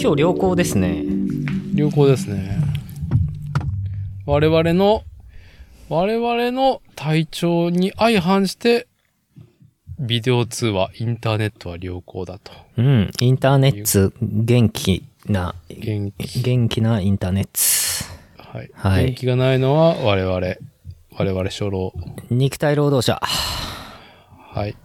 今日良好ですね。良好ですね。我々の、我々の体調に相反して、ビデオ通話、インターネットは良好だと。うん。インターネッツ、元気な、元気。元気なインターネッツ。はい。はい元気がないのは我々。我々初老。肉体労働者。はい。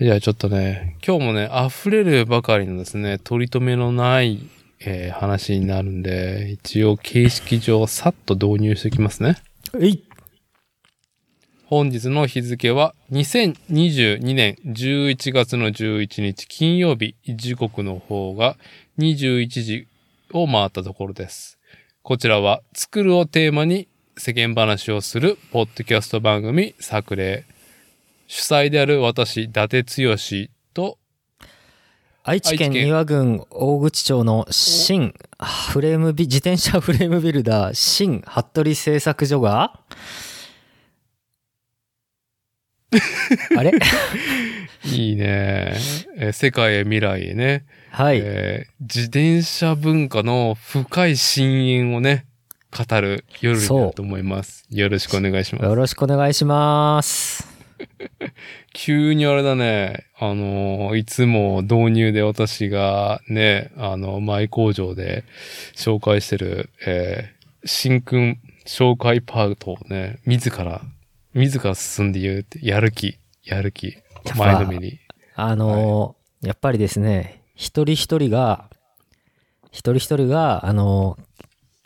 じゃあちょっとね、今日もね、溢れるばかりのですね、取り留めのない、えー話になるんで、一応形式上さっと導入していきますね。えい本日の日付は2022年11月の11日金曜日時刻の方が21時を回ったところです。こちらは作るをテーマに世間話をするポッドキャスト番組作例。主催である私、伊達剛と、愛知県愛知県丹羽郡大口町の新フレームビ、自転車フレームビルダー、新服部製作所が、あれいいね、えー世界へ未来へね、はい、えー自転車文化の深い深淵をね、語る夜になると思います。よろしくお願いしますよ。ろしくお願いします。急にあれだね、あの、いつも導入で私がね、あの、前工場で紹介してる、えー新君紹介パートをね、自ら、自ら進んで言うって、やる気、やる気、前のめり。あのーやっぱりですね、一人一人が、一人一人が、あのー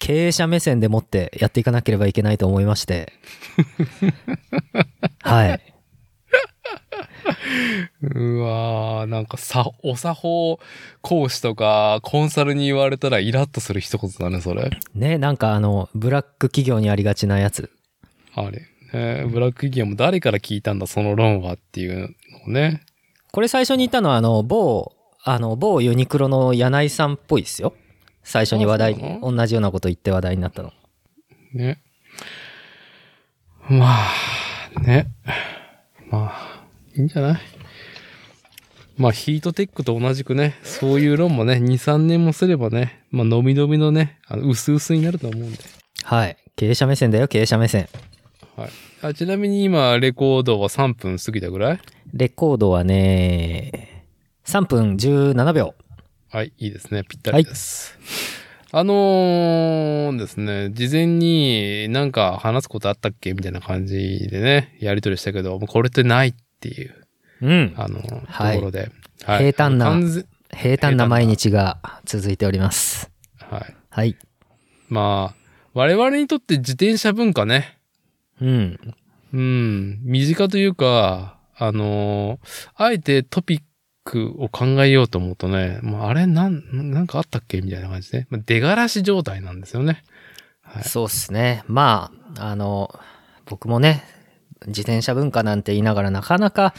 経営者目線でもってやっていかなければいけないと思いまして。はい。うわー、なんかさ、お作法講師とか、コンサルに言われたらイラッとする一言だね、それ。ね、なんかあの、ブラック企業にありがちなやつ。あれ。えーブラック企業も誰から聞いたんだ、その論はっていうのをね。これ最初に言ったのは、あの、某、あの、某ユニクロの柳井さんっぽいっすよ。最初に話題あそうなに、同じようなこと言って話題になったの。ね。まあ、ね。まあ、いいんじゃないまあ、ヒートテックと同じくね、そういう論もね、2、3年もすればね、まあ、のみのみのね、あの、薄々になると思うんで。はい。経営者目線だよ、経営者目線。はい。あちなみに今、レコードは3分過ぎたぐらいレコードはね、3分17秒。はい、いいですね。ぴったりです。あのー、ですね、事前になんか話すことあったっけみたいな感じでね、やりとりしたけど、もうこれってないっていう。うん。あの、とはいころで。平坦な完全平坦な毎日が続いております。はい。はい。まあ、我々にとって自転車文化ね。うん。うん。身近というか、あのーあえてトピックを考えようと思うとね、もうあれなん、なんかあったっけみたいな感じで、まあ、出がらし状態なんですよね。はい。そうっすね。まあ、あの、僕もね、自転車文化なんて言いながらなかなか、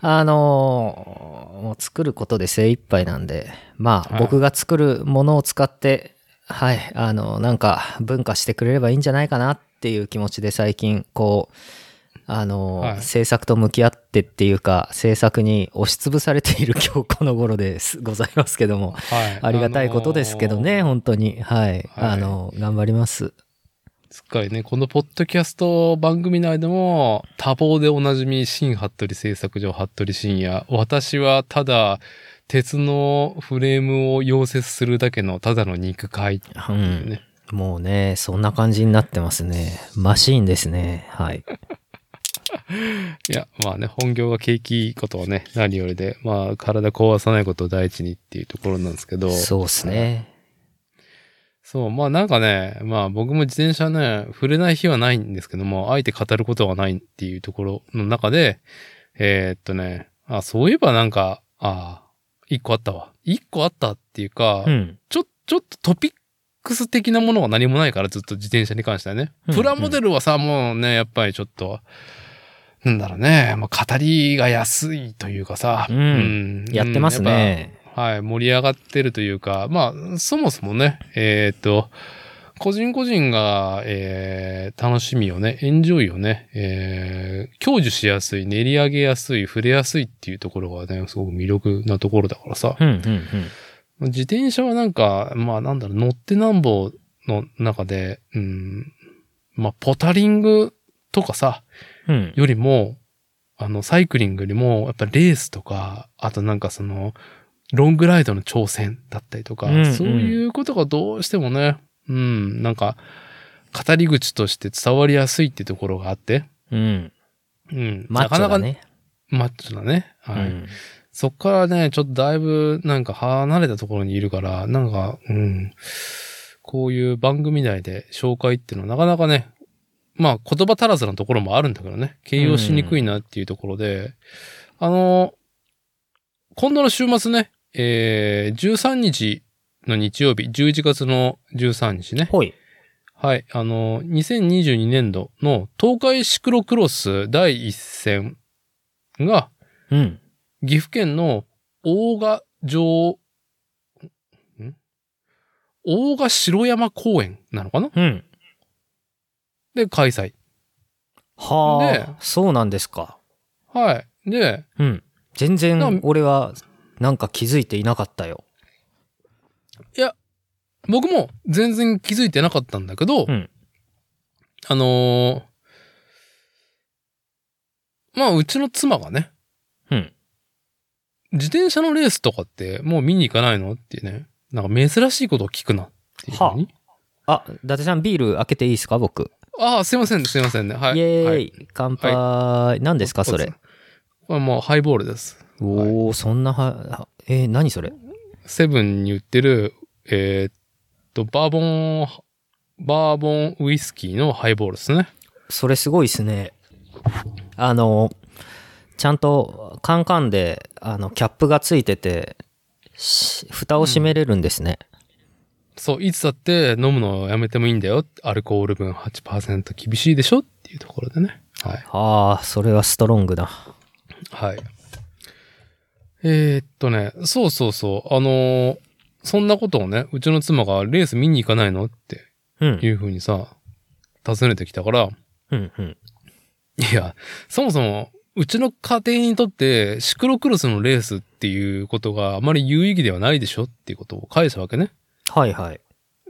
あの、もう作ることで精一杯なんで、まはあ、い僕が作るものを使って、はい、あの、なんか文化してくれればいいんじゃないかなっていう気持ちで最近、こう、あの、はい制作と向き合ってっていうか、制作に押しつぶされている今日この頃です、ございますけども。はいありがたいことですけどね、あのー本当に。はい。はいあの、頑張ります。すっかりね、このポッドキャスト番組内でも多忙でおなじみ、新服部製作所、服部深也。私はただ、鉄のフレームを溶接するだけのただの肉塊ってう。いうんね。もうね、そんな感じになってますね。マシーンですね。はい。いや、まあね、本業が景気いいことはね、何よりで、まあ体壊さないことを第一にっていうところなんですけど。そうですね。そう、まあなんかね、まあ僕も自転車ね、触れない日はないんですけども、あえて語ることはないっていうところの中で、えーっとね、あ、そういえばなんか、あ一個あったわ。一個あったっていうか、うん。ちょ、ちょっとトピックス的なものは何もないから、ずっと自転車に関してはね。うんプラモデルはさ、もうね、やっぱりちょっと、なんだろうね、まあ語りが安いというかさ、うんうんやってますやっぱね。はい、盛り上がってるというか、まあ、そもそもね、えーっと、個人個人が、えー楽しみをね、エンジョイをね、えー享受しやすい、練り上げやすい、触れやすいっていうところがね、すごく魅力なところだからさ。うん、うん、うん。自転車はなんか、まあなんだろう、乗ってなんぼの中で、うん、まあポタリングとかさ、うん。よりも、あの、サイクリングよりも、やっぱレースとか、あとなんかその、ロングライドの挑戦だったりとか、うんうんそういうことがどうしてもね、うん、なんか、語り口として伝わりやすいってところがあって、うん。うん、マッチョなかだなかね。マッチョだね。はうい。んそっからね、ちょっとだいぶなんか離れたところにいるから、なんか、うん、こういう番組内で紹介っていうのはなかなかね、まあ言葉足らずなところもあるんだけどね、形容しにくいなっていうところで、あの、今度の週末ね、えー、13日の日曜日、11月の13日ね、ほい。はい。あの、2022年度の東海シクロクロス第一戦がうん。岐阜県の大賀城、ん大賀城山公園なのかなうん。で開催。はねあ。そうなんですか。はい。で、うん。全な然俺はなんか気づいていなかったよ。僕も全然気づいてなかったんだけど、うんあのーまあ、うちの妻がね、うん自転車のレースとかってもう見に行かないのってね、なんか珍しいことを聞くなっていうふうに。あ、伊達さんビール開けていいですか僕。ああ、すいませんね、すいませんね。はい。イエーイ、はい、乾杯、何ですかそれ。これもうハイボールです。おお、そんなは、えー何それセブンに売ってる、えーっと、バーボン、バーボンウイスキーのハイボールですね。それすごいですね。あの、ちゃんとカンカンで、あの、キャップがついてて、し蓋を閉めれるんですね。そう、いつだって飲むのをやめてもいいんだよ。アルコール分8%厳しいでしょっていうところでね。はい。ああ、それはストロングだ。はい。えーっとね、そうそうそう。あのーそんなことをね、うちの妻がレース見に行かないのってういん。うふうにさ、尋ねてきたから、うん、うん。いや、そもそも、うちの家庭にとって、シクロクロスのレースっていうことがあまり有意義ではないでしょっていうことを返したわけね。はいはい。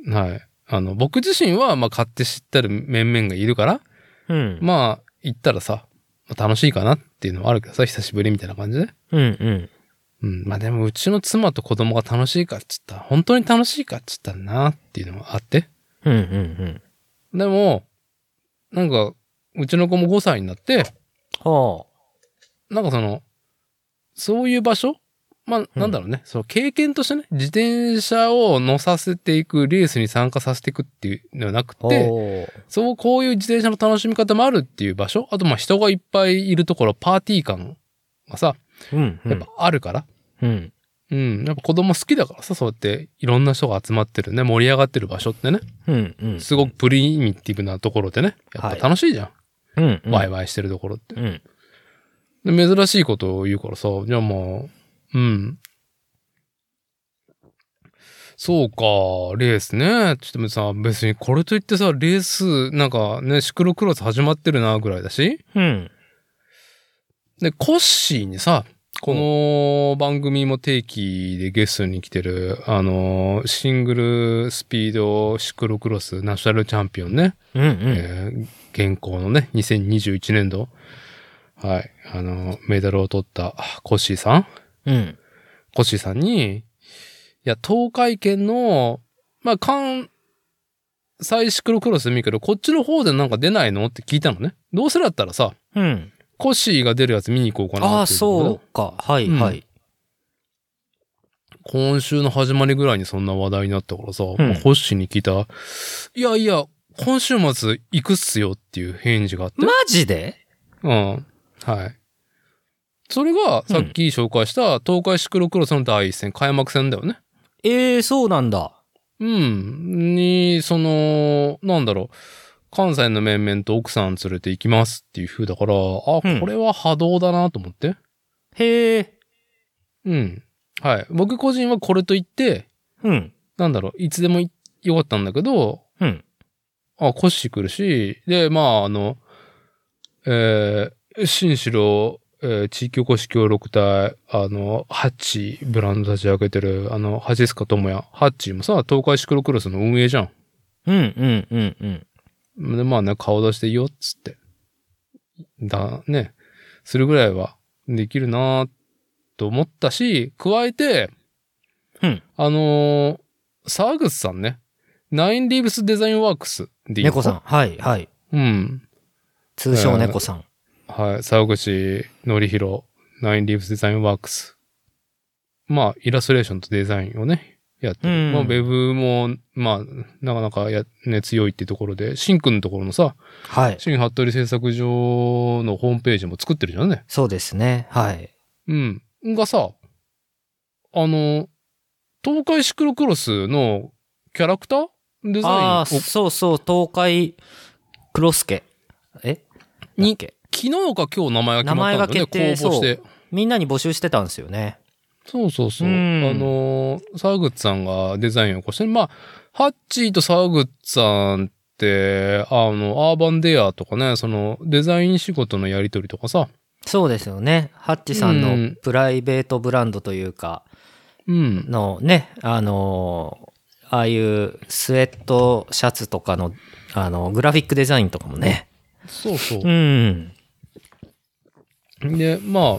はい。あの、僕自身は、まあ、買って知ったる面々がいるから、うん。まあ、行ったらさ、まあ楽しいかなっていうのはあるけどさ、久しぶりみたいな感じで。うん、うん。うん。まあでも、うちの妻と子供が楽しいかっつったら、本当に楽しいかっつったらなっていうのがあって。うん、うん、でも、なんか、うちの子も5歳になって、うん。はなんかその、そういう場所まあ、なんだろうね。その経験としてね、自転車を乗させていく、レースに参加させていくっていうのではなくあ。て、おーそう、こういう自転車の楽しみ方もあるっていう場所あと、まあ、人がいっぱいいるところ、パーティー感がさ、うん、うやっんぱ。あるから。うん。うん。やっぱ子供好きだからさ、そうやって、いろんな人が集まってるね、盛り上がってる場所ってね、うん、うん。すごくプリミティブなところでね、やっぱ楽しいじゃうん。ん、うん。ワイワイしてるところって。うん。で珍しいことを言うからさ、じゃあもう、うん。そうか、レースね。ちょっとさ、別にこれといってさ、レース、なんかね、シクロクロス始まってるな、ぐらいだし。うん。で、コッシーにさ、この番組も定期でゲストに来てる、あの、シングルスピードシクロクロスナショナルチャンピオンね。うん、うん。えー現行のね、2021年度、はい、あの、メダルを取ったコッシーさん、うん。コッシーさんに、いや、東海圏の、まあ、関西シクロクロスでもいいけど、こっちの方でなんか出ないのって聞いたのね。どうせだったらさ、うん。コッシーが出るやつ見に行こうかなああ、っていうことでそうか。はい、うんはい。今週の始まりぐらいにそんな話題になったからさ、まあコッシーに聞いた、いやいや、今週末行くっすよっていう返事があって。マジでうん。はい。それが、さっき紹介した、東海シクロクロスの第一戦、開幕戦だよね。ええそうなんだ。うん。に、その、なんだろう。関西の面々と奥さん連れて行きますっていう風だから、あ、こうんれは波動だなと思って。へえ。うん。はい。僕個人はこれと言って、うん。なんだろう、いつでもいよかったんだけど、うん。あ、コッシー来るし、で、まあ、あの、えー、新城、ええー地域おこし協力隊、あの、ハッチ、ブランド立ち上げてる、あの、ハジスカ智也、ハッチもさ、東海シクロクロスの運営じゃん。うんうんうんうん。で、まあね、顔出していいよ、っつって。だ、ね、するぐらいはできるなーと思ったし、加えて、うんあのー沢口さんね、ナインリーブスデザインワークスでいいの猫さん。はいはい。うん。通称猫さん。はい、沢口のりひろ、ナインリーブスデザインワークス。まあ、イラストレーションとデザインをね、やってる。うんまあ、ウェブも、まあ、なかなかや、ね、強いってところで、シンくんのところのさ、はい。新服部製作所のホームページも作ってるじゃんね。そうですね。はい。うん。がさ、あの、東海シクロクロスのキャラクターデあザあ、インをそうそう、東海クロスケ。えにだっけ昨日か今日名前が決まったんだよね、名前が決定公募して。みんなに募集してたんですよね。そうそうそう。うんあのー、沢口さんがデザインを起こして、まあ、ハッチーと沢口さんって、あの、アーバンデアとかね、その、デザイン仕事のやりとりとかさ、そうですよね。ハッチさんうのんプライベートブランドというか、うん。のね、あのーああいうスウェットシャツとかの、あの、グラフィックデザインとかもね。そうそうう。ん。で、まあ、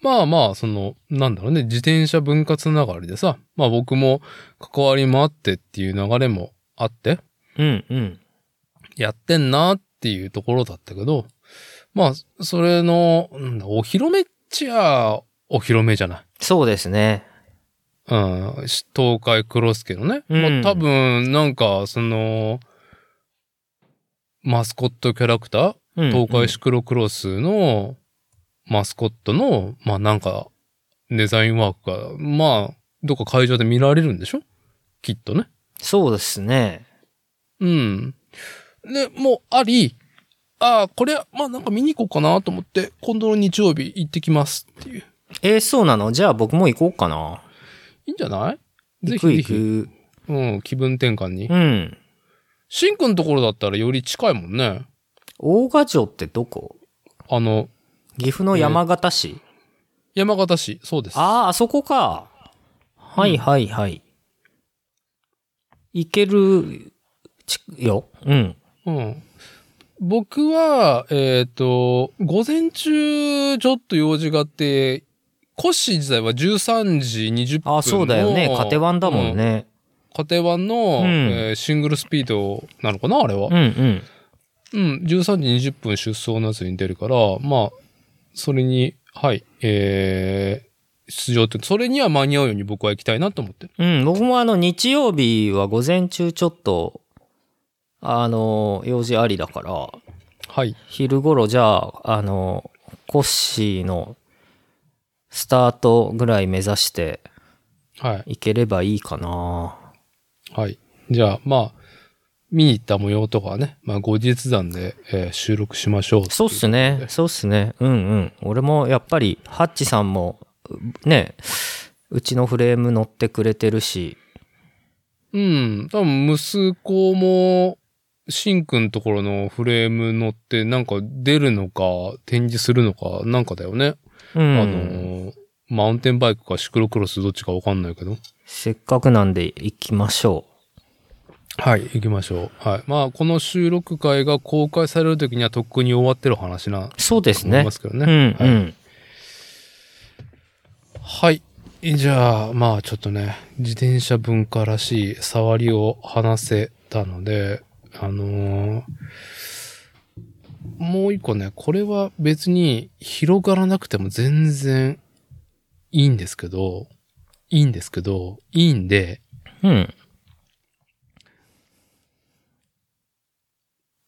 まあまあ、その、なんだろうね、自転車分割の流れでさ、まあ僕も関わりもあってっていう流れもあって、うんうん。やってんなっていうところだったけど、まあ、それの、なんだお披露目っちゃ、お披露目じゃない。そうですね。うん、し東海クロスケのね。うんまあ多分、なんか、その、マスコットキャラクターうん東海シクロクロスのマスコットの、まあなんか、デザインワークが、まあ、どっか会場で見られるんでしょきっとね。そうですね。うん。で、もうあり、ああ、これ、まあなんか見に行こうかなと思って、今度の日曜日行ってきますっていう。えーそうなのじゃあ僕も行こうかな。いいんじゃないぜ行ひくぜ行ひ。く。うん、気分転換に。うん。シンくんのところだったらより近いもんね。大賀城ってどこあの、岐阜の山形市、山形市、そうです。ああ、あそこか。はいはいはい。行けるちよ。うん。うん。僕は、えっ、と、午前中、ちょっと用事があって、コッシー自体は13時20分の。ああ、そうだよね。カテワンだもんね。うん。カテワンの、うんえーシングルスピードなのかなあれはうん、。うん、うん、13時20分出走のやつに出るから、まあ、それに、はい、えー、出場って、それには間に合うように僕は行きたいなと思ってる。うん。僕もあの、日曜日は午前中ちょっと、あの、用事ありだから、はい。昼頃じゃあ、あの、コッシーのスタートぐらい目指してはい。いければいいかな。はい。じゃあ、まあ、見に行った模様とかはね、まあ、後日談で、えー収録しましょうそうっすね。そうっすね。うんうん。俺もやっぱり、ハッチさんも、うね、うちのフレーム乗ってくれてるし、うん。多分、息子も、シンくんところのフレーム乗って、なんか出るのか、展示するのか、なんかだよね。うん。あのー、マウンテンバイクかシクロクロスどっちかわかんないけど。せっかくなんで行きましょはい、行きましょう。はい。まあ、この収録会が公開される時にはとっくに終わってる話な、う。そうです思いねま。すけどうね。んうはい。ん。はい。じゃあ、まあちょっとね、自転車文化らしい触りを話せたので、あのーもう一個ね、これは別に広がらなくても全然いいんですけど、いいんですけど、いいんで、うん。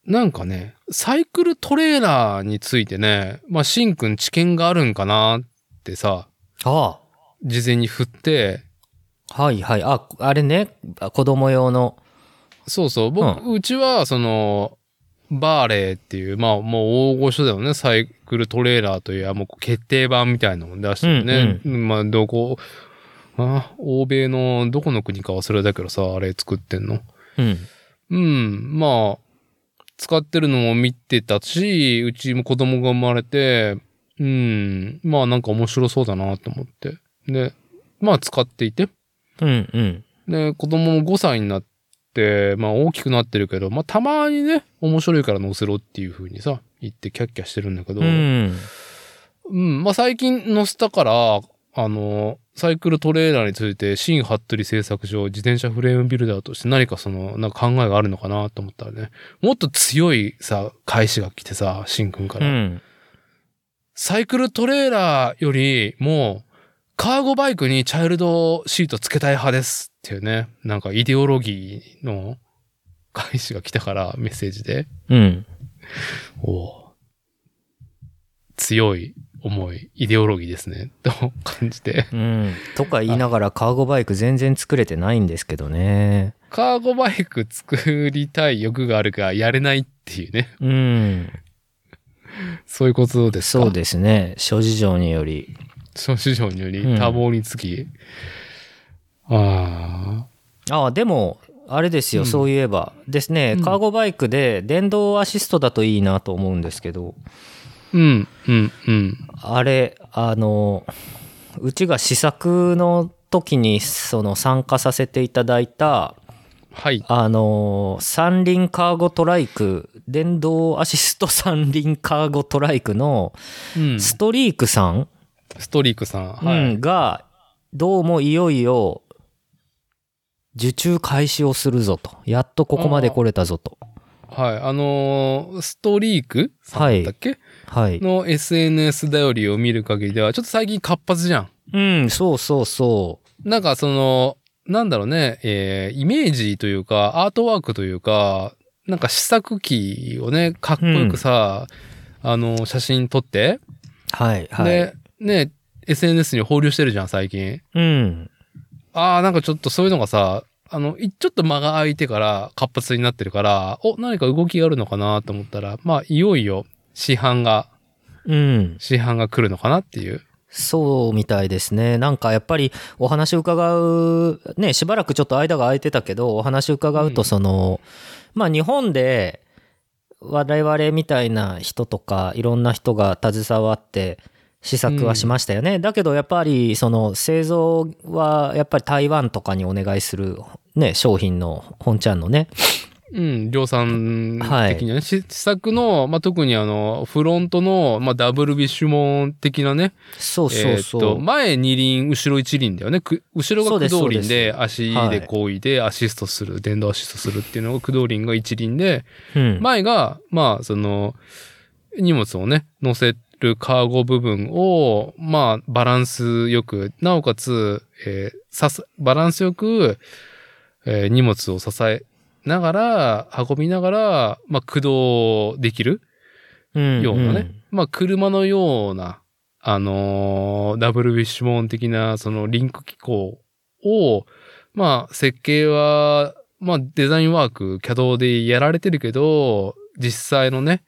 なんかね、サイクルトレーラーについてね、まあ、シンくん知見があるんかなってさ、あ事前に振って、あ。はいはい。あ、あれね。あ子供用の。そうそう。僕、うちは、その、バーレーっていう、まあ、もう大御所だよね。サイクルトレーラーという、あもう決定版みたいなのを出してるね。まあ、どこ、あ、欧米のどこの国か忘れたけどさ、あれ作ってんの。うん。うん、まあ、使ってるのも見てたし、うちも子供が生まれて、うん。まあなんか面白そうだなと思って。で、まあ使っていて。うんうん。で、子供も5歳になって、まあ大きくなってるけど、まあたまにね、面白いから乗せろっていう風にさ、言ってキャッキャしてるんだけど、うん。うん、まあ最近乗せたから、あの、サイクルトレーラーについて、新服部製作所自転車フレームビルダーとして何かその、なんか考えがあるのかなと思ったらね、もっと強いさ、返しが来てさ、新君かうら。ん。サイクルトレーラーよりも、カーゴバイクにチャイルドシートつけたい派ですっていうね、なんかイデオロギーの返しが来たから、メッセージで。うん。おう強い思い、イデオロギーですね、と感じて。うん。とか言いながら、カーゴバイク全然作れてないんですけどね。カーゴバイク作りたい欲があるが、やれないっていうね、うん。そういうことですか。そうですね。諸事情により。その市場によりうん多忙につき、ああ、ああ、でも、あれですよ、うんそういえば。ですね、うんカーゴバイクで電動アシストだといいなと思うんですけど、うん、うん、うん。あれ、あの、うちが試作の時にその参加させていただいた、はい。あの、三輪カーゴトライク、電動アシスト三輪カーゴトライクのうんストリークさん、ストリークさん。うはんい。が、どうもいよいよ、受注開始をするぞと。やっとここまで来れたぞと。はい。あのーストリークさんだっけ、はい。の SNS だよりを見る限りでは、ちょっと最近活発じゃん。うん、そうそうそなんかその、なんだろうね、えーイメージというか、アートワークというか、なんか試作機をね、かっこよくさ、あのー写真撮っう。て、はい、はい。で、ね、SNS に放流してるじゃん、最近。うん。ああ、なんかちょっとそういうのがさ、あの、いちょっと間が空いてから活発になってるから、お、何か動きがあるのかなと思ったら、まあ、いよいよ市販が、うん。市販が来るのかなっていう。そうみたいですね。なんかやっぱりお話伺う、ね、しばらくちょっと間が空いてたけど、お話伺ううとんその、まあ日本で我々みたいな人とかいろんな人が携わって試作はしましたよね。だけどやっぱりその製造はやっぱり台湾とかにお願いするね、商品の本ちゃんのね。うん、量産はい的にはね、し試作の、まあ、特にあの、フロントの、まあ、ダブルビッシュモン的なね、そうそうそう。えーっと、前二輪、後ろ一輪だよね。く後ろが駆動そうで輪すそうでで、足はでいこいでアシストする、電動アシストするっていうのが駆動輪が一輪で、うん、前が、まあ、その、荷物をね、乗せるカーゴ部分を、まあ、バランスよく、なおかつ、えーさす、バランスよく、えー荷物を支えながら、運びながら、まあ、駆動できるうんようなね、まあ、車のような、あのーダブルウィッシュモーン的な、そのリンク機構を、まあ、設計は、まあ、デザインワーク、CAD でやられてるけど、実際のね、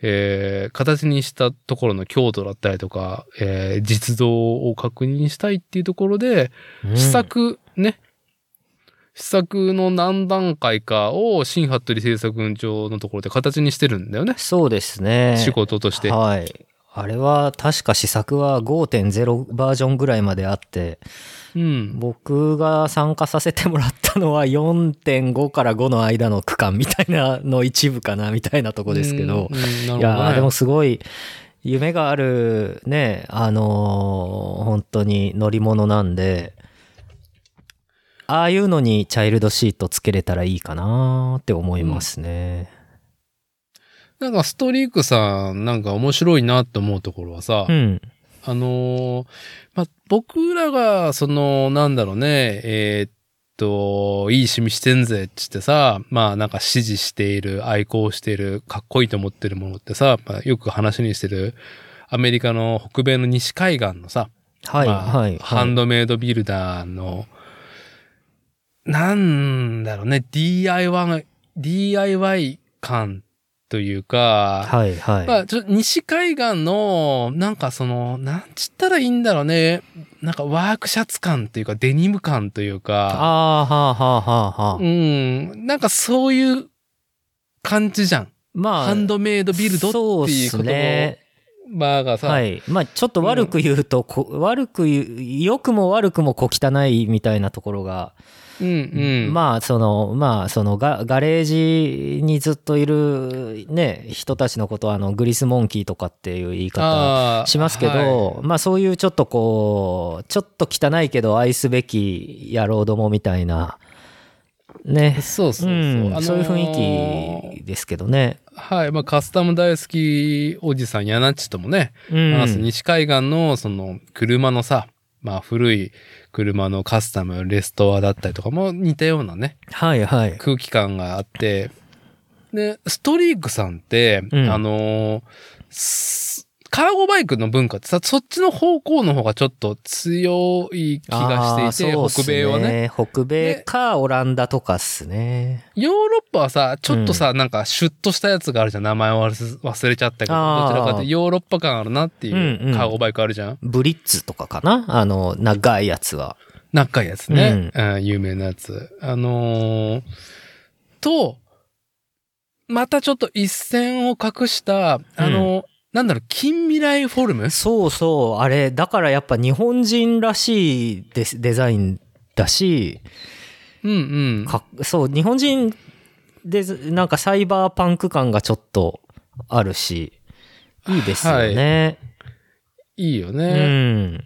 えー形にしたところの強度だったりとか、えー実像を確認したいっていうところで、うん試作ね、試作の何段階かを新ハットリ製作上のところで形にしてるんだよね。そうですね。仕事として。はい。あれは確か試作は5.0バージョンぐらいまであって、うん。僕が参加させてもらったのは4.5から5の間の区間みたいなの一部かなみたいなとこですけどう。ん。うんないるほどやーねでもすごい夢があるね、あのー本当に乗り物なんで、ああいうのにチャイルドシートつけれたらいいかなーって思いますね。なんかストリークさんなんか面白いなって思うところはさ、うん。あのーまあ、僕らが、その、なんだろうね、えーっと、いい趣味してんぜって言ってさ、まあなんか支持している、愛好している、かっこいいと思ってるものってさ、まあ、よく話にしてる、アメリカの北米の西海岸のさ、はい、まあはい、はい。ハンドメイドビルダーの、なんだろうね、DIY、DIY 感というか、はい、はい。まあ、ちょっと西海岸の、なんかその、なんちったらいいんだろうね、なんかワークシャツ感というか、デニム感というか、ああ、はあ、はあ、はあ、はあうん、なんかそういう感じじゃん。まあ、ハンドメイドビルドっていうそう言っすね。バーがさ、はい。まあ、ちょっと悪く言うと、こ悪く言う、良くも悪くも小汚いみたいなところが、うんうん。まあ、その、まあ、そのガ、ガレージにずっといる、ね、人たちのことを、あの、グリスモンキーとかっていう言い方あーしますけど、はまあ、そういうちょっとこう、ちょっと汚いけど愛すべき野郎どもみたいな、ねい、そうそうそうう。んあのーそういう雰囲気ですけどね。はい。まあ、カスタム大好きおじさん、ヤナッチともね、うん話す西海岸の、その、車のさ、まあ、古い車のカスタム、レストアだったりとかも似たようなね、はいはい。空気感があって、で、ストリークさんって、うんあのーすカーゴバイクの文化ってさ、そっちの方向の方がちょっと強い気がしていて、あー北米は。そうっすね。北米でかオランダとかっすね。ヨーロッパはさ、ちょっとさ、なんかシュッとしたやつがあるじゃん。名前を忘れ忘れちゃったけど、あーどちらかってヨーロッパ感あるなっていううんうんカーゴバイクあるじゃん。ブリッツとかかなあの、長いやつは。仲いいやつね、うん有名なやつ。あのーと、またちょっと一線を隠した、あのーなんだろう、近未来フォルムそうそう、あれ、だからやっぱ日本人らしいデスデザインだし、うんうん。かっそう、日本人で、なんかサイバーパンク感がちょっとあるし、いいですよね。いいようね。ん。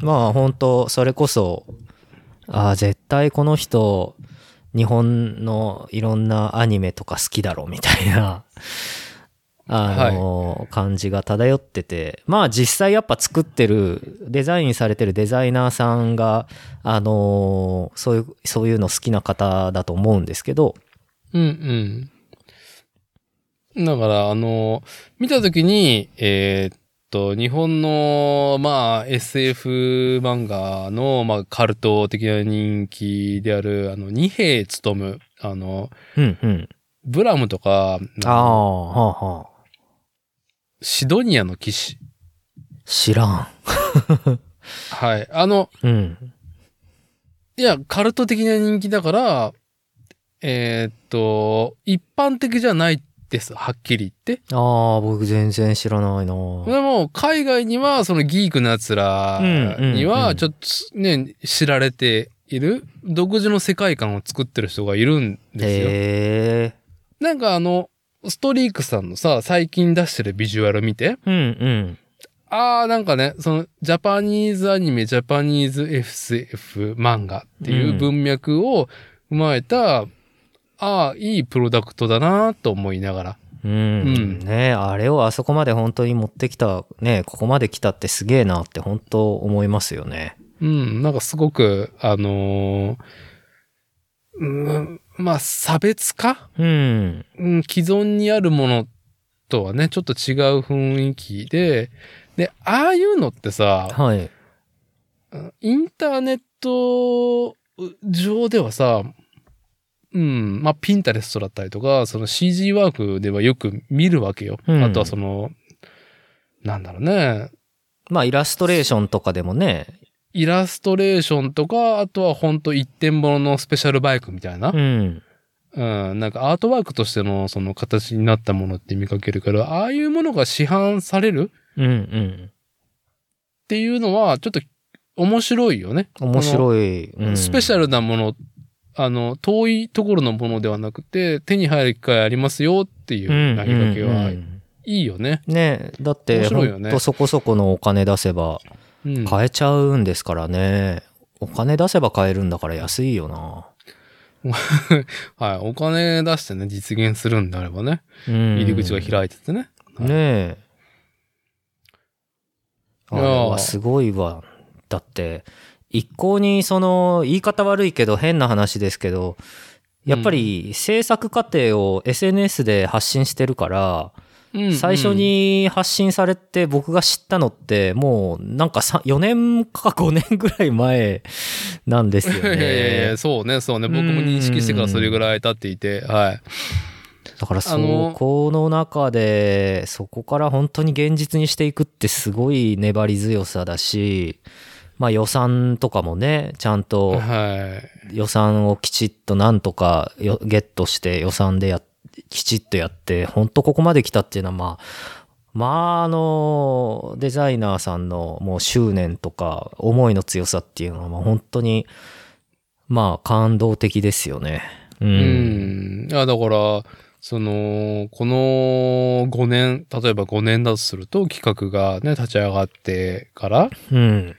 まあ本当それこそ、ああ、絶対この人、日本のいろんなアニメとか好きだろうみたいな、 あの、感じが漂ってて、まあ実際やっぱ作ってる、デザインされてるデザイナーさんが、あの、そういう、そういうの好きな方だと思うんですけど、うんうん。だから、あのー見たときに、えーっと、日本の、まあ、SF 漫画の、まあ、カルト的な人気である、あの、二兵務、あの、うんうん。ブラムとか、ああ、はあはあ。シドニアの騎士。知らん。はい。あの、うん。いや、カルト的な人気だから、えーっと、一般的じゃないです。はっきり言って。ああ、僕全然知らないなでも、海外には、そのギークな奴らにうんうんうは、んちょっとね、知られている、独自の世界観を作ってる人がいるんですよ。へえ。なんかあの、ストリークさんのさ、最近出してるビジュアル見て、うんうん。あーなんかね、その、ジャパニーズアニメ、ジャパニーズ SF 漫画っていううん文脈を踏まえた、ああ、いいプロダクトだなと思いながら。うん、んねあれをあそこまで本当に持ってきた、ねここまで来たってすげえなって本当思いますよね。うん、なんかすごく、あのーうん、まあ、差別化、うん。うん、既存にあるものとはね、ちょっと違う雰囲気で、で、ああいうのってさ、はい。インターネット上ではさ、うん、まあ、ピンタレストだったりとか、その CG ワークではよく見るわけよ。うんあとはその、なんだろうね、まあ、イラストレーションとかでもね。イラストレーションとか、あとはほんと一点物のスペシャルバイクみたいなう、ん。うん、なんかアートワークとしてのその形になったものって見かけるから、ああいうものが市販されるうんうん。っていうのは、ちょっと面白いよね。面白い。うん、スペシャル。、ルなもの、あの、遠いところのものではなくて、手に入る機会ありますよっていううん投げかけうんは、ういんいよね。ねだって、面白いよ本ね当そこそこのお金出せばうん。買えちゃうんですからね。お金出せば買えるんだから安いよな。はい。お金出してね、実現するんであればね、うん、入り口が開いててね。はねいえ。あいれやーはすごいわ。だって、一向にその、言い方悪いけど変な話ですけど、やっぱり制作過程を SNS で発信してるから、うん最初、に発信されて僕が知ったのって、もうなんかさ4年か5年ぐらい前なんですようん いやいやいや、ね。そうね、そうね。僕も認識してからそれぐらい経っていて、はい。だからそあのこの中で、そこから本当に現実にしていくってすごい粘り強さだし、まあ予算とかもね、ちゃんとはい。予算をきちっとなんとかよゲットして予算でやっきちっとやって、本当ここまで来たっていうのはまあ、まあ、あの、デザイナーさんのもう執念とか思いの強さっていうのは、まあ本当に、まあ感動的ですよね。う。うんん。いや、だから、その、この5年、例えば5年だとすると、企画がね、立ち上がってから、うん。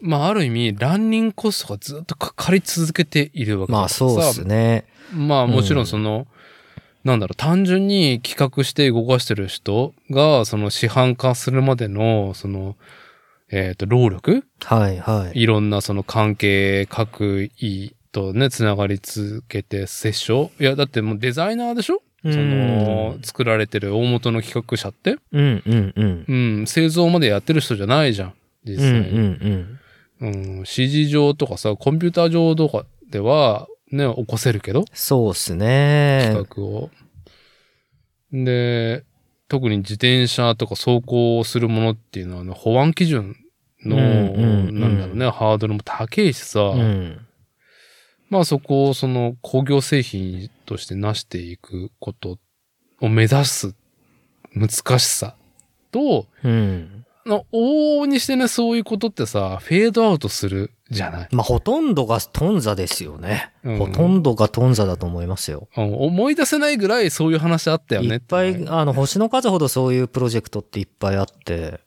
まあ、ある意味、ランニングコストがずっとかかり続けているわけだまあそうですね。まあうんもちろんその、なんだろう、単純に企画して動かしてる人が、その市販化するまでの、その、えっ、と、労力はいはい。いろんなその関係、各位とね、つながり続けて接触いや、だってもうデザイナーでしょその、作られてる大元の企画者って。うんうんうん。うん、製造までやってる人じゃないじゃん。うん実うん際に。うん。うん、指示上とかさ、コンピューター上とかでは、ね、起こせるけど、そうですね。企画を。で、特に自転車とか走行するものっていうのは、あの保安基準の、うんうんうんなんだろうね、ハードルも高いしさ、うん。まあそこをその工業製品として成していくことを目指す難しさと、うん。の往々にしてね、そういうことってさ、フェードアウトするじゃない。まあほとんどが頓挫ですよね。うんほとんどが頓挫だと思いますよ。うん思い出せないぐらいそういう話あったよね。いっぱい、あの、星の数ほどそういうプロジェクトっていっぱいあって。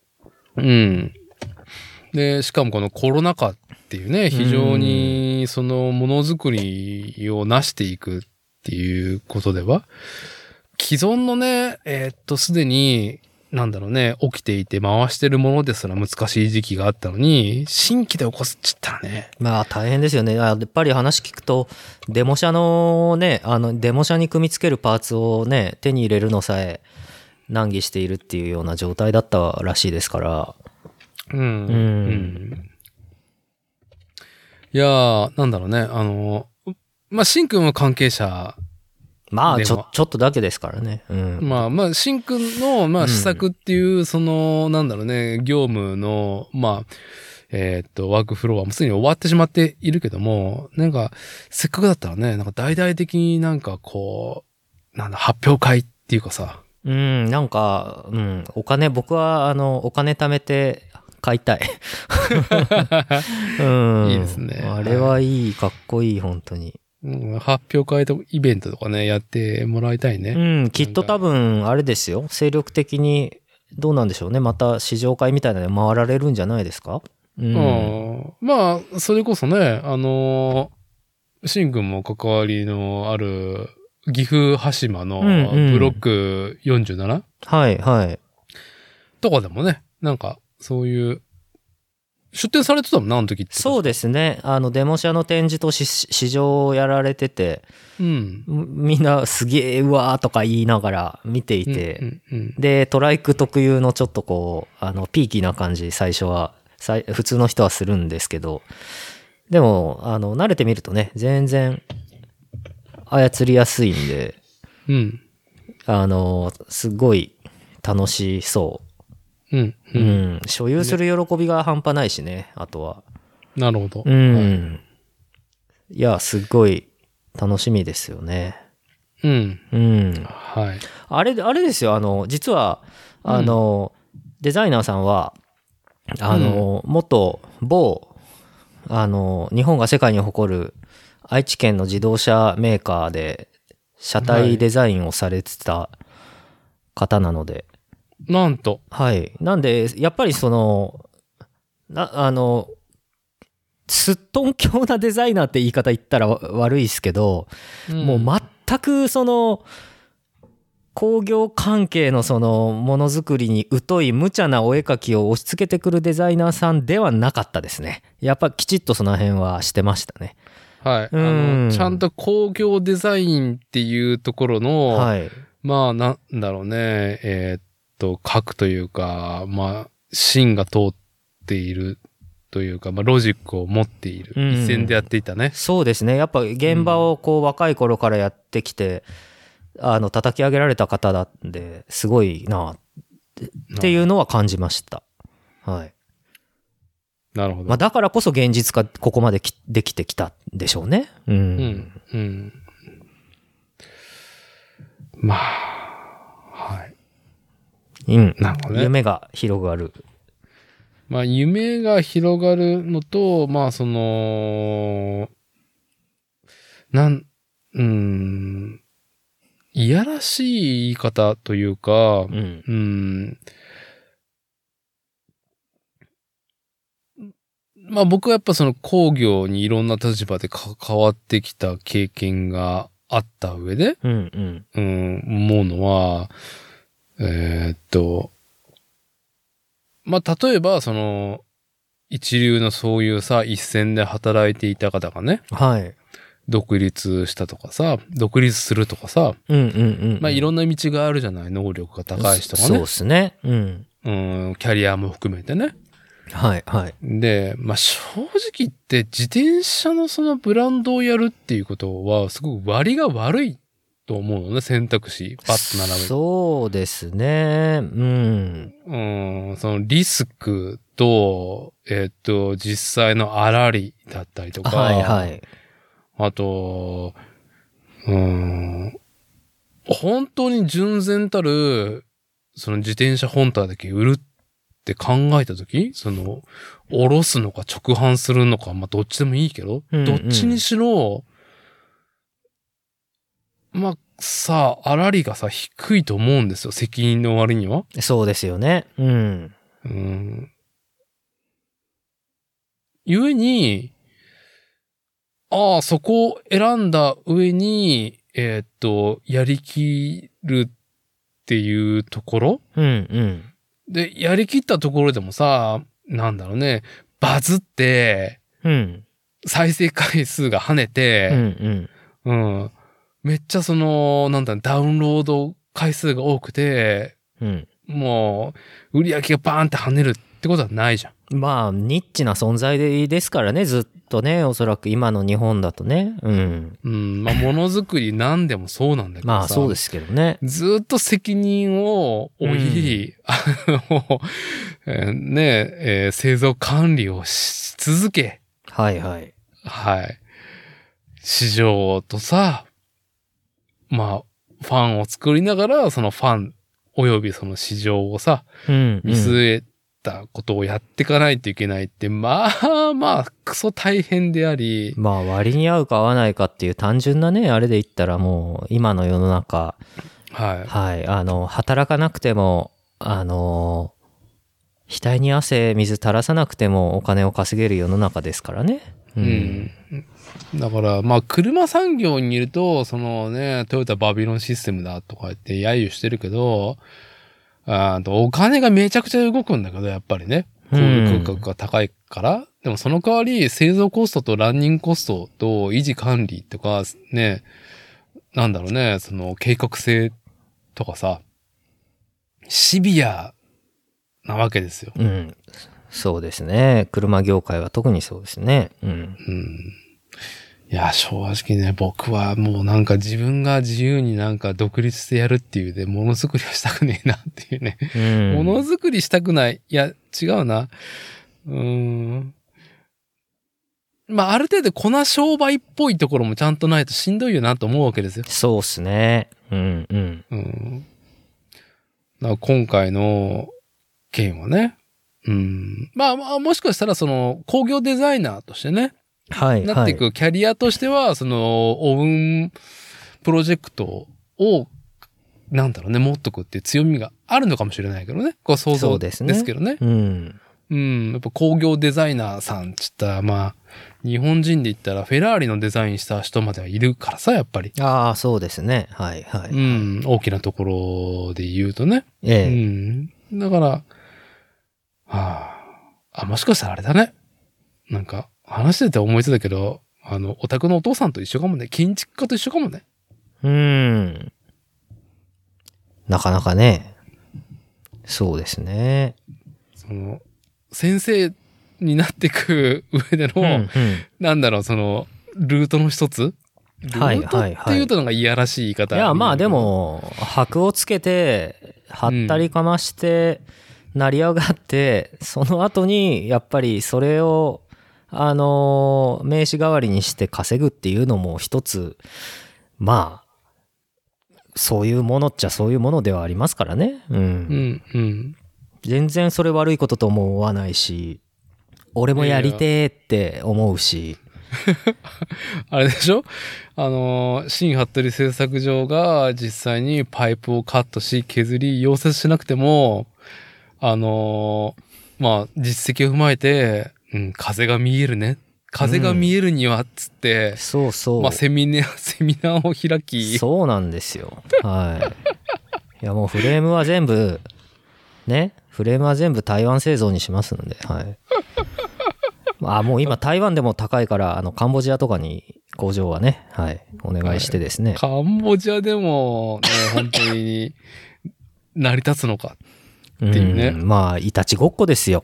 うん。で、しかもこのコロナ禍っていうね、非常にそのものづくりをなしていくっていうことでは、既存のね、えーっと、すでに、なんだろうね、起きていて回してるものですら難しい時期があったのに、新規で起こすっちったらね。まあ大変ですよね。あやっぱり話聞くと、デモ車のね、あの、デモ車に組み付けるパーツをね、手に入れるのさえ難儀しているっていうような状態だったらしいですから。うん。うんうんいやー、なんだろうね、あの、まあ、シンくんは関係者まあ、でもちょ、ちょっとだけですからね。うん。まあまあ、シンくんの、うまあ、ん施策っていう、その、なんだろうね、業務の、まあ、えーっと、ワークフローはもうすでに終わってしまっているけども、なんか、せっかくだったらね、なんか大々的になんかこう、なんだ、発表会っていうかさ、うん、なんか、うん、お金、僕は、あの、お金貯めて買いた い。うん。いいですねあれはいい、かっこいい、本当に。うん発表会とイベントとかね、やってもらいたいね。うん、きっと多分、あれですよ。精力的に、どうなんでしょうね。また試乗会みたいなの回られるんじゃないですかうん。うんまあ、それこそね、あのー、シンくんも関わりのある、岐阜羽島のうんうんブロック 47?、はい、はい。とかでもね、なんか、そういう、出展されてたもんな、あの時って。そうですね。あの、デモ車の展示と試試乗をやられてて、う。ん。みんなすげえ、うわーとか言いながら見ていて、うんうんで、トライク特有のちょっとこう、あの、ピーキーな感じ、最初は、さい普通の人はするんですけど、でも、あの、慣れてみるとね、全然、操りやすいんで、うん。うん。あの、すごい楽しそうん。う。うう。んん。所有する喜びが半端ないしね、あとは。なるほど。うん。いや、すっごい楽しみですよね。うん。うん。はい。あれ、あれですよ、あの、実は、あの、デザイナーさんは、あの、元某、あの、日本が世界に誇る愛知県の自動車メーカーで、車体デザインをされてた方なので、なんと。はい。なんで、やっぱりその、な、あの、すっとんきょうなデザイナーって言い方言ったらわ悪いですけど、もう全くその、工業関係のそのものづくりに疎い無茶なお絵描きを押し付けてくるデザイナーさんではなかったですね。やっぱきちっとその辺はしてましたね。はい。あうの、んちゃんと工業デザインっていうところの、はい。まあ、なんだろうね、えーっと、核というか、まあ、芯が通っているというか、まあ、ロジックを持っている。うん一線でやっていたね。そうですね。やっぱ現場をこう若い頃からやってきて、あの、叩き上げられた方だんで、すごいなっていうのは感じました。はい。なるほどまあ、。だからこそ現実がここまできできてきたんでしょうね。う。うんん。うん。まあ、はい。うん。なるほどね夢が広がる。まあ、夢が広がるのと、まあ、その、なん、うーん、いやらしい言い方というか、ううん。ーん、まあ僕はやっぱその工業にいろんな立場でか関わってきた経験があった上で、うんうん。うん、思うのは、えーっと、まあ、例えば、その、一流のそういうさ、一線で働いていた方がね、はい。独立したとかさ、独立するとかさ、うんうんうんうん。まあ、いんろんな道があるじゃない、能力が高い人がそうねで、すね。うん。うん、キャリアも含めてね。はいはい。で、まあ、正直言って、自転車のそのブランドをやるっていうことは、すごく割が悪いと思うのね、選択肢、バッと並べてそうですね。うん。うん、そのリスクと、えっと、実際のあらりだったりとか、はいはい。あと、うん、本当に純然たる、その自転車本体だけ売るって考えたとき、その、おろすのか直販するのか、まあ、どっちでもいいけど、うんうんどっちにしろ、まあ、さあ、あらりがさ、低いと思うんですよ、責任の割には。そうですよね。うん。うん。ゆえに、ああ、そこを選んだ上に、えーっと、やりきるっていうところうんうん。で、やりきったところでもさ、なんだろうね、バズって、うん。再生回数が跳ねうんうて、ん。うん、めっちゃその、なんだろう、ダウンロード回数が多くて、うん。もう、売り上げがバーンって跳ねるってことはないじゃん。まあ、ニッチな存在ですからね、ずっとね、おそらく今の日本だとね。うん。うん、まあ、ものづくり何でもそうなんだけどさ。まあ、そうですけどね。ずーっと責任を負い、 あの、えーねえー製造管理をし続け、はいはい。はい。市場とさ、まあ、ファンを作りながら、そのファン、およびその市場をさ、うん。見据えたことをやっていかないといけないって、まあまあ、クソ大変であり、まあ割に合うか合わないかっていう単純なねあれで言ったらもう今の世の中はい。はいあの働かなくてもあの額に汗水垂らさなくてもお金を稼げる世の中ですからねううんん。だから、まあ、車産業にいると、そのね、トヨタバビロンシステムだとか言って揶揄してるけど、あーとお金がめちゃくちゃ動くんだけど、やっぱりね。購入価格が高いから。でもその代わり、製造コストとランニングコストと維持管理とか、ね、なんだろうね、その計画性とかさ、シビアなわけですよ。うん、そうですね車業界は特にそうですねうんうんいや、正直ね、僕はもうなんか自分が自由になんか独立してやるっていうで、ものづくりはしたくねえなっていうね。うんものづくりしたくない。いや、違うな。うーん。まあ、ある程度粉商売っぽいところもちゃんとないとしんどいよなと思うわけですよ。そうっすねうんうんうん。だから今回の件はね。うん。まあ、まあ、もしかしたらその工業デザイナーとしてね。はいなっはていいくキャリアとしては、その、オウンプロジェクトを、なんだろうね、持っとくっていう強みがあるのかもしれないけどね。こう想そ像うでですすねけどね。うんうん。やっぱ工業デザイナーさんっつったら、まあ、日本人で言ったらフェラーリのデザインした人まではいるからさ、やっぱり。ああそうですねはいはい、うん。大きなところで言うとね。うええん。だから、はあ、あ、もしかしたらあれだね。なんか、話してて思いついたけど、あの、お宅のお父さんと一緒かもね。建築家と一緒かもね。うん。なかなかね。そうですね。その、先生になってく 上での、うんなんだろう、その、ルートの一つルはいートはいっていうとなんかいやらしい言いい方。や、まあで。も、箔をつけて、張ったりかまして、成り上がって、その後に、やっぱりそれを、あのー、名刺代わりにして稼ぐっていうのも一つ、まあ、そういうものっちゃそういうものではありますからね。うん。うん、うん。全然それ悪いこととも思わないし、俺もやりてーって思うし、あれでしょ あのー、新服部製作所が実際にパイプをカットし、削り、溶接しなくても、あのー、まあ、実績を踏まえて、うん、風が見えるね。風が見えるには、つって、そうそう。まあ、セミナー、 セミナーを開き、そうなんですよ。はい。いやもうフレームは全部、ね、フレームは全部台湾製造にしますので、はい。あもう今台湾でも高いから、あの、カンボジアとかに工場はね、はい、お願いしてですね。カンボジアでも、ね、本当に、成り立つのか。いっていうねんまあ、いたちごっこですよ。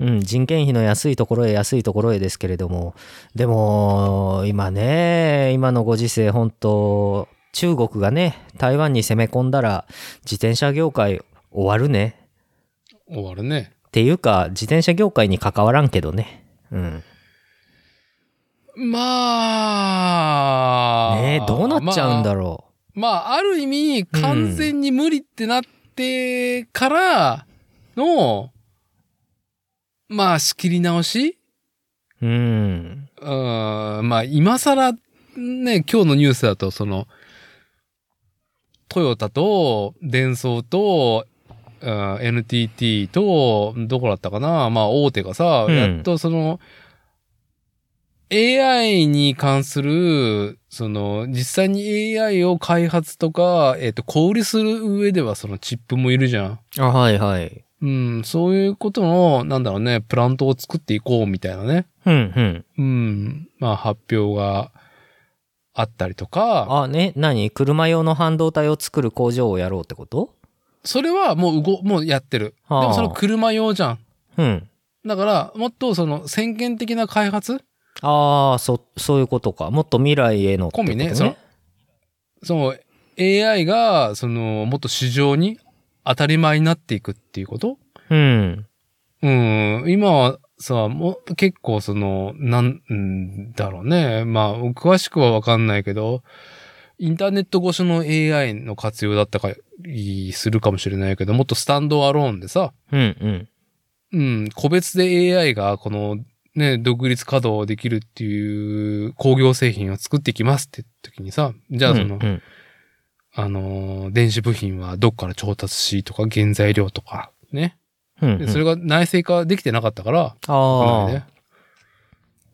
うんうん、人件費の安いところへ安いところへですけれども、でも、今ね、今のご時世、本当中国がね、台湾に攻め込んだら、自転車業界終わるね。終わるね。っていうか、自転車業界に関わらんけどね。うん。まあ、ねえどうなっちゃうんろうだろまあ、ある意味、完全に無理ってなってからの、まあ、仕切り直しう。うん。うん、まあ、今更、ね、今日のニュースだと、その、トヨタと、デンソーと、うん NTT と、どこだったかなまあ、大手がさ、うんやっとその、AI に関する、その、実際に AI を開発とか、えっ、と、小売りする上では、そのチップもいるじゃん。あ、はいはい。うん、そういうことの、なんだろうね、プラントを作っていこうみたいなね。うんうん。うん。まあ、発表があったりとか、あ、ね、何車用の半導体を作る工場をやろうってことそれはもう動、もうやってる。ではあもその車用じゃん。うん。だから、もっとその先見的な開発ああ、そ、そういうことか。もっと未来へのってこ込とみねそのその AI が、その、もっと市場に当たり前になっていくっていうことうん。うん。今はさ、もう結構その、なんうんだろうね。まあ、詳しくはわかんないけど、インターネット越しの AI の活用だったかりするかもしれないけど、もっとスタンドアローンでさ、うんうん。うん、個別で AI がこのね、独立稼働できるっていう工業製品を作っていきますって時にさ、じゃあその、うんうんあのー、電子部品はどっから調達しとか原材料とか、ね。うんうんでそれが内製化できてなかったから、ああ、ね。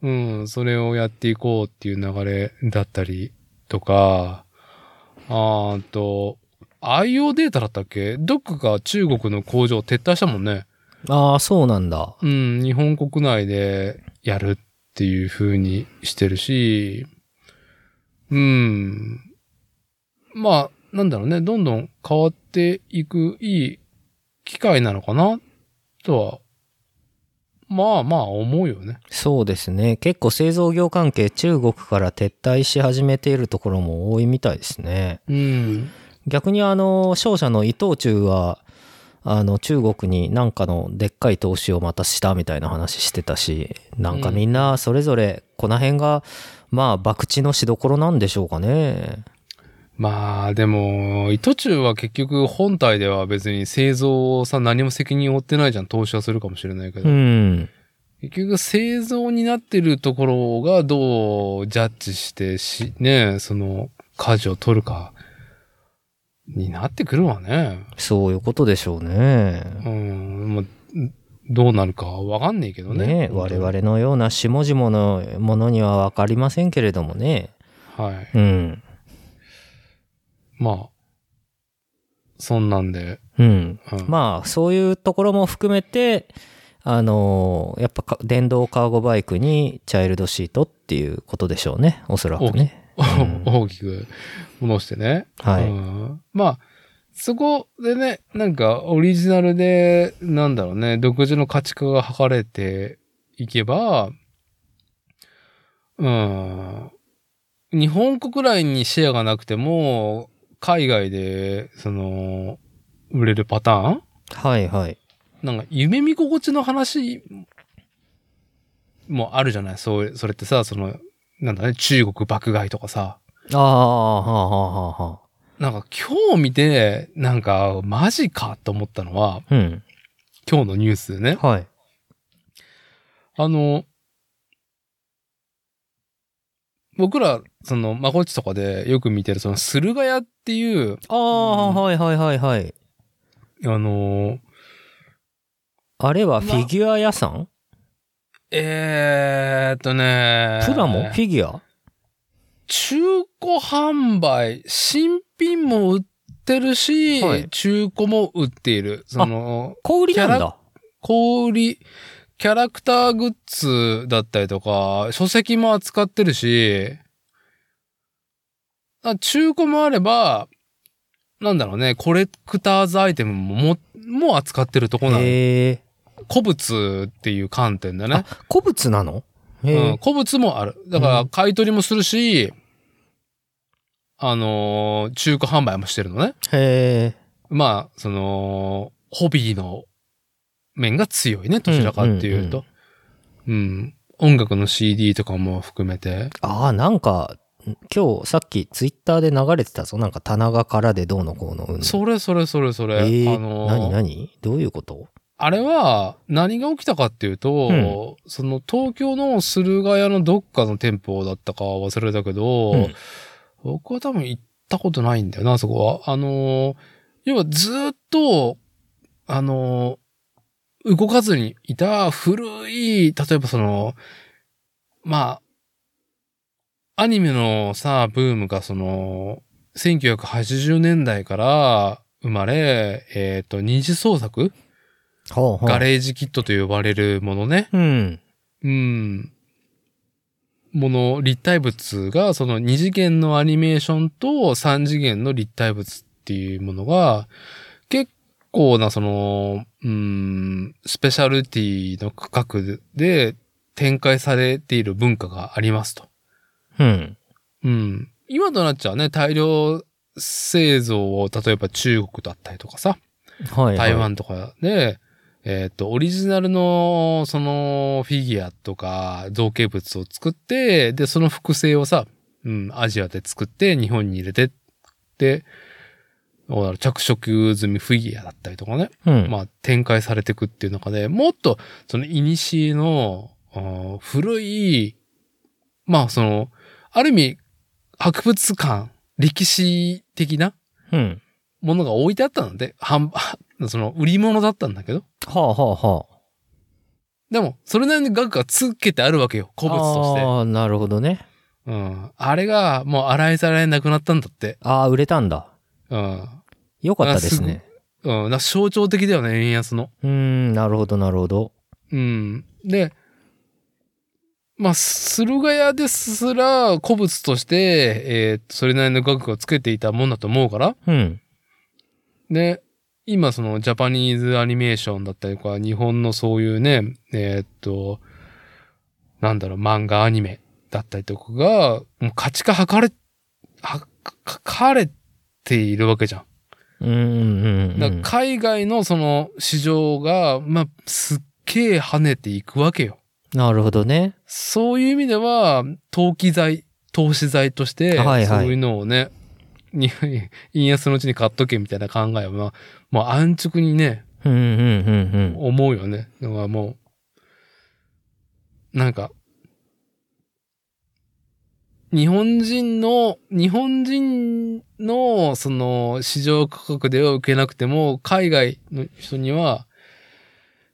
うん、それをやっていこうっていう流れだったりとか、あーと、IO データだったっけどっかが中国の工場を撤退したもんね。ああ、そうなんだ。うん、日本国内でやるっていう風にしてるし、うん。まあ、なんだろうね、どんどん変わっていくいい機会なのかなとは、まあまあ思うよね。そうですね。結構製造業関係中国から撤退し始めているところも多いみたいですね。うん。逆にあの、商社の伊藤忠は、あの、中国になんかのでっかい投資をまたしたみたいな話してたし、なんかみんなそれぞれ、この辺が、まあ、博打のしどころなんでしょうかね。まあ、でも、糸中は結局本体では別に製造をさ、何も責任を負ってないじゃん。投資はするかもしれないけど。うん。結局製造になってるところがどうジャッジしてし、ね、その、舵を取るか、になってくるわね。そういうことでしょうね。うん、まあ、どうなるかわかんないけどね。ね我々のような下々のものには分かりませんけれどもね。はい。うん。まあ、そんなんで。うん。うんまあ、そういうところも含めて、あのーやっぱか電動カーゴバイクにチャイルドシートっていうことでしょうね。おそらくね。ん 大きく戻してね。はいうんまあ、そこでね、なんかオリジナルで、なんだろうね、独自の価値化が図れていけば、うん、日本国内にシェアがなくても、海外で、その、売れるパターンはいはい。なんか夢見心地の話もあるじゃないそういう、それってさ、その、なんだね、中国爆買いとかさ。ああ、はあはあはあはあ。なんか今日見て、なんかマジかと思ったのは、うん。今日のニュースでね。はい。あの、僕ら、その、まこっちとかでよく見てる、その、駿河屋っていう、ああ、はいはいはいはい。あの、あれはフィギュア屋さんえーっとね、プラモフィギュア中古販売、新品も売ってるし、はい中古も売っている。その、小売りなんキャだ。小売り、キャラクターグッズだったりとか、書籍も扱ってるし、あ中古もあれば、なんだろうね、コレクターズアイテムもも、もう扱ってるとこなの。へえ。古物っていう観点だねあ。、古物なのへうんえ。古物もある。だかうらん買い取りもするし、あのー中古販売もしてるのね。へえ。まあ、その、ホビーの面が強いね、どちらかっていうと。うん音楽の CD とかも含めて。ああ、なんか、今日さっきツイッターで流れてたぞ。なんか棚が空でどうのこうのうんぬん。それそれそれそれ。ええあのー何何どういうことあれは、何が起きたかっていうと、その東京の駿河屋のどっかの店舗だったか忘れたけど、うん僕は多分行ったことないんだよな、そこは。あのー、要はずーっと、あのー、動かずにいた古い、例えばその、まあ、アニメのさ、ブームがその、1980年代から生まれ、えっ、と、二次創作ほうほうガレージキットと呼ばれるものね。うん。うん。もの、立体物が、その2次元のアニメーションと3次元の立体物っていうものが、結構なその、うん、スペシャルティの区画で展開されている文化がありますと。うん。うん。今となっちゃうね、大量製造を、例えば中国だったりとかさ、はい。台。湾とかで、えっ、と、オリジナルの、その、フィギュアとか、造形物を作って、で、その複製をさ、うん、アジアで作って、日本に入れてって、どうだろう着色済みフィギュアだったりとかね。うん。まあ、展開されていくっていう中で、もっと、その、イニシの、あー古い、まあ、その、ある意味、博物館、歴史的なうん。ものが置いてあったので、販売、 その、売り物だったんだけど。はあはあはあ。でも、それなりの額がつけてあるわけよ、古物として。ああ、なるほどね。うん。あれが、もう洗いざらいなくなったんだって。ああ、売れたんだ。うん。よかったですね。うん。な象徴的だよね、円安の。うーん、なるほど、なるほど。うん。で、まあ、駿河屋ですら、古物として、えーそれなりの額をつけていたもんだと思うから。うん。で、今そのジャパニーズアニメーションだったりとか、日本のそういうね、えーっと、なんだろう、漫画アニメだったりとかが、もう価値化図れ、は、書かれているわけじゃん。うん、うんうん、うだからん。海外のその市場が、まあ、すっげえ跳ねていくわけよ。なるほどね。そういう意味では、投機材、投資材として、はいはいそういうのをね、に 円安のうちに買っとけみたいな考えは、まあ、もう安直にね、うん、うん、うん、思うよね。だからもう、なんか、日本人の、日本人の、その、市場価格では受けなくても、海外の人には、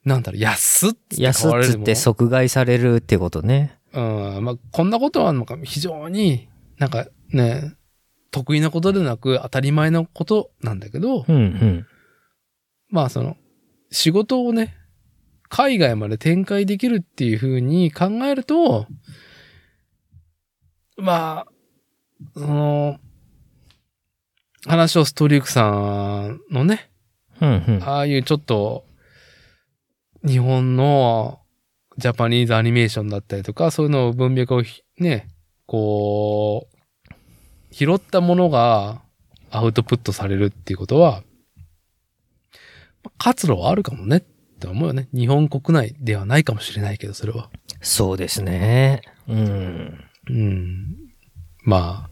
なんだろう、安うっつっん。て買安わっれつるっもての。即買いされるってことね。うん。まあ、こんなことは、なんか、非常に、なんかね、得意なことでなく、当たり前のことなんだけど、うん、うん。まあその、仕事をね、海外まで展開できるっていう風に考えると、まあ、その、話をストリークさんのね、うん、うん。ああいうちょっと、日本のジャパニーズアニメーションだったりとか、そういうのを文脈をひね、こう、拾ったものがアウトプットされるっていうことは、活路はあるかもねって思うよね。日本国内ではないかもしれないけど、それは。そうですね。うん。うん。まあ、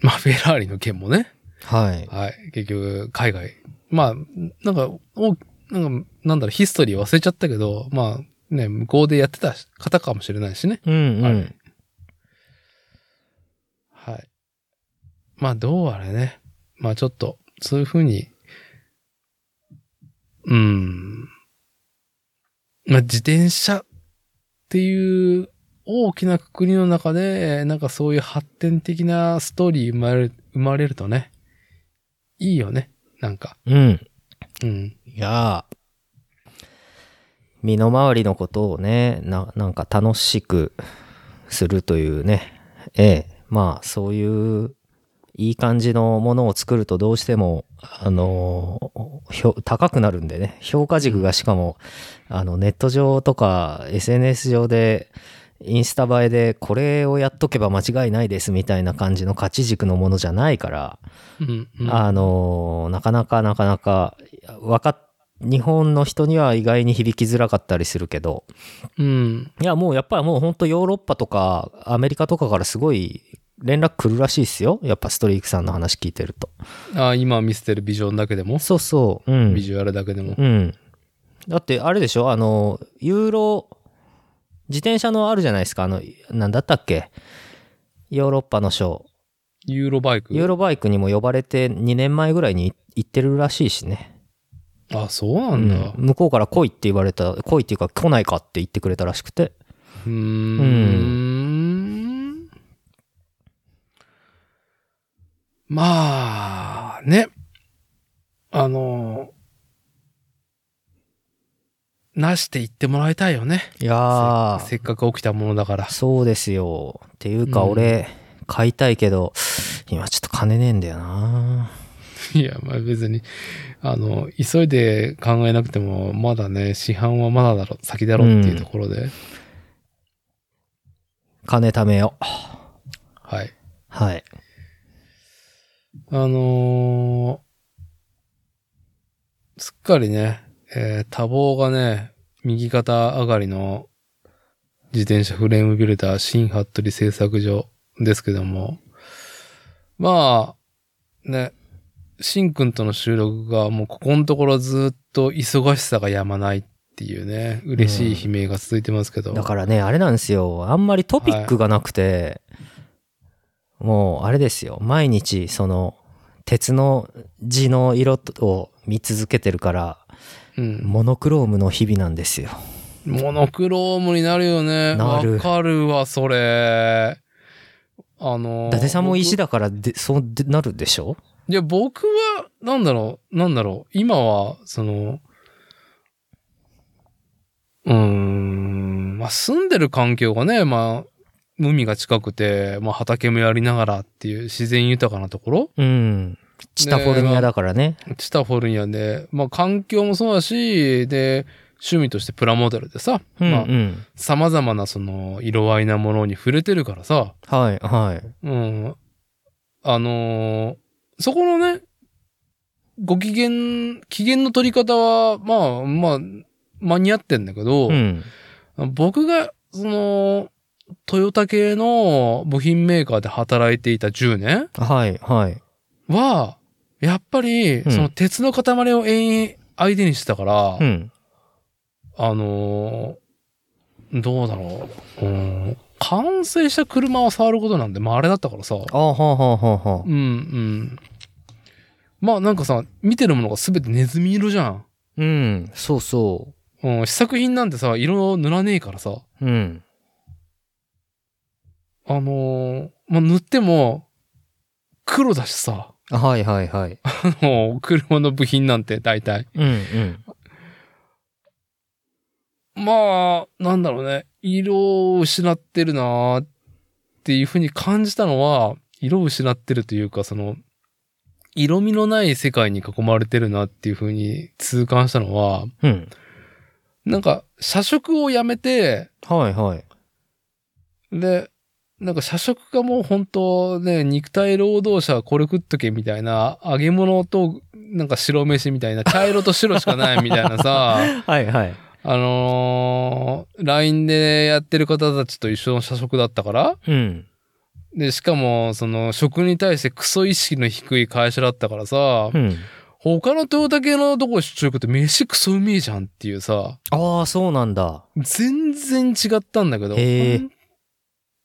まあ、フェラーリの件もね。はい。はい。結局、海外。まあ、なんか、おなんか、なんだろう、ヒストリー忘れちゃったけど、まあ、ね、向こうでやってた方かもしれないしね。うんうん。はいはい。まあ、どうあれね。まあ、ちょっと、そういうふうに、うん。まあ、自転車っていう大きな国の中で、なんかそういう発展的なストーリー生まれる、生まれるとね、いいよね。なんか。うん。うん。いやー身の回りのことをね、な、なんか楽しくするというね。ええ。まあ、そういう、いい感じのものを作るとどうしても、あのーひょ高くなるんでね。評価軸がしかも、あの、ネット上とか SNS 上で、インスタ映えでこれをやっとけば間違いないですみたいな感じの価値軸のものじゃないから、うん、うん。あのーなかなかなかなか、わかっ日本の人には意外に響きづらかったりするけど、うん。いや、もうやっぱりもう本当ヨーロッパとかアメリカとかからすごい連絡来るらしいですよ。やっぱストリークさんの話聞いてると。あ今見せてるビジョンだけでも、そうそう。うビん。ジュアルだけでも。うん。だってあれでしょあの、ユーロ、自転車のあるじゃないですか。あの、なんだったっけヨーロッパのショー。ユーロバイク。ユーロバイクにも呼ばれて2年前ぐらいに行ってるらしいしね。あ、そうなんだ。うん向こうから来いって言われた来いっていうか来ないかって言ってくれたらしくてうーん。まあ、ね。あの、なして言ってもらいたいよね。いやせせっかく起きたものだから。 そうですよっていうかうん俺、買いたいけど今ちょっと金ねえんだよないや、まあ別に、あの、急いで考えなくても、まだね、市販はまだだろ、先だろっていうところで。金貯めようはい。はいあのーすっかりね、えー多忙がね、右肩上がりの自転車フレームビルダー新ハットリ製作所ですけども、まあ、ね、シンくんとの収録がもうここのところずっと忙しさがやまないっていうね、嬉しい悲鳴が続いてますけど。だからねあれなんですよあんまりトピックがなくて、もうあれですよ毎日その鉄の字の色を見続けてるからうん。モノクロームの日々なんですよモノクロームになるよね。なるわかるわ、それ。あ伊のー、達さんも僕石だからでそうでなるでしょいや、僕は、なんだろう、なんだろう、今は、その、うーん、まあ、住んでる環境がね、まあ、海が近くて、まあ、畑もやりながらっていう自然豊かなところうん。チタフォルニアだからね。チタフォルニアで、まあ、環境もそうだし、で、趣味としてプラモデルでさ、うんまあ、うん。様々なその、色合いなものに触れてるからさ、はいはい。うん。あのーそこのね、ご機嫌、機嫌の取り方は、まあ、まあ、間に合ってんだけど、うん。僕が、その、トヨタ系の部品メーカーで働いていた10年はいはい。は、やっぱり、うんその鉄の塊を永遠相手にしてたから、うん。あのーどうだろう、うん完成した車を触ることなんて、まああれだったからさ、あはあはあはあはあうんうん。まあなんかさ、見てるものが全てネズミ色じゃん。うん。そうそうん、試作品なんてさ、色塗らねえからさ、う。うん。あのーまあ塗っても、黒だしさ、 はいはいはい。あのー車の部品なんて大体。うんうん。まあ、なんだろうね、色を失ってるなーっていうふうに感じたのは、色を失ってるというか、その、色味のない世界に囲まれてるなっていうふうに痛感したのは、うん。なんか、社食をやめて、はいはい。で、なんか社食がもう本当ね、肉体労働者はこれ食っとけみたいな、揚げ物となんか白飯みたいな、茶色と白しかないみたいなさ、はいはい。あのー LINE でやってる方たちと一緒の社食だったから、うん。で、しかも、その、食に対してクソ意識の低い会社だったか らさ、うん。他のトヨタ系のとこ出張行くって飯クソうめえじゃんっていうさ、ああ、そうなんだ。全然違ったんだけど、へえほん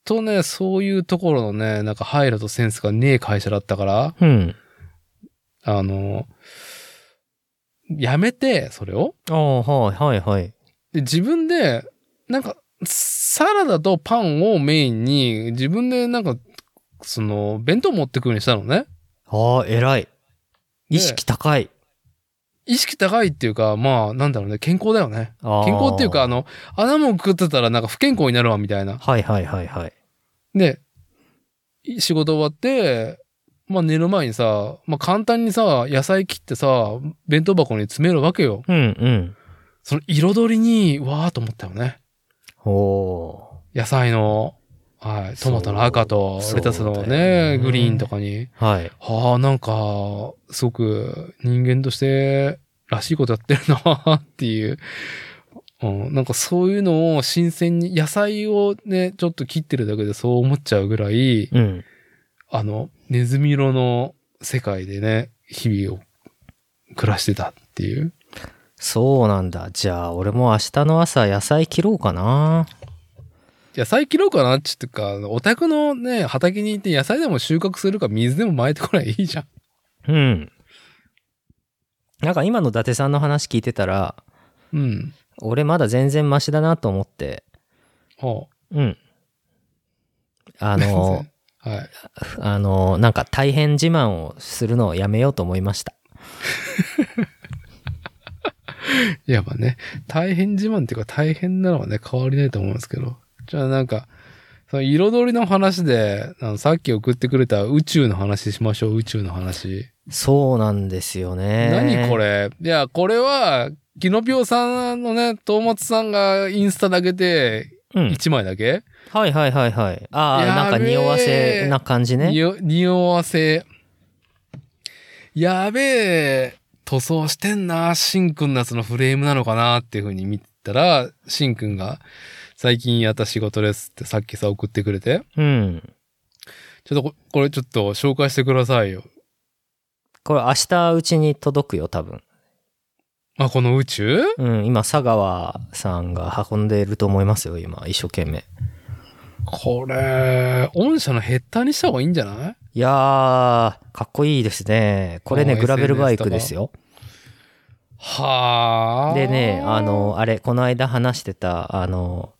とね、そういうところのね、なんか配慮とセンスがねえ会社だったから、うん。あの、やめて、それを。ああ、はい、はい、はい。で自分で、なんか、サラダとパンをメインに、自分でなんか、その、弁当持ってくるようにしたのね。ああ、偉い。ね意識高い。意識高いっていうか、まあ、なんだろうね、健康だよね。ああ健康っていうか、あ。の、穴もん食ってたらなんか不健康になるわ、みたいな。はい、はい、はい、はい。で、仕事終わって、まあ寝る前にさ、まあ簡単にさ、野菜切ってさ、弁当箱に詰めるわけよ。うん、うん。その彩りに、わーと思ったよね。おお野菜の、はい、トマトの赤と、そうレタスのそうだね、よねグリーンとかに。ー。はい。はあ、なんか、すごく人間として、らしいことやってるなっていう。うん、なんかそういうのを新鮮に、野菜をね、ちょっと切ってるだけでそう思っちゃうぐらい、うん。あの、ネズミ色の世界でね、日々を暮らしてたっていう。そうなんだ。じゃあ、俺も明日の朝野菜切ろうかな。野菜切ろうかなっちゅってか、お宅のね、畑に行って野菜でも収穫するか水でも撒いてこりゃいいじゃん。うん。なんか今の伊達さんの話聞いてたら、うん。俺まだ全然マシだなと思って、はうん。あ あの、はい。あの、なんか大変自慢をするのをやめようと思いました。いやまあね、大変自慢っていうか大変なのはね、変わりないと思うんですけど。じゃあなんか、その彩りの話で、あのさっき送ってくれた宇宙の話しましょう、宇宙の話。そうなんですよね。何これいや、これは、キノピオさんのね、トーマツさんがインスタだけで、うん。 1枚だけ、はいはいはいはい。ああ、やべえなんか匂わせな感じね。にお匂わせ。やべえ、塗装してんな、シンくんのやつのフレームなのかなっていうふうに見たら、シンくんが、最近やった仕事ですってさっきさ送ってくれて、うん。ちょっとここれちょっと紹介してくださいよ。これ明日うちに届くよ、多分。まあ、この宇宙うん、今、佐川さんが運んでいると思いますよ、今、一生懸命。これ、御社のヘッダーにした方がいいんじゃないいやー、かっこいいですね。これね、おーグラベルバイクですよ。はあ。でね、あ、の、あれ、この間話してた、あの、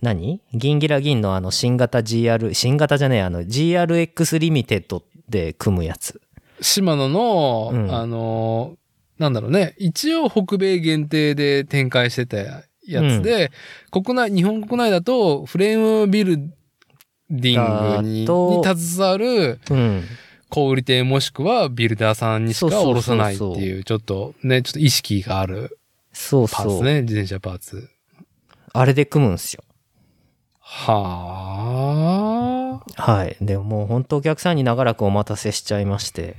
何銀ギラ銀のあの、新型 GR、新型じゃねえ、あの、GRX リミテッドで組むやつ。シマノの、うんあの、なんだろうね、一応北米限定で展開してたやつで、国内、日本国内だとフレームビルディングにだとに携わるうん。小売店もしくはビルダーさんにしそかうそうそう卸さないってそういう、ちょっとね、ちょっと意識があるそうパーそツう。ね、自転車パーツ。あれで組むんすよ。はあ。はい。でももう本当お客さんに長らくお待たせしちゃいまして、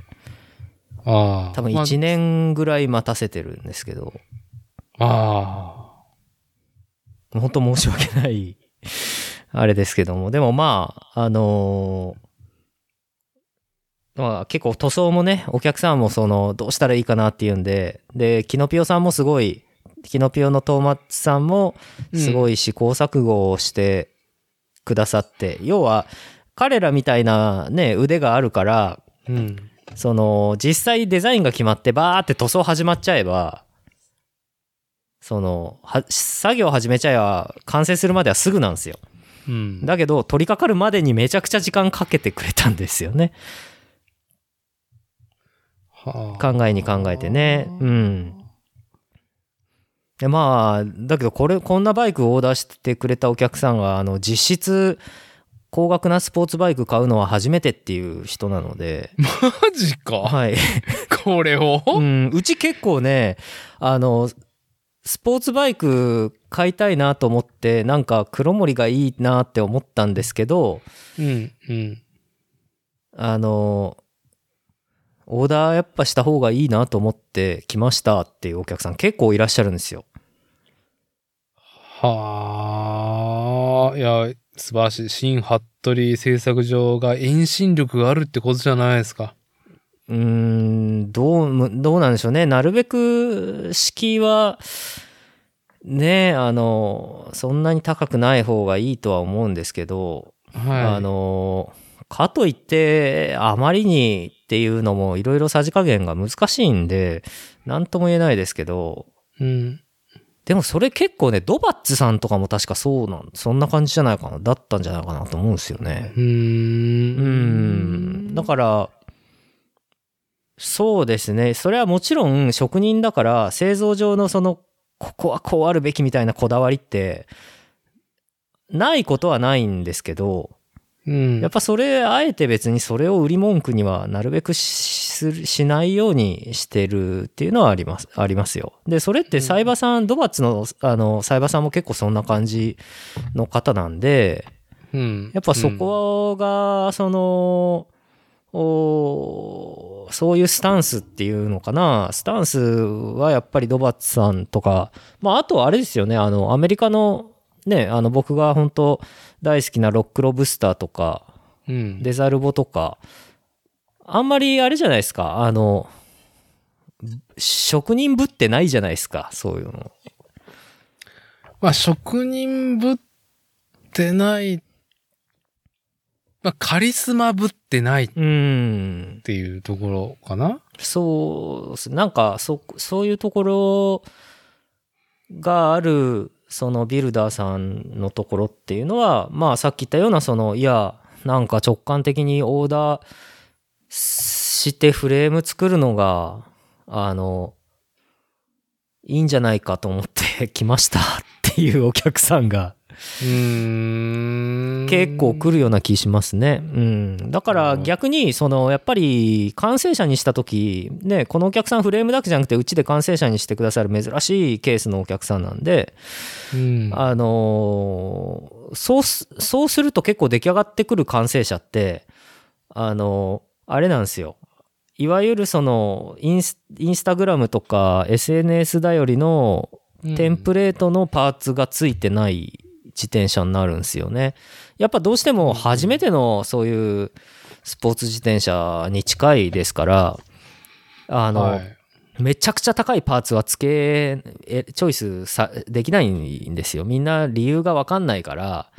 ああ。多分まあ1年ぐらい待たせてるんですけど、あ本当申し訳ない、あれですけども。でもまあ、あのーまあ結構塗装もね、お客さんもその、どうしたらいいかなっていうんで、で、キノピオさんもすごい、キノピオのトーマツさんもあ。すい。ごい試行錯誤をしてくださって、要は彼らみたいなね、腕があるから、うん。その実際デザインが決まってバーって塗装始まっちゃえばそのは作業始めちゃえば完成するまではすぐなんですようん。だけど取り掛かるまでにめちゃくちゃ時間かけてくれたんですよねはあ考えに考えてねうん。でまあだけどこれこんなバイクをオーダーしてくれたお客さんがあの実質高額なスポーツバイク買うのは初めてっていう人なので、マジか。はい、これを、うん、うち結構ね、あの、スポーツバイク買いたいなと思って、なんか黒森がいいなって思ったんですけど、うん、うん。あの、オーダーやっぱした方がいいなと思って来ましたっていうお客さん結構いらっしゃるんですよ。はあ、いや、素晴らしい。新発服部製作所が遠心力があるってことじゃないですか。うーん、どうむ、どうなんでしょうね。なるべく敷居は、ねあの、そんなに高くない方がいいとは思うんですけど、はい。あの、かといって、あまりにっていうのもいろいろさじ加減が難しいんで、なんとも言えないですけど、うん。でもそれ結構ね、ドバッツさんとかも確かそうなん、そんな感じじゃないかな、だったんじゃないかなと思うんですよね。うーん。うん。だから、そうですね。それはもちろん職人だから、製造上のその、ここはこうあるべきみたいなこだわりって、ないことはないんですけど、うん。やっぱそれ、あえて別にそれを売り文句にはなるべくしするしないようにしてるっていうのはあります、ありますよ。で、それってサイバさん、ドバッツの、あの、サイバさんも結構そんな感じの方なんで、うん、やっぱそこが、その、おーそういうスタンスっていうのかな。スタンスはやっぱりドバッツさんとか、まああとはあれですよね、あの、アメリカの、ね、あの僕が本当大好きなロックロブスターとか、うん、うん。デザルボとか、あんまりあれじゃないですか、あの、職人ぶってないじゃないですか、そういうの。まあ、職人ぶってない、まあ、カリスマぶってないっうん。ていうところかな。そうっす、なんか、そ、そういうところがある、そのビルダーさんのところっていうのは、まあさっき言ったような、その、いや、なんか直感的にオーダーしてフレーム作るのが、あの、いいんじゃないかと思って 来ましたっていうお客さんがうーん。結構来るような気しますね。うん。だからうん逆に、その、やっぱり、完成者にしたとき、ね、このお客さんフレームだけじゃなくて、うちで完成者にしてくださる珍しいケースのお客さんなんで、うん。あのーそうす、そうすると結構出来上がってくる完成者って、あのーあれなんですよ。いわゆるその、インス、インスタグラムとか SNS 頼りのうんテンプレートのパーツがついてない自転車になるんですよね。やっぱどうしても初めてのそういうスポーツ自転車に近いですから、あの、はいめちゃくちゃ高いパーツは付けえチョイスさできないんですよみんな理由が分かんないから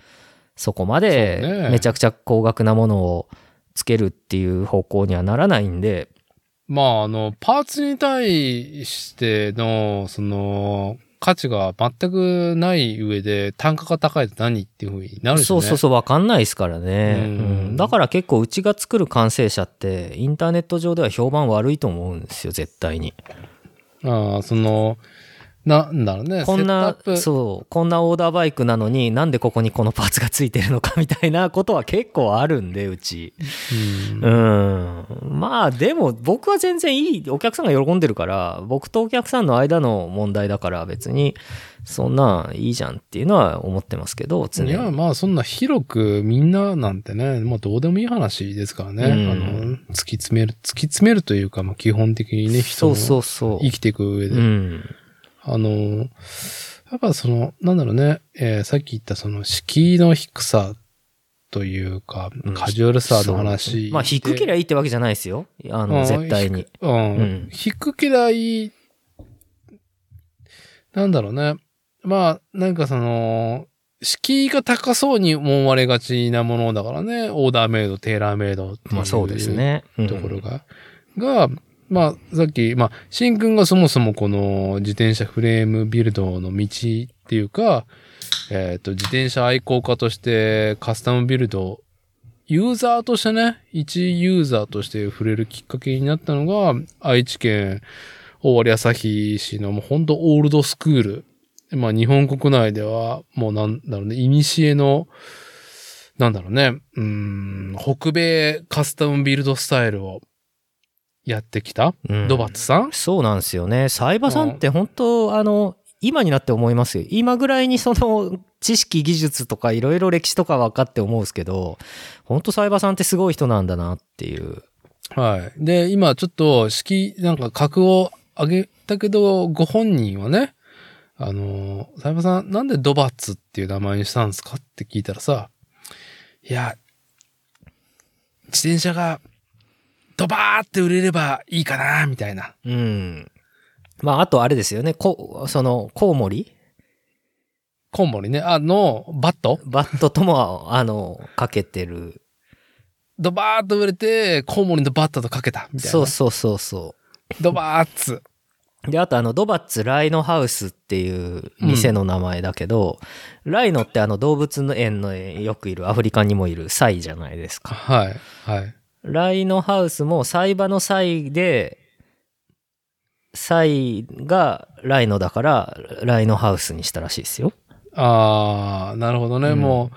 そこまそうでねめちゃくちゃ高額なものをつけるっていう方向にはならないんでまあ、あの、パーツに対しての、その、価値が全くない上で、単価が高いと何っていうふうになるしね。そうそうそう分かんないですからね、うんうんだから結構うちが作る完成者ってインターネット上では評判悪いと思うんですよ絶対にああ、その、なんだろうね。こんなセットアップそうこんなオーダーバイクなのになんでここにこのパーツがついてるのかみたいなことは結構あるんでうちうんうんまあでも僕は全然いいお客さんが喜んでるから僕とお客さんの間の問題だから別にそんなんいいじゃんっていうのは思ってますけど常いにや、まあそんな広くみんななんてね、もうどうでもいい話ですからね。うんあの、突き詰める、突き詰めるというか、まあ基本的にね、人そもうそ生うそうきていく上で。うんあの、やっぱその、なんだろうね、えーさっき言ったその敷居の低さというか、うんカジュアルさのそうです話。ねまあ低けりゃいいってわけじゃないですよあうのん絶対にうん。うん低けりゃいい。なんだろうね。まあ、なんかその、敷居が高そうに思われがちなものだからね。オーダーメイド、テーラーメイドっていう。まあそうです。ねところがが。が、まあ、さっき、まあ、シンくんがそもそもこの自転車フレームビルドの道っていうか、えっ、と、自転車愛好家としてカスタムビルド、ユーザーとしてね、一ユーザーとして触れるきっかけになったのが、愛知県大割旭市のもうほんとオールドスクール。まあ、日本国内では、もうなんだろうね、古の、なんだろうね、うーん、北米カスタムビルドスタイルをやってきた、ドバッツさんそうなんですよね。サイバさんって本当、あの、今になって思いますよ。今ぐらいにその知識、技術とかいろいろ歴史とか分かって思うんですけど、本当サイバさんってすごい人なんだなっていう。はい。で、今ちょっと式、なんか格を上げたけど、ご本人はね、あのー、サイバさん、なんでドバッツっていう名前にしたんですかって聞いたらさ、いや、自転車が、ドバーって売れればいいかな、みたいな。うん。まあ、あとあれですよね。こその、コウモリコンボにね、あの、バットバットとも、あの、かけてる。ドバーっと売れて、コウモリのバットとかけた、みたいな。そうそうそうそドバーっつ。う。で、あとあの、ドバッツライノハウスっていう店の名前だけど、ライノってあの動物の園のよくいる、アフリカにもいるサイじゃないですか。はい、はい。ライノハウスも栽場の際で、際がライノだから、ライノハウスにしたらしいですよ。あー、なるほどね。うんもう、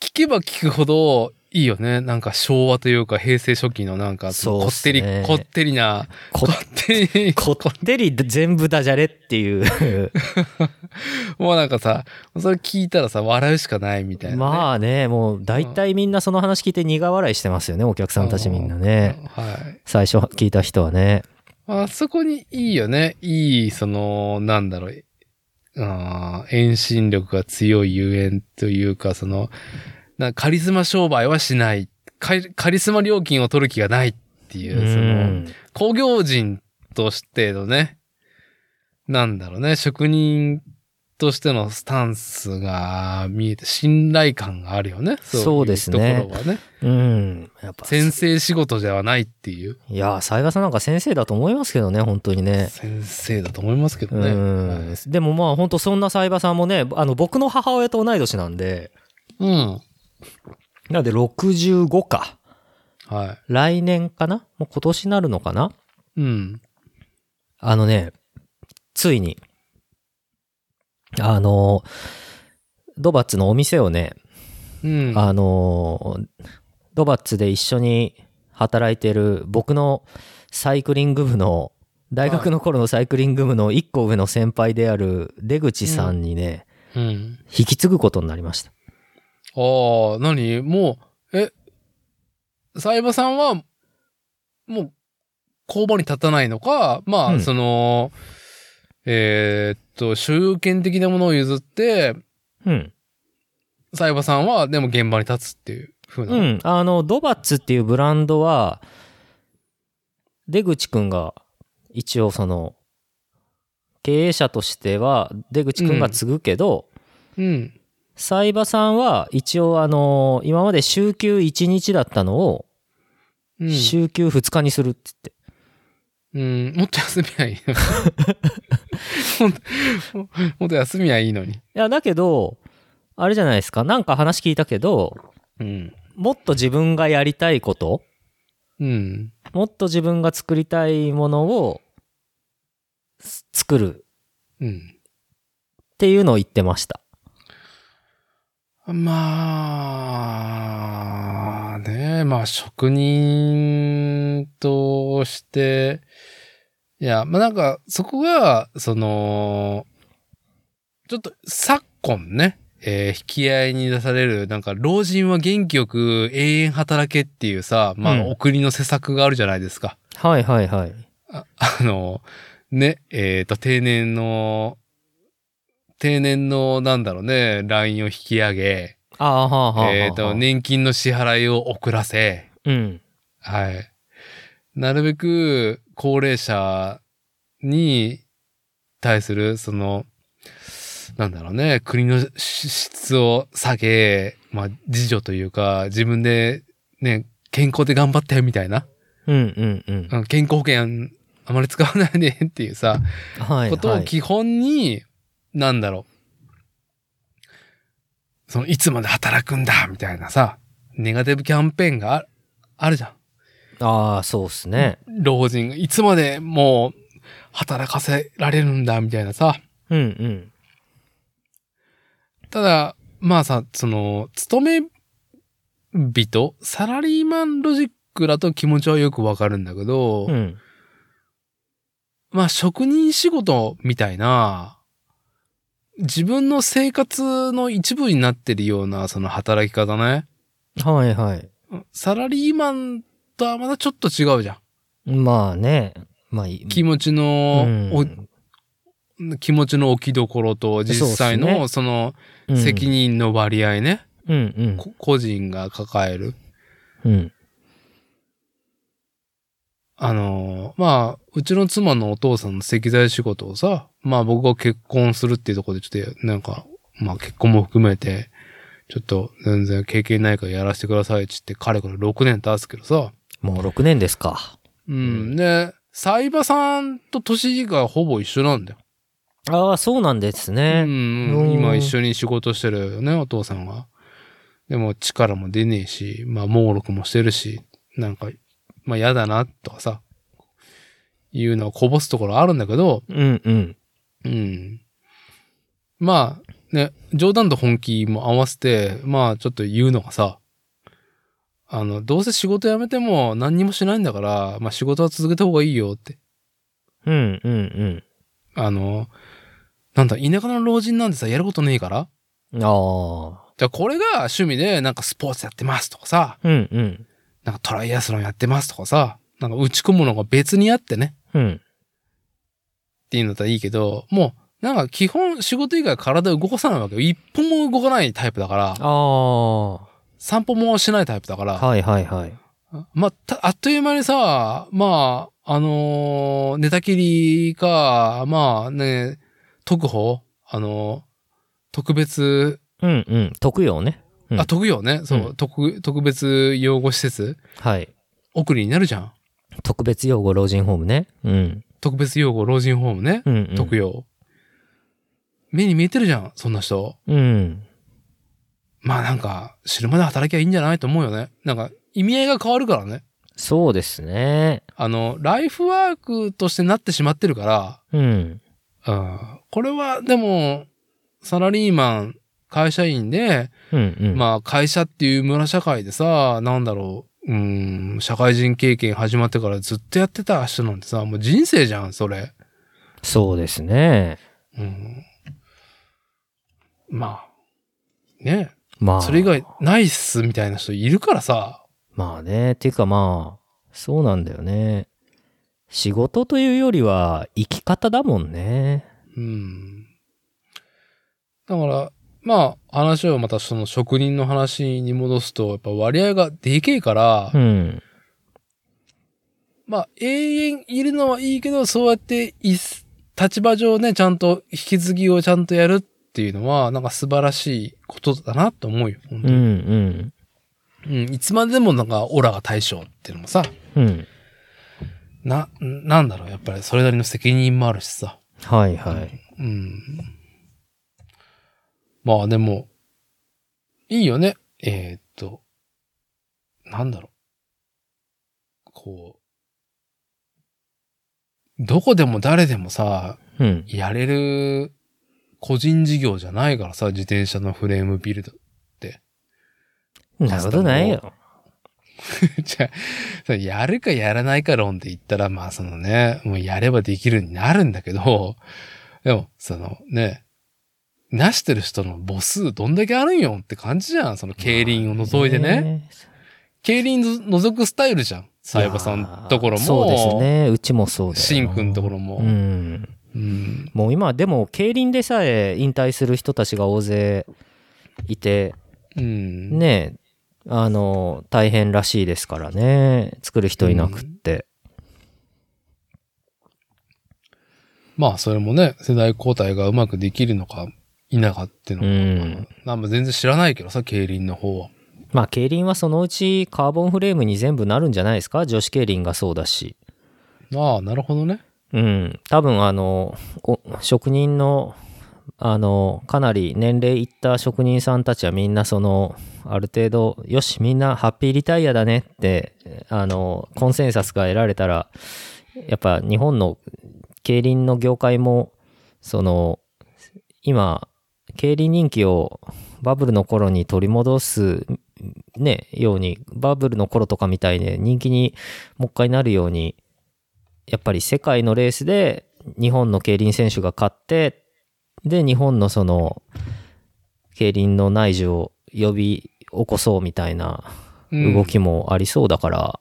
聞けば聞くほど、いいよね。なんか昭和というか平成初期のなんか、そうっこってすり、ねこってりな、ここってり、こってり全部ダジャレっていう。 もうなんかさ、それ聞いたらさ、笑うしかないみたいな、ね。まあね、もう大体みんなその話聞いて苦笑いしてますよね、お客さんたちみんなね。はい。最初聞いた人はね。あそこにいいよね。いい、その、なんだろう。あー遠心力が強い遊園というか、その、なんかカリスマ商売はしない。カリカリスマ料金を取る気がないっていうう、その、ん。工業人としてのね、なんだろうね、職人としてのスタンスが見えて、信頼感があるよね。いそうですねところはね。うん。やっぱ。先生仕事ではないっていういや、サイバさんなんか先生だと思いますけどね、本当にね。先生だと思いますけどうね。ん。でもまあ本当そんなサイバさんもね、あの僕の母親と同い年なんで、うん。なので65か。は。来年かなもう今年になるのかないうん。あのね、ついに、あの、ドバッツのお店をね、うん。あのードバッツで一緒に働いてる僕のサイクリング部の大学の頃のサイクリング部の一個上の先輩である出口さんにね、うん。引き継ぐことになりました。ああ、何もう、え、サイバさんは、もう、工場に立たないのか、まあ、うんその、えーっと、所有権的なものを譲って、うん。サイバさんは、でも現場に立つっていう風な。う。ん。あの、ドバッツっていうブランドは、出口くんが一応その、経営者としては出口くんが継ぐけど、うん。サイバさんは一応あのー今まで週休1日だったのを、うん。週休2日にするって言って。うん。もっと休みはい いのにもっと。ももっと休みはいいのに。いや、だけど、あれじゃないですか。なんか話聞いたけど、うん。もっと自分がやりたいこと、うん。もっと自分が作りたいものをす作るうん。っていうのを言ってました。まあ、ねまあ職人として、いや、まあなんかそこが、その、ちょっと昨今ね、えー引き合いに出される、なんか老人は元気よく永遠働けっていうさ、まうあんお国の施策があるじゃないですか。はいはいはい。ああの、ね、えっ、と、定年の、定年の、なんだろうね、ラインを引き上げ、ああ、はあはあはあ。えっ、と、。年金の支払いを遅らせ、うん。はい。なるべく高齢者に対する、その、なんだろうね、国の支出を下げ、まあ、自助というか、自分でね、健康で頑張ってみたいな、うんうんうん。うん健康保険あまり使わないでっていうさ、はい、はい。ことを基本に、なんだろう。その、いつまで働くんだみたいなさ、ネガティブキャンペーンがああるじゃん。ああ、そうっすね。老人が、いつまでもう、働かせられるんだみたいなさ。うんうん。ただ、まあさ、その、勤め人、サラリーマンロジックだと気持ちはよくわかるんだけど、うん。まあ職人仕事みたいな、自分の生活の一部になってるようなその働き方ね。はいはい。サラリーマンとはまたちょっと違うじゃん。まあね。まあいい。気持ちの、うんお気持ちの置きどころと実そうっす際のねその責任の割合ね。うんうんこ個人が抱える。うん。あのー、まあ、うちの妻のお父さんの石材仕事をさ、まあ僕が結婚するっていうところでちょっと、なんか、まあ結婚も含めて、ちょっと全然経験ないからやらせてくださいって言って、彼から6年経つけどさ、もう6年ですか。うん。で、サイバさんと年がほぼ一緒なんだよ。ああ、そうなんですうね。んううんん、今一緒に仕事してるよね、お父さんが。でも力も出ねえし、まあ、猛録もしてるし、なんか、まあ、嫌だな、とかさ、いうのはこぼすところあるんだけど、うんうん。うん。まあ、ね、冗談と本気も合わせて、まあ、ちょっと言うのがさ、あの、どうせ仕事辞めても何にもしないんだから、まあ、仕事は続けた方がいいよって。うんうんあの、なんだ、田舎の老人なんてさ、やることねえからうん。ああ。じゃあこれが趣味でなんかスポーツやってますとかさ、うんうん。なんかトライアスロンやってますとかさ、なんか打ち込むのが別にあってね、うん。っていうんだったらいいけど、もうなんか基本仕事以外体を動かさないわけよ。一歩も動かないタイプだから、ああ。は散歩もしないタイプだから、いはいはい。まあ、たあっという間にさ、まあ、あのー寝たきりか、まあね、特保あのー特別、うんうん。特養ね。うんあ、特養ね、そう、う特、特別養護施設、はい。送りになるじゃん。特別養護老人ホームね。うん。特別養護老人ホームね、うん、うん。特養。目に見えてるじゃん、そんな人。うん。まあなんか、知るまで働きゃいいんじゃないと思うよね。なんか、意味合いが変わるからね。そうですね。あの、ライフワークとしてなってしまってるかうん。ら、うん、これはでも、サラリーマン、会社員で、うんうん。まあ会社っていう村社会でさ、なんだろう、うん、社会人経験始まってからずっとやってた人なんてさ、もう人生じゃん、それ。そうですね。うん。まあ、ねまあ。それ以外ないっすみたいな人いるからさ、まあね。ていうかまあ、そうなんだよね。仕事というよりは生き方だもんね。うん。だから、まあ、話をまたその職人の話に戻すと、やっぱ割合がでけえから、うん。まあ、永遠いるのはいいけど、そうやっていす、立場上ね、ちゃんと引き継ぎをちゃんとやるっていうのは、なんか素晴らしいことだなと思うよ。本う当んうにん。うん。いつまででもなんか、オラが大将っていうのもさ、うん。な、なんだろう、やっぱりそれなりの責任もあるしさ。はいはい。うん。まあでも、いいよね。えーっと、なんだろう。こう、どこでも誰でもさ、うん。やれる個人事業じゃないからさ、自転車のフレームビルド。 なるほどないよ。じゃあそれやるかやらないか論で言ったら、まあそのね、もうやればできるになるんだけど、でも、そのね、なしてる人の母数どんだけあるんよって感じじゃん。その競輪を除いてね。ね。競輪の除くスタイルじゃん。サイバさんのところも。いやーそうです。ね。うちもそうだよ。シンくんのところも。うん。うんもう今でも競輪でさえ引退する人たちが大勢いてうん。ねあの大変らしいですからね作る人いなくって、まあそれもね、世代交代がうまくできるのか否かっていうのも、うんまあまあ全然知らないけどさ、競輪の方は。まあ競輪はそのうちカーボンフレームに全部なるんじゃないですか女子競輪がそうだしああ、なるほどね。うん多分あのお職人のあのかなり年齢いった職人さんたちはみんなそのある程度よしみんなハッピーリタイアだねってあのコンセンサスが得られたらやっぱ日本の競輪の業界もその今競輪人気をバブルの頃に取り戻すねようにバブルの頃とかみたいに人気にもう一回なるようにやっぱり世界のレースで日本の競輪選手が勝ってで日本のその競輪の内需を呼び起こそうみたいなうん動きもありそうだから、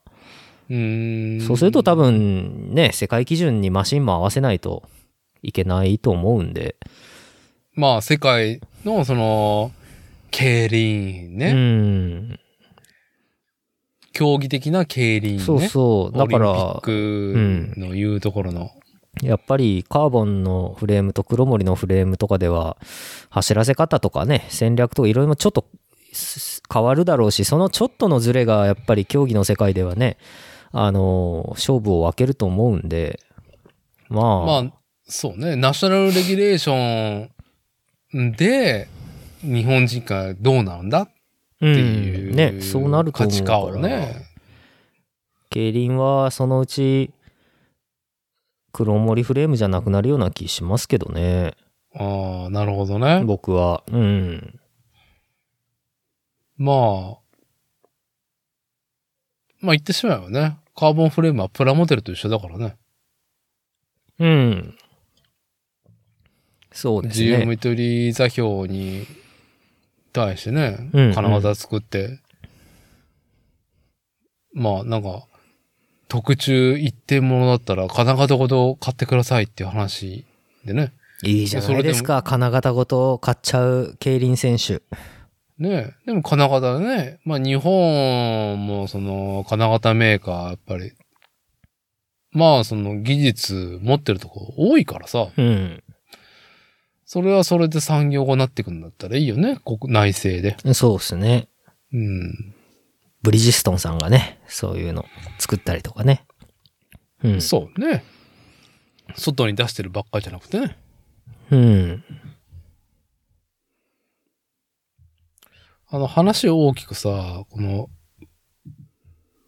うーんそうすると多分ね世界基準にマシンも合わせないといけないと思うんで、まあ、世界の、その、競輪うね。ん競技的な競輪ね。そうそう。だかオリンピらッ、クの言うところの。やっぱりカーボンのフレームと黒森のフレームとかでは、走らせ方とかね、戦略とかいろいろちょっとす変わるだろうし、そのちょっとのズレがやっぱり競技の世界ではね、あの、勝負を分けると思うんで、まあ、まあ、そうね。ナショナルレギュレーションで、日本人がどうなんだうっていう、ん、ね、そうなると価思う値から観をね。競輪はそのうち、黒森フレームじゃなくなるような気しますけどね、ああ、なるほどね。僕は。うん。まあ、まあ言ってしまえばね、カーボンフレームはプラモデルと一緒だからね。うん。そうです自ね。由見取り座標に対してね、うんうん金型作って、まあなんか、特注一点ものだったら金型ごと買ってくださいっていう話でね。いいじゃないですか、金型ごと買っちゃう競輪選手。ねえ。でも金型ね。まあ日本もその金型メーカーやっぱり、まあその技術持ってるとこ多いからさ、うん。それはそれで産業になってくんだったらいいよね。国内製で。そうですね。うん。ブリヂストンさんがね、そういうの作ったりとかね。うん。そうね。外に出してるばっかりじゃなくてね。うん。あの話を大きくさ、この、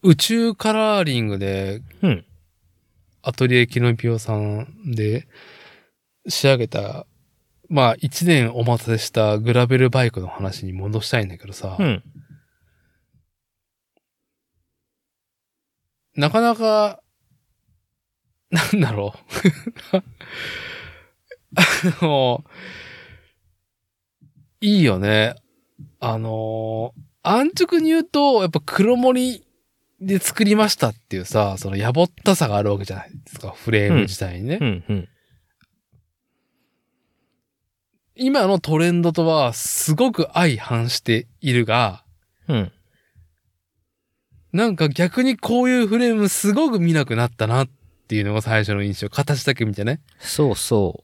宇宙カラーリングでうん。アトリエキノピオさんで仕上げた、まあ一年お待たせしたグラベルバイクの話に戻したいんだけどさ、うん。なかなか、なんだろう。あの、いいよね。あの、安直に言うと、やっぱ黒森で作りましたっていうさ、そのやぼったさがあるわけじゃないですか、フレーム自体にね。うん。うん。今のトレンドとはすごく相反しているが、うん。なんか逆にこういうフレームすごく見なくなったなっていうのが最初の印象。形だけ見てね。そうそう。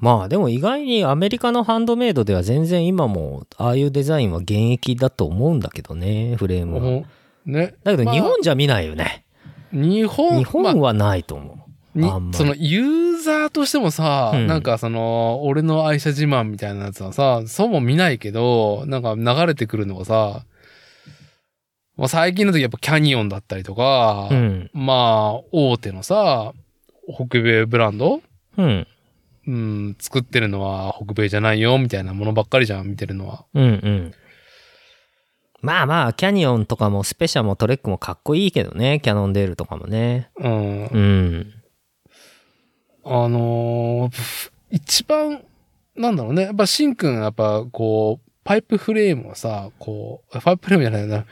まあでも意外にアメリカのハンドメイドでは全然今もああいうデザインは現役だと思うんだけどね、フレームは。もうね。だけどまあ日本じゃ見ないよね。日本、日まあ本はないと思にあんまりそのユーザーとしてもさ、うんなんかその、俺の愛車自慢みたいなやつはさ、そうも見ないけど、なんか流れてくるのがさ、まあ、最近の時やっぱキャニオンだったりとか、う。うん。まあ、大手のさ、北米ブランドうん。うん、作ってるのは北米じゃないよ、みたいなものばっかりじゃん、見てるのは。うんうん。まあまあ、キャニオンとかもスペシャもトレックもかっこいいけどね、キャノンデールとかもね。うん。うん。あのー一番、なんだろうね。やっぱ、シンくん、やっぱ、こう、パイプフレームをさ、こう、パイプフレームじゃないな。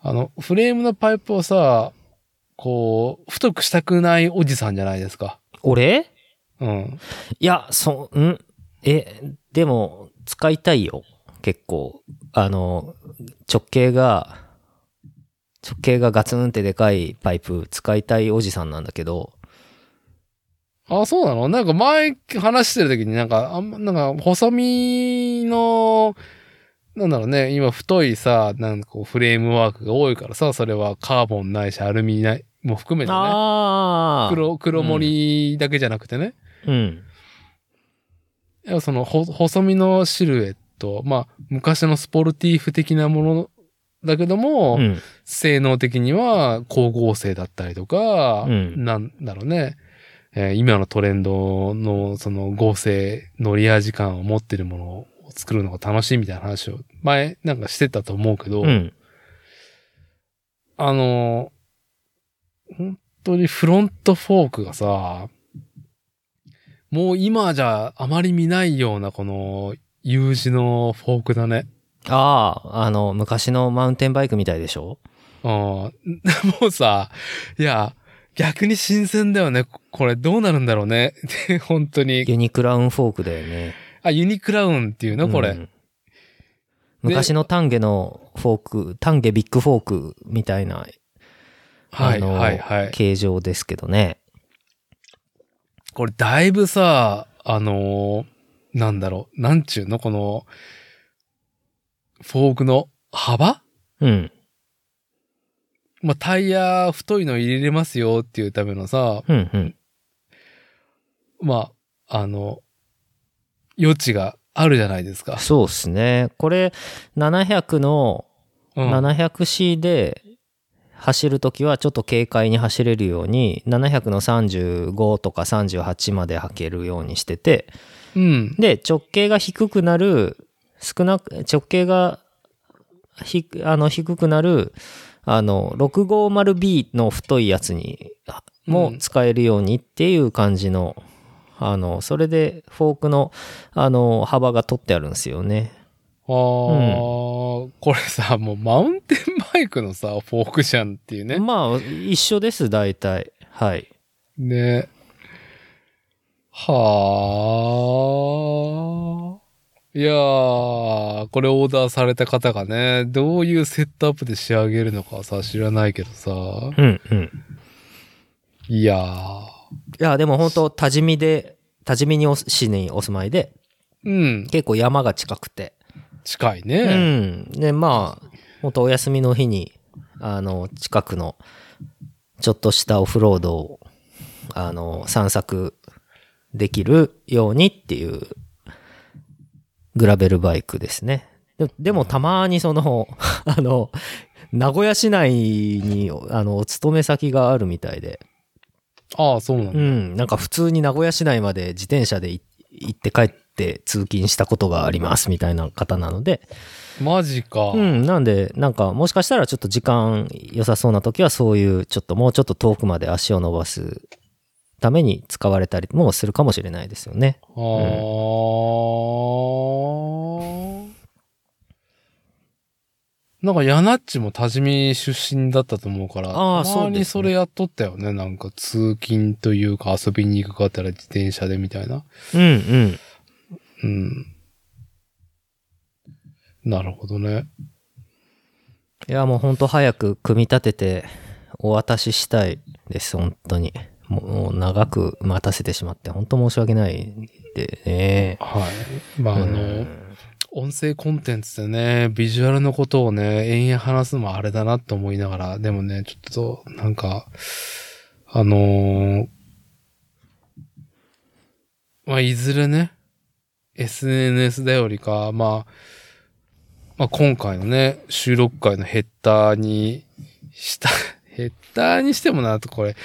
あの、フレームのパイプをさ、こう、太くしたくないおじさんじゃないですか。俺うん。いや、そ、んえ、でも、使いたいよ。結構。あの、直径が、直径がガツンってでかいパイプ使いたいおじさんなんだけど、あ、そうなのなんか前話してる時になんか、あんま、なんか、細身の、なんだろうね、今太いさ、なんかこうフレームワークが多いからさ、それはカーボンないし、アルミない、も含めてね。ああ。黒、黒森だけじゃなくてね。うん。いやその、ほ、細身のシルエット、まあ、昔のスポルティーフ的なものだけども、うん。性能的には光合成だったりとか、うんなんだろうね。えー今のトレンドの、その合成、乗り味感を持ってるものを作るのが楽しいみたいな話を、前なんかしてたと思うけど、うん。あの、本当にフロントフォークがさ、もう今じゃあまり見ないようなこの U 字のフォークだね。ああ、あの、昔のマウンテンバイクみたいでしょうん。 もうさ、いや、逆に新鮮だよね。これどうなるんだろうね。 で本当に。ユニクラウンフォークだよね。あ、ユニクラウンっていうのこれ。うん昔の丹下のフォーク、丹下ビッグフォークみたいなあはいの、はいはい。形状ですけどね。これだいぶさ、あのーなんだろう、なんちゅうのこの、フォークの幅うん。まあ、タイヤ太いの入れれますよっていうためのさ、うんうん。まあ、あの、余地があるじゃないですか。そうですね。これ、700の、うん、 700C で走るときはちょっと軽快に走れるように、700の35とか38まで履けるようにしてて、うん。で、直径が低くなる、少なく、直径がひあの低くなる、あの、650B の太いやつにあもうん使えるようにっていう感じの、あの、それでフォークの、あの、幅が取ってあるんですよね。あー、これさ、もうマウンテンバイクのさ、フォークじゃんっていうね。まあ、一緒です、大体。はい。ね。はあ。いやー、これオーダーされた方がね、どういうセットアップで仕上げるのかはさ、知らないけどさ。うんうん。いやー。いや、でも本当多治見で、多治見にお市にお住まいで、うん。結構山が近くて。近いうね。ん。で、まあ、本当お休みの日に、あの、近くの、ちょっとしたオフロードを、あの、散策できるようにっていう、グラベルバイクですね。ででも、たまにその、 あの、名古屋市内に、あの、お勤め先があるみたいで、ああ、そうなうんだ。ん、なんか普通に名古屋市内まで自転車でい行って帰って通勤したことがありますみたいな方なので、マジか。うん、なんで、なんかもしかしたらちょっと時間良さそうな時はそういうちょっともうちょっと遠くまで足を伸ばすために使われたりもするかもしれないですよね。あー。なんか、ヤナッチも多治見出身だったと思うから、あーたまそうでにすねそれやっとったよね。なんか、通勤というか遊びに行くかったら自転車でみたいな。うんうん。うん。なるほどね。いや、もうほんと早く組み立ててお渡ししたいです、本当に。もうもう長く待たせてしまって、本当申し訳ないでね。はい。まあ、あうの、ん音声コンテンツでね、ビジュアルのことをね、延々話すのもあれだなと思いながら、でもね、ちょっと、なんか、あのーまあ、いずれね、SNS だよりか、まあ、まあ、今回のね、収録回のヘッダーにした、 ヘッダーにしてもな、とこれ、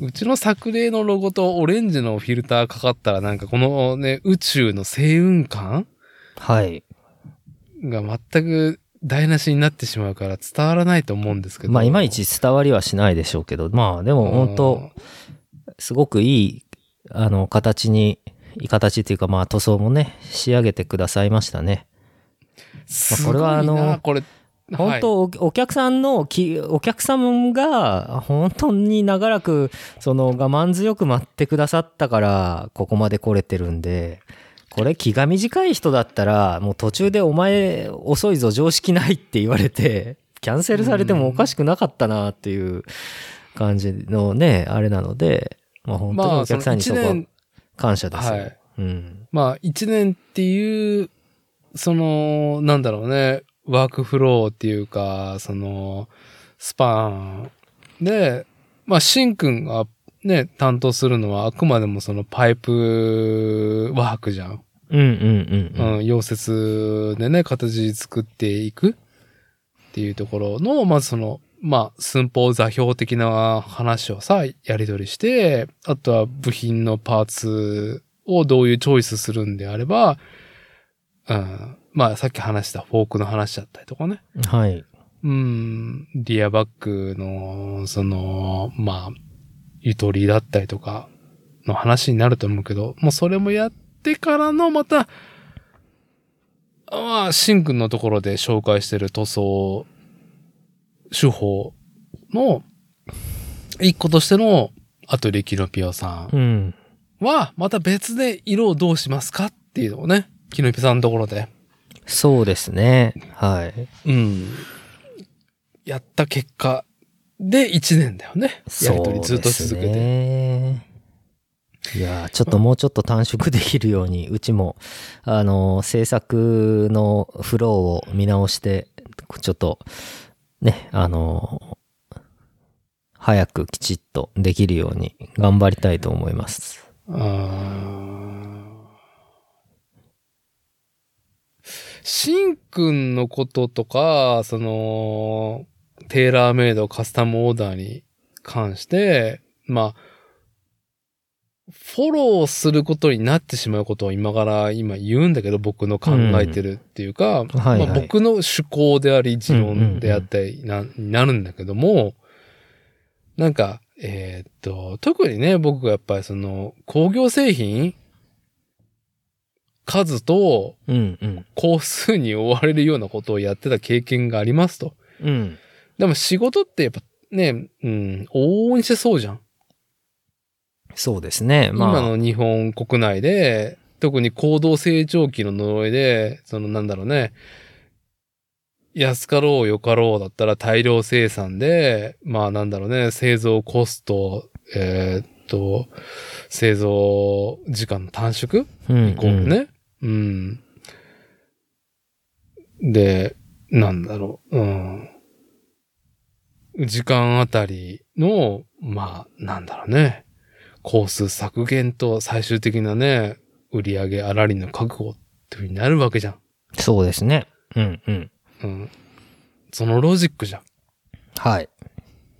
うちの作例のロゴとオレンジのフィルターかかったら、なんかこのね、宇宙の星雲感はい。が全く台無しになってしまうから伝わらないと思うんですけど。まあ、いまいち伝わりはしないでしょうけど、まあ、でうん、も本当、すごくいい、あの、形に、いい形っていうか、まあ、塗装もね、仕上げてくださいましたね。すこごれいな、はあのこれ、本はい当、おお客さんのき、お客様が、本当に長らく、その、我慢強く待ってくださったから、ここまで来れてるんで、これ気が短い人だったら、もう途中でお前遅いぞ、常識ないって言われて、 キャンセルされてもおかしくなかったなっていう感じのね、あれなので、まあ本当まにあ、おそ客のさんに1そこは年、感謝ですよ。はい。うん。まあ、一年っていう、その、なんだろうね、ワークフローっていうか、その、スパンで、まあ、シンくんがね、担当するのはあくまでもそのパイプワークじゃん。うんうんうんうん。うん、溶接でね、形作っていくっていうところの、まずその、まあ、寸法座標的な話をさ、やり取りして、あとは部品のパーツをどういうチョイスするんであれば、うん、まあ、さっき話したフォークの話だったりとかね。はい。うん、リアバックの、その、まあ、ゆとりだったりとかの話になると思うけど、もうそれもやってからのまた、まあ、シンくんのところで紹介してる塗装、手法の、一個としての、アトリキノピオさんうん。は、また別で色をどうしますかっていうのをね、キノピオさんのところでそうですね。はい。うん。やった結果、で、1年だよね。やりとりずっとそう続ですけて。ね。いやーちょっともうちょっと短縮できるように、うちも、あのー、制作のフローを見直して、ちょっと、ね、あのー、早くきちっとできるように頑張りたいと思います。あーしんくんのこととか、その、テーラーメイドカスタムオーダーに関して、まあ、フォローすることになってしまうことを今から今言うんだけど、僕の考えてるっていうはか、いはいまあ、僕の趣向であり、持論であったりな、になるんだけども、なんか、えーっと、特にね、僕がやっぱりその、工業製品数とうんうん。工数に追われるようなことをやってた経験がありますと。うん。でも仕事ってやっぱね、うん、往々にしてそうじゃん。そうですね。まあ、今の日本国内で、特に高度成長期の呪いで、そのなんだろうね、安かろうよかろうだったら大量生産で、まあなんだろうね、製造コスト、えーっと、製造時間の短縮うん、こうね。うん。で、なんだろう。うん。時間あたりの、まあ、なんだろうね。コース削減と最終的なね、売り上げあらりの確保っていうふうになるわけじゃん。そうですね。うんうん。うん。そのロジックじゃん。はい。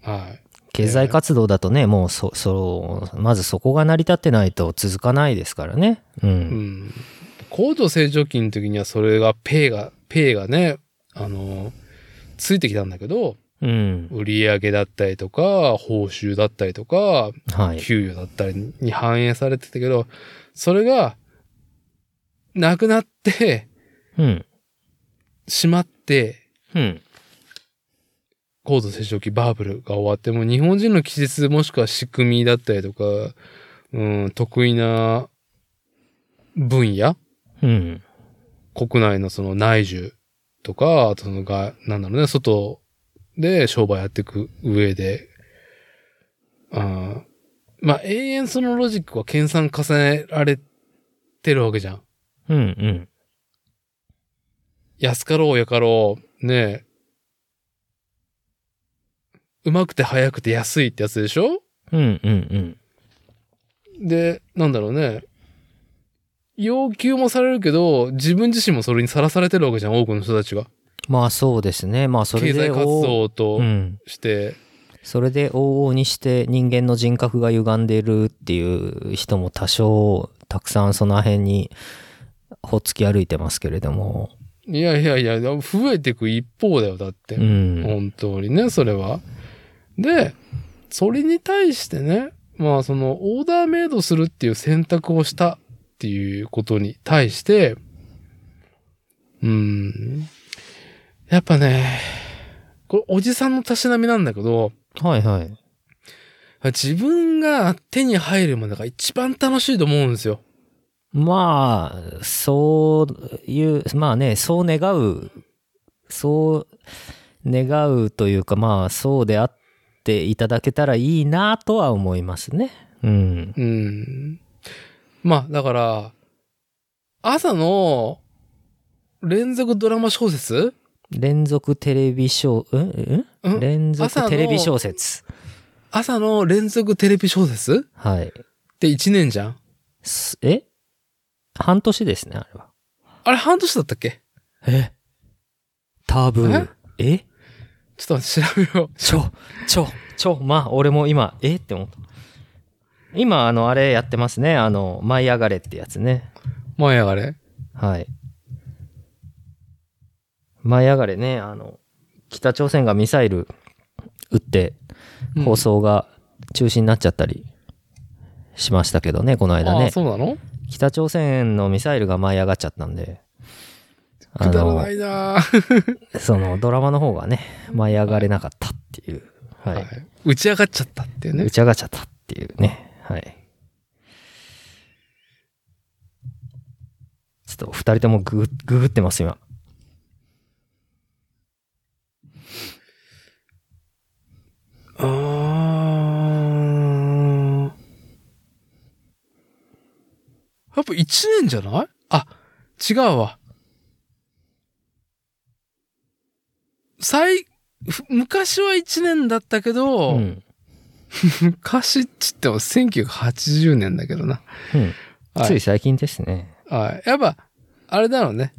はい。経済活動だとね、もうそ、そう、まずそこが成り立ってないと続かないですからね。う。うんん。高度成長期の時にはそれが、ペイが、ペイがね、あの、ついてきたんだけど、うん。売り上げだったりとか、報酬だったりとか、はい。給与だったりに反映されてたけど、それが、なくなってうん。しまって、うん。高度成長期バーブルが終わっても、日本人の技術もしくは仕組みだったりとか、うん、得意な分野うん。国内のその内需とか、あとそのが、なんだろうね、外で商売やっていく上で、あーまあ永遠そのロジックは研鑽重ねられてるわけじゃん。うん。うん。安かろうやかろう、ねえ。うまくて早くて安いってやつでしょうん。うん。で、なんだろうね。要求もされるけど、自分自身もそれにさらされてるわけじゃん、多くの人たちが。まあそうですね。まあそれ経で。済活動と、うん。して、それで往々にして人間の人格が歪んでるっていう人も多少、たくさんその辺に、ほっつき歩いてますけれども。いやいやいや、増えていく一方だよ、だって。うん。本当にね、それは。で、それに対してね、まあその、オーダーメイドするっていう選択をしたっていうことに対して、うん、やっぱね、これおじさんのたしなみなんだけど、はいはい。自分が手に入るものが一番楽しいと思うんですよ。まあ、そういう、まあね、そう願う、そう願うというか、まあ、そうであっていただけたらいいなとは思いますね。うん。うん。まあ、だから、朝の連続ドラマ小説連続テレビ小、うんうんん連朝の続テレビ小説。朝の連続テレビ小説はい。って1年じゃんすえ半年ですね、あれは。あれ半年だったっけえタブー。えちょっと待って調べよう。ちょ、ちょ、ちょ、まあ、俺も今、えって思った。今、あの、あれやってますね。あの、舞い上がれってやつね。 前上がれ。はい。舞い上がれね、あの、北朝鮮がミサイル撃って、うん放送が中止になっちゃったりしましたけどね、この間ああ、ね。そうなの北朝鮮のミサイルが舞い上がっちゃったんで、あくだらのな、いなぁそのドラマの方がね、舞い上がれなかったっていう。 ははいい。打ち上がっちゃったっていうね打。ち上がっちゃったっていうね。はい。ちょっと二人ともググググってます、今。プ1年じゃないあ、違うわ。最、ふ昔は1年だったけど、うん。昔っつっても1980年だけどな。うんはいつい最近ですね。はい。やっぱ、あれだろうね。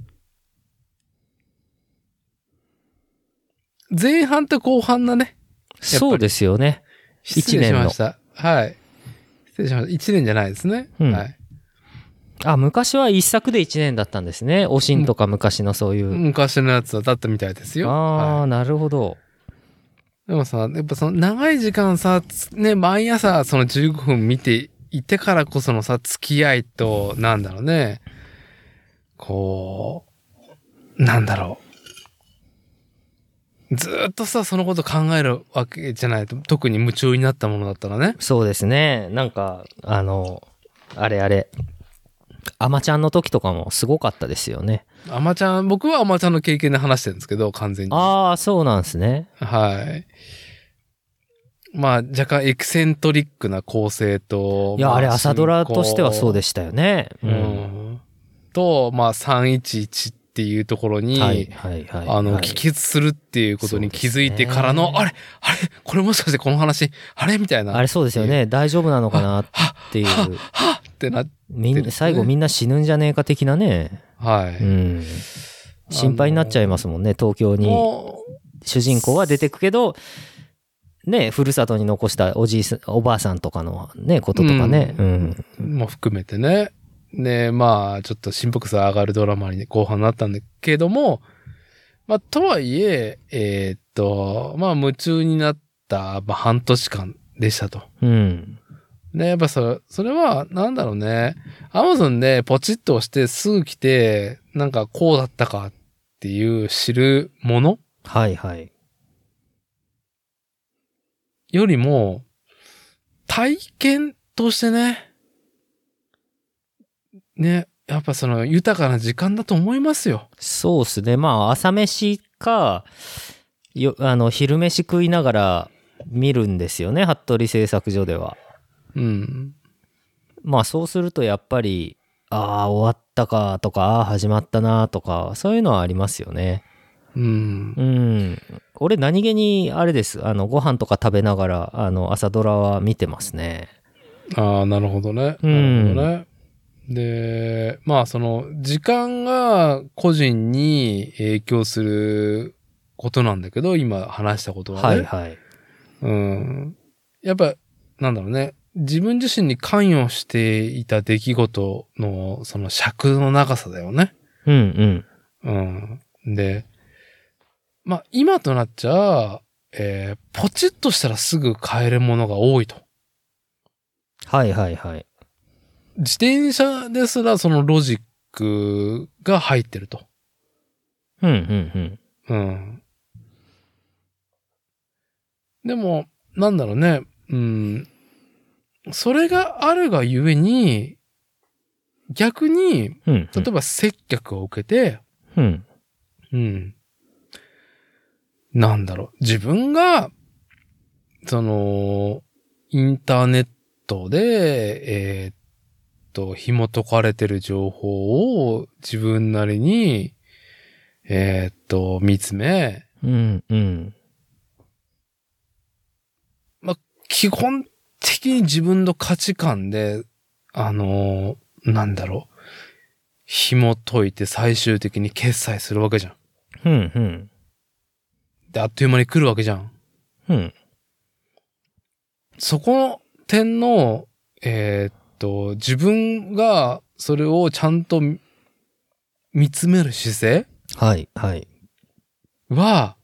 前半と後半だね。りそうですよね。失礼しました。はい。失礼しました。1年じゃないですね。うんはい。あ、昔は一作で1年だったんですね。おしんとか昔のそういう。昔のやつはだったみたいですよ。ああ、はなるほど。い、でもさ、やっぱその長い時間さ、つね、毎朝その15分見ていてからこそのさ、付き合いと、なんだろうね。こう、なんだろう。ずーっとさ、そのこと考えるわけじゃないと、特に夢中になったものだったらね。そうですね。なんか、あの、あれあれ。アマちゃんの時とかもすごかったですよね。アマちゃん、僕はアマちゃんの経験で話してるんですけど、完全に。ああ、そうなんですね。はい。まあ、若干エキセントリックな構成と。いや、まあれ朝ドラとしてはそうでししたよね。う。うんん。と、まあ、311っていうところに、はい、はい、はい。あの、はい帰結するっていうことに気づいてかそうらの、ですあれあれこれもしかしてこの話、あれみたいな。あれそうですよね。大丈夫なのかなっていう。はっってな、みですんね最後みんな死ぬんじゃねえか的なね。はうい。ん。心配になっちゃいますもんね。東京にもう、主人公は出てくけど、ね、ふるさとに残したおじいさん、おばあさんとかのね、こととかね。ううん。も含めてね。ねまあ、ちょっと心拍数上がるドラマに後半になったんだけども、まあ、とはいえ、えーっと、まあ、夢中になった、まあ、半年間でしたと。うん。ねやっぱそ、それは、なんだろうね。アマゾンでポチッと押してすぐ来て、なんかこうだったかっていう知るものはいはい。よりも、体験としてね、ね、やっぱその豊かな時間だと思いますよ。そうっすね。まあ、朝飯か、よ、あの、昼飯食いながら見るんですよね。服部製作所では。うん。まあそうするとやっぱり、ああ、終わったかとか、ああ、始まったなとか、そういうのはありますよね。うん。うん。俺何気に、あれです。あの、ご飯とか食べながら、あの、朝ドラは見てますね。ああ、なるほどね。うんなるほどね。で、まあその、時間が個人に影響することなんだけど、今話したことはね。はいはい。うん。やっぱ、なんだろうね。自分自身に関与していた出来事の、その尺の長さだよね。うんうん。うん。で、まあ、今となっちゃ、えーポチッとしたらすぐ買えるものが多いと。はいはいはい。自転車ですらそのロジックが入ってると。うんうんうん。うん。でも、なんだろうね。うん。それがあるがゆえに、逆に、うん、う例んえ。ば接客を受けて、うん。うん。なんだろう。自分が、その、インターネットで、えーっと、紐解かれてる情報を自分なりに、えーっと、見つめ、うんうん。基本的に自分の価値観で、あのーなんだろう。紐解いて最終的に決済するわけじゃん。うんうん。で、あっという間に来るわけじゃん。うん。そこの点の、えーっと、自分がそれをちゃんと見見つめる姿勢はいはい。は、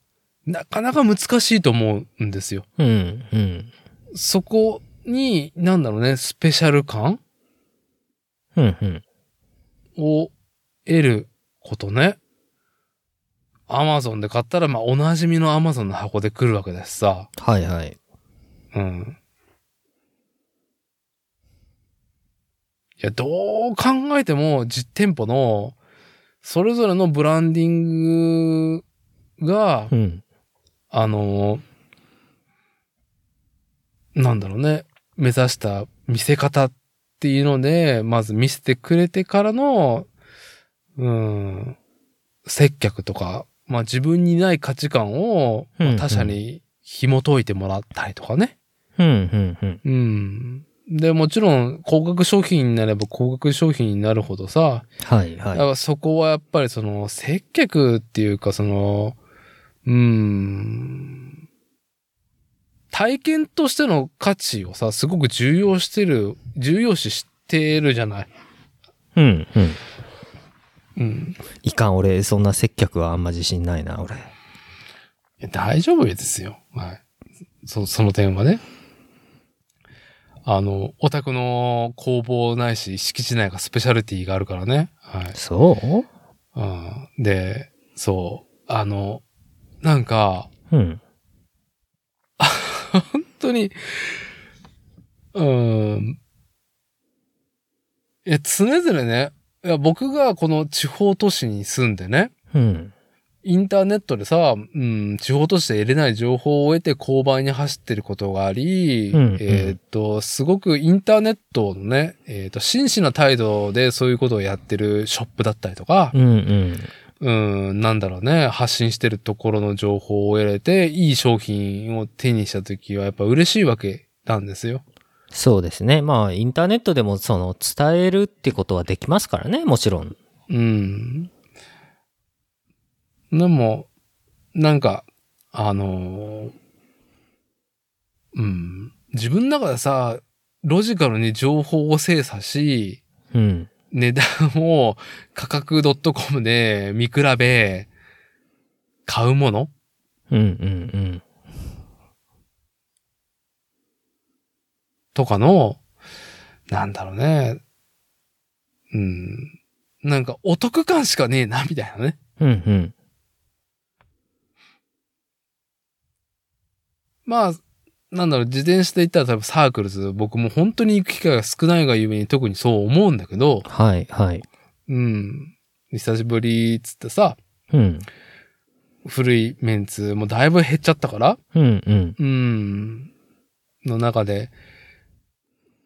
なかなか難しいと思うんですよ。うんうん。そこに、なんだろうね、スペシャル感うんうん。を得ることね。アマゾンで買ったら、まあ、おなじみのアマゾンの箱で来るわけだしさ。はいはい。うん。いや、どう考えても実店舗のそれぞれのブランディングがう、ん。あの、なんだろうね、目指した見せ方っっていうので、まず見せてくれてからの、うん、接客とか、まあ自分にない価値観をまあうんうん他者に紐解いてもらったりとかね。うん、うん、うん。うん。で、もちろん、高額商品になれば高額商品になるほどさ、はい、はいだ。からそこはやっぱりその、接客っていうかその、うーん、体験としての価値をさ、すごく重要してる、重要視してるじゃない。うん、うん。うん。いかん、俺、そんな接客はあんま自信ないな、俺。いや大丈夫ですよ。はい。そその点はね。あの、お宅の工房ないし、敷地内がスペシャルティがあるからね。はい。そうん、で、そう。あの、なんか、ううん。本当に、うーん。え、常々ね、いや僕がこの地方都市に住んでね、うん。インターネットでさ、うん、地方都市で得れない情報を得て購買に走ってることがあり、うんうんえーっと、すごくインターネットのね、えーっと、真摯な態度でそういうことをやってるショップだったりとか、うん、うん。うん、なんだろうね、発信してるところの情報を得れて、いい商品を手にした時はやっぱ嬉しいわけなんですよ。そうですね。まあ、インターネットでも、その、伝えるってことはできますからね、もちろん。うん。でも、なんか、あのーうん、自分の中でさ、ロジカルに情報を精査し、うん。値段を価格 .com で見比べ、買うものうん、うん、とかの、なんだろうね。うん。なんかお得感しかねえな、 みたいなね。うん。うん、うん。まあ、なんだろう、自転車で行ったら多分サークルズ、僕も本当に行く機会が少ないがゆえに特にそう思うんだけど、はい、はい。うん。久しぶりっつってさ、うん。古いメンツもだいぶ減っちゃったから、うん、うん。うん。の中で、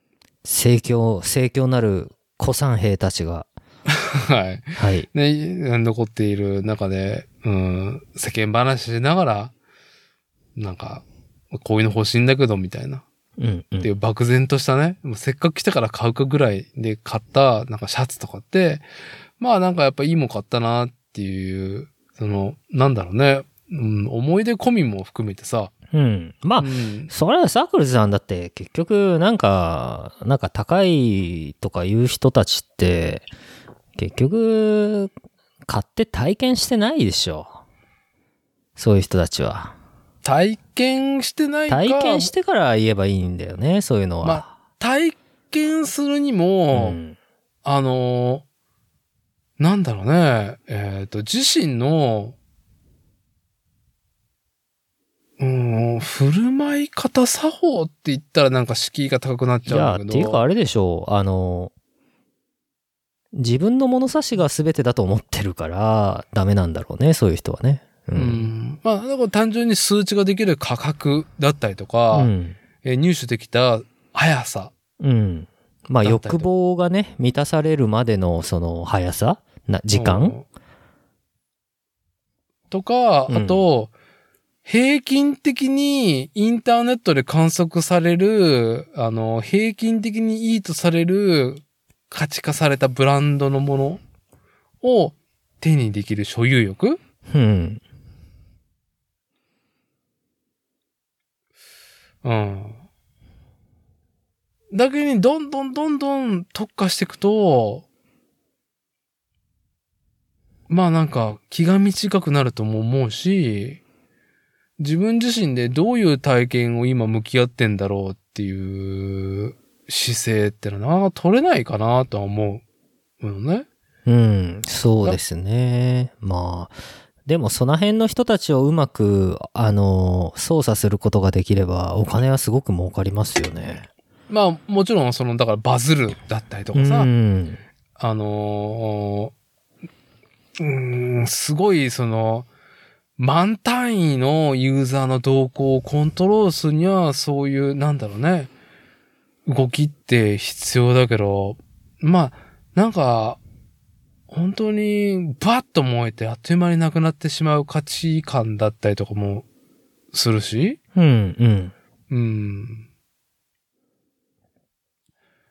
盛況、盛況なる古参兵たちが、はい。はい。ね、残っている中で、うん、世間話しながら、なんか、こういうの欲しいんだけど、みたいな。うん、うんっていう漠然としたね、もうせっかく来たから買うかぐらいで買った、なんかシャツとかって、まあなんかやっぱいいもん買ったなっていう、その、なんだろうね、うん、思い出込みも含めてさ、うん。まあう、ん、それはサークルズさんだって結局なんか、なんか高いとかいう人たちって、結局、買って体験してないでしょ。そういう人たちは。体験してないか、体験してから言えばいいんだよね、そういうのは。ま体験するにも、うんあのーなんだろうね、えっ、と、自身の、うん、振る舞い方作法って言ったらなんか敷居が高くなっいちゃや、うっんだけど。ていうかあれでしょう、あの、自分の物差しが全てだと思ってるから、ダメなんだろうね、そういう人はね。う。うんんまあ、だから単純に数値ができる価格だったりとか、うん。えー入手できた速さ。うん。まあ、だったりと欲望がね、満たされるまでの、その、速さな、時う間んとか、うんあと、平均的にインターネットで観測される、あの、平均的にいいとされる価値化されたブランドのものを手にできる所有欲うん。うん。だけに、どんどんどんどん特化していくと、まあなんか気が短くなるとも思うし、自分自身でどういう体験を今向き合ってんだろうっていう姿勢ってのはな、取れないかなとは思うのね。うん。そうですね。まあ、でもその辺の人たちをうまく、あの、操作することができれば、お金はすごく儲かりますよね。まあもちろんその、だからバズるだったりとうかさ、ん。あのーうーん、すごい、その、万単位のユーザーの動向をコントロールするには、そういう、なんだろうね。動きって必要だけど、まあ、なんか、本当にバッと燃えてあっという間になくなってしまう価値観だったりとかもするし、うん、うん。うん。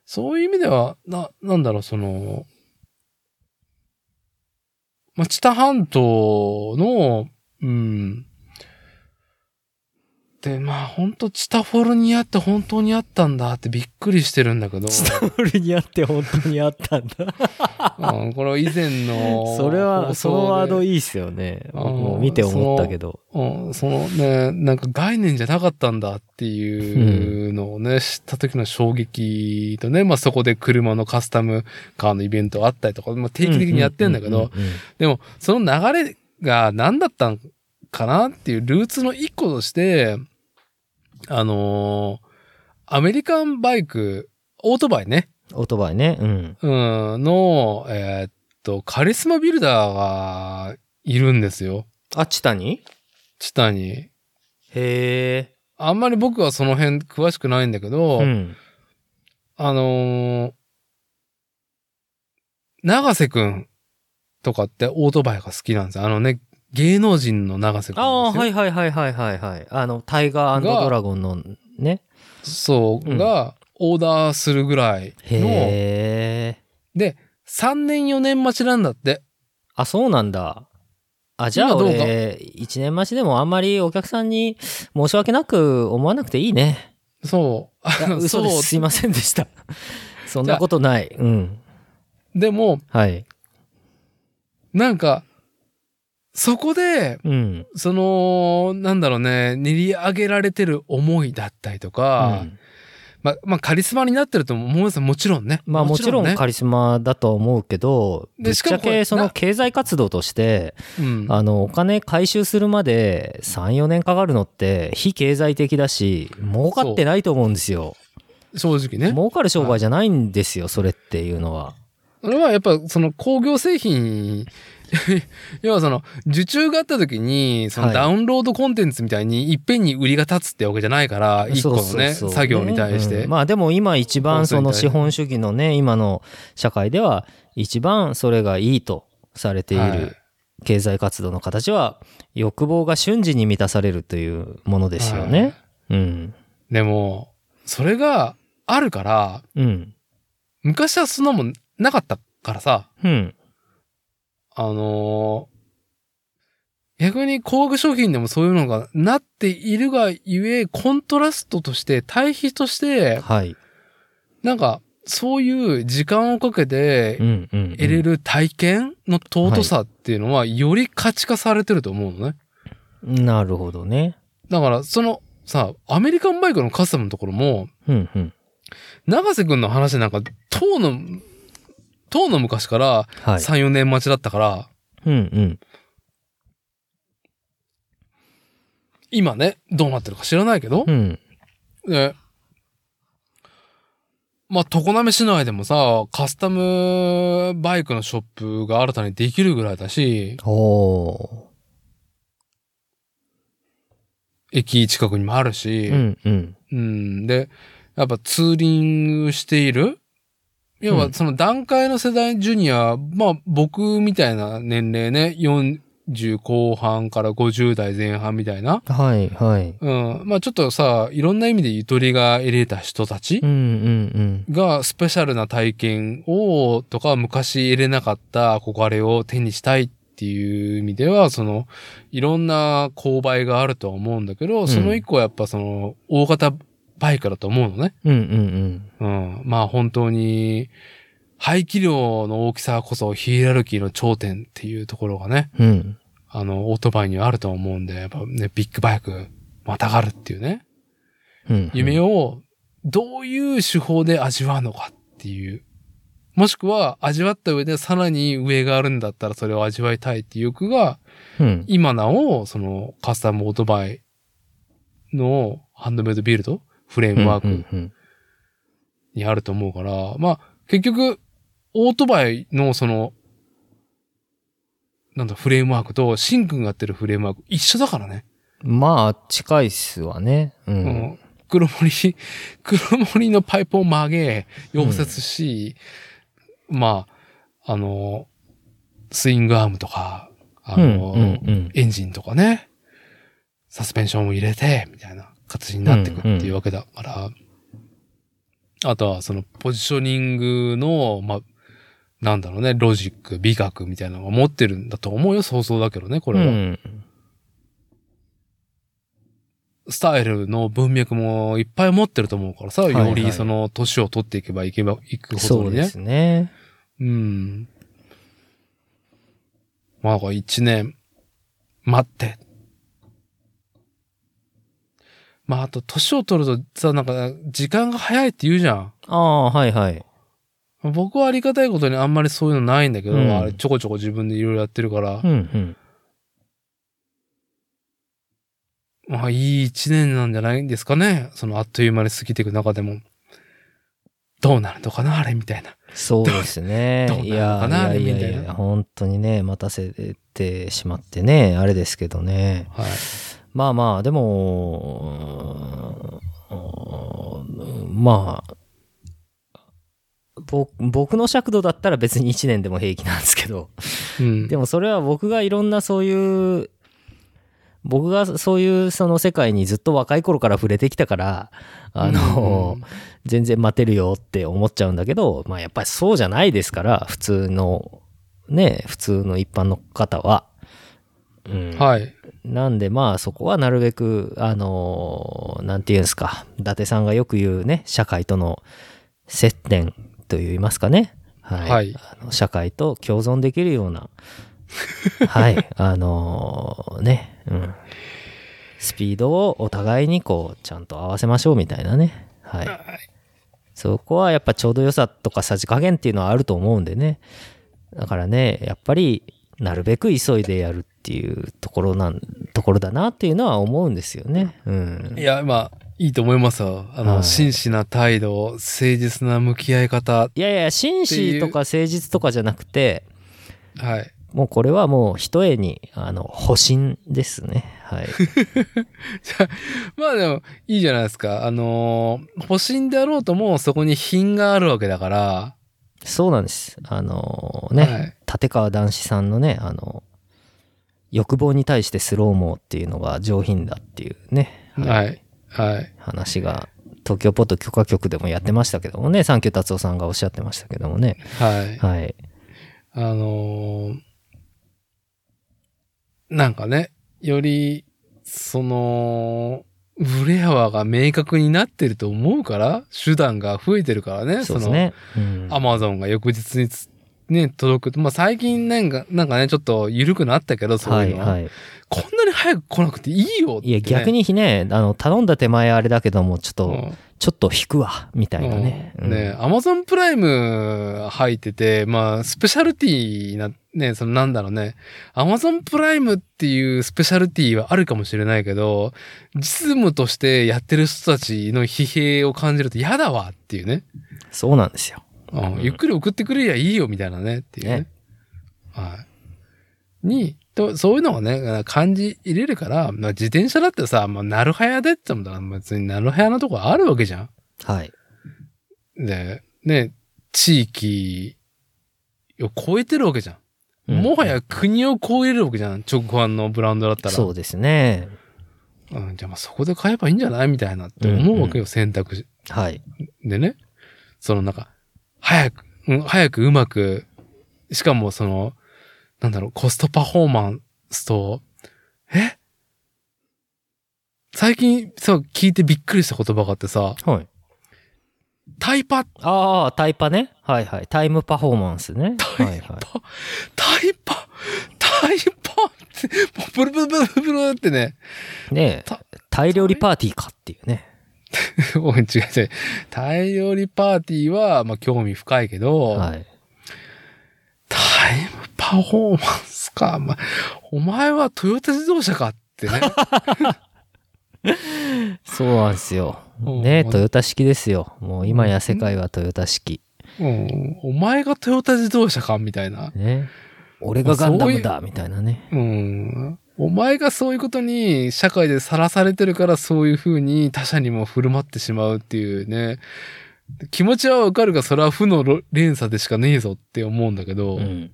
そういう意味では、な、なんだろう、その、まあ、知多半島の、うん。で、まあ、ほんと、チタフォルニアって本当にあったんだってびっくりしてるんだけど、スタブルにあって本当にあったんだ。うん、これは以前の、 それは、放送でそのワードいいっすよね。僕も見て思ったけど。うん、そのね、なんか概念じゃなかったんだっていうのをね、知った時の衝撃とね、まあそこで車のカスタムカーのイベントあったりとか、まあ定期的にやってんだけうど、ううんうんでもその流れが何だったんかなっていうルーツの一個として、あのーアメリカンバイク、オートバイね、オートバイね。うん。うん、の、えーっと、カリスマビルダーがいるんですよ。あ、チタにチタに。へあんまり僕はその辺詳しくないんだけえ。ど、うん。あのー長瀬くんとかってオートバイが好きなんですよ。あのね、芸能人の長瀬くんですよ。ああ、はいはいはいはいはいはい。あの、タイガーがドラゴンのね。そう、うんが、オーダーするぐらいの、へえ。で、3年4年待ちなんだって。あ、そうなんだ。あ、じゃあ今どうか俺、一年待ちでもあんまりお客さんに申し訳なく思わなくていいね。 そう。あいやの嘘です。すいませんで した。そんなことない。うん。う。でも、はい。なんか、そこで、うん。その、なんだろうね、練り上げられてる思いだったりとか、うんまあ、まあ、カリスマになってると思うんですよ。もちろんね。まあもちろんね。カリスマだとは思うけど、でぶっしちかゃもこれけそのな経済活動として、うん。あの、お金回収するまで3、4年かかるのって非経済的だし、儲かってないと思うんですよ。正直ね。儲かる商売じゃないんですよ、それっていうのは。それはやっぱ、その工業製品、 要はその、受注があった時に、そはのいダウンロードコンテンツみたいに、いっぺんに売りが立つってわけじゃないから、一個のそうそうね、そう作業に対して。うんまあでも今一番そのコンセ資ントに対して本主義のね、今の社会では一番それがいいとされていはいる経済活動の形は、欲望が瞬時に満たされるというものですよはいね。うん。でも、それがあるから、うん。昔はそんなもんなかったからさ、うん。あのー逆に高額商品でもそういうのがなっているがゆえ、コントラストとして、対比として、はい。なんか、そういう時間をかけうてんうん、うん。得れる体験の尊さっていうのは、より価値化されてると思うのね。なるほどね。だから、その、さ、アメリカンバイクのカスタムのところも、うんうん。長瀬くんの話なんか、当の、当の昔からはい。 3、4年待ちだったから、うんうん。今ね、どうなってるか知らないけど、うん。ね。まあ、常滑市内でもさ、カスタムバイクのショップが新たにできるぐらいだし、お駅近くにもあるし、ー。うんうん。うんで、やっぱツーリングしている要うはんその段階の世代ジュニア、まあ僕みたいな年齢ね、40後半から50代前半みたいな。はいはい。うん。まあちょっとさ、いろんな意味でゆとりが得れた人たちうんうんがスペシャルな体験をとか昔入れなかった憧れを手にしたいっていう意味では、そのいろんな購買があるとは思うんだけど、んその一個はやっぱその大型バイクだと思うのね。うん。うんうんうん。まあ本当に排気量の大きさこそヒエラルキーの頂点っていうところがね、うん。うん。あのオートバイにはあると思うんで、やっぱね、ビッグバイクまたがるっていうね、うん、夢を。をどういう手法で味わうのかっていう。もしくは味わった上でさらに上があるんだったらそれを味わいたいっていう欲が、うん。今なおそのカスタムオートバイのハンドメイドビルドフレームワークうんうんにあると思うから、まあ、結局、オートバイのその、なんだ、フレームワークと、シンくんがやってるフレームワーク一緒だからね。うんまあ、近いっすわね。う。うんん。黒森、 黒森のパイプを曲げ、溶接し、まあ、あの、スイングアームとか、あの、うんうんうんエンジンとかね、サスペンションを入れて、みたいな形になってくっていうわけだから、あとはそのポジショニングの、まあ、なんだろうね、ロジック、美学みたいなのを持ってるんだと思うよ、想像だけどね、ここれは。うんスタイルの文脈もいっぱい持ってると思うからさ、いはいよりその年を取っていけばいけば、いくほそうどにでね。すね。うん。まあ、だから一年、待って。まあ、あと、年を取るとさ、なんか、時間が早いって言うじゃん。ああ、はいはい。僕はありがたいことにあんまりそういうのないんだけど、うんあれちょこちょこ自分でいろいろやってるからう、んうん。まあ、いい一年なんじゃないんですかね。その、あっという間に過ぎていく中でも。どうなるのかなあれみたいな。そうですね ど。ういどうなのやかいなやいやみたいいや、な本当にね、待たせてしまってね、あれですけどね。はい。まあまあ、でも、うーんまあ、ぼ僕の尺度だったら別に1年でも平気なんですけど、うん。でもそれは僕がいろんなそういう、僕がそういうその世界にずっと若い頃から触れてきたから、あの、うん全然待てるよって思っちゃうんだけど、まあやっぱりそうじゃないですから、普通の、ね、普通の一般の方は。うん、はい。なんでまあそこはなるべく、あのーなんて言うんですか、伊達さんがよく言うね、社会との接点と言いますかね。はい。はいあの社会と共存できるような、 はい、あのーね、うん。スピードをお互いにこう、ちゃんと合わせましょうみたいなね。はい。そこはやっぱちょうど良さとかさじ加減っていうのはあると思うんでね。だからね、やっぱりなるべく急いでやるっていうところなん、ところだなっていうのは思うんですよね。うんい。や、まあ、いいと思いますよ。あの、はい真摯な態度、誠実な向き合い方。いやいや、紳士とか誠実とかじゃなくて、はい。もうこれはもう一重に、あの、保身ですね。はい。まあでも、いいじゃないですか。あのー、保身であろうとも、そこに品があるわけだから。そうなんです。あのね、はい立川談志さんのね、あの、欲望に対してスローモーっていうのが上品だっていうね。はい。はい。話が東京ポッド許可局でもやってましたけどもね、サンキュー達夫さんがおっしゃってましたけどもね。はい。はい。あのーなんかね、より、その、ブレ幅が明確になってると思うから、手段が増えてるからね、そうですね。うんアマゾンが翌日につね、届く。まあ、最近なんか、なんかね、ちょっと緩くなったけど、そうはいいうのは。はい。こんなに早く来なくていいよって、ね。いや、逆に、にね、あの、頼んだ手前あれだけども、ちょっうと、ん、ちょっと引くわ、みたいなね。うんね、アマゾンプライム入ってて、まあ、スペシャルティーな、ね、そのなんだろうね。アマゾンプライムっていうスペシャルティーはあるかもしれないけど、実務としてやってる人たちの疲弊を感じると嫌だわっていうね。うんそうなんですよ。うんうんゆっくり送ってくれりゃいいよみたいなねっていうね。ねはい。に、と、そういうのをね、感じ入れるから、まあ、自転車だってさ、まあ、なるはやでって言ったら別になるはやのとこあるわけじゃはい。ん。で、ね、地域を超えてるわけじゃん。うんもはや国を超えるわけじゃん。直販のブランドだったら。そうですね。うん、じゃあまあそこで買えばいいんじゃないみたいなって思うわけよ、選択肢。はい。でね、そのなんか、早く、うん早くうまく、しかもその、なんだろう、コストパフォーマンスと、え最近、そう、聞いてびっくりした言葉があってさ、はい。タイパ、ああ、タイパね。はいはい。タイムパフォーマンスね。はいはい。タイパ、タイパって、もうブルブルブルブルブルってね、 ねえたタイ料理パーティーかっていうね。おい違う違う、タイ料理パーティーは、まあ興味深いけど、はい。タイムパフォーマンスか。ま、お前はトヨタ自動車かっ てね。そうなんですよ。うんねトヨタ式ですよ。もう今や世界はトヨタ式。うん、お前がトヨタ自動車かみたいな。ね。俺がガンダムだみたいなね。うん。お前がそういうことに社会でさらされてるからそういうふうに他者にも振る舞ってしまうっていうね。気持ちはわかるが、それは負のろ連鎖でしかねえぞって思うんだけど、うん。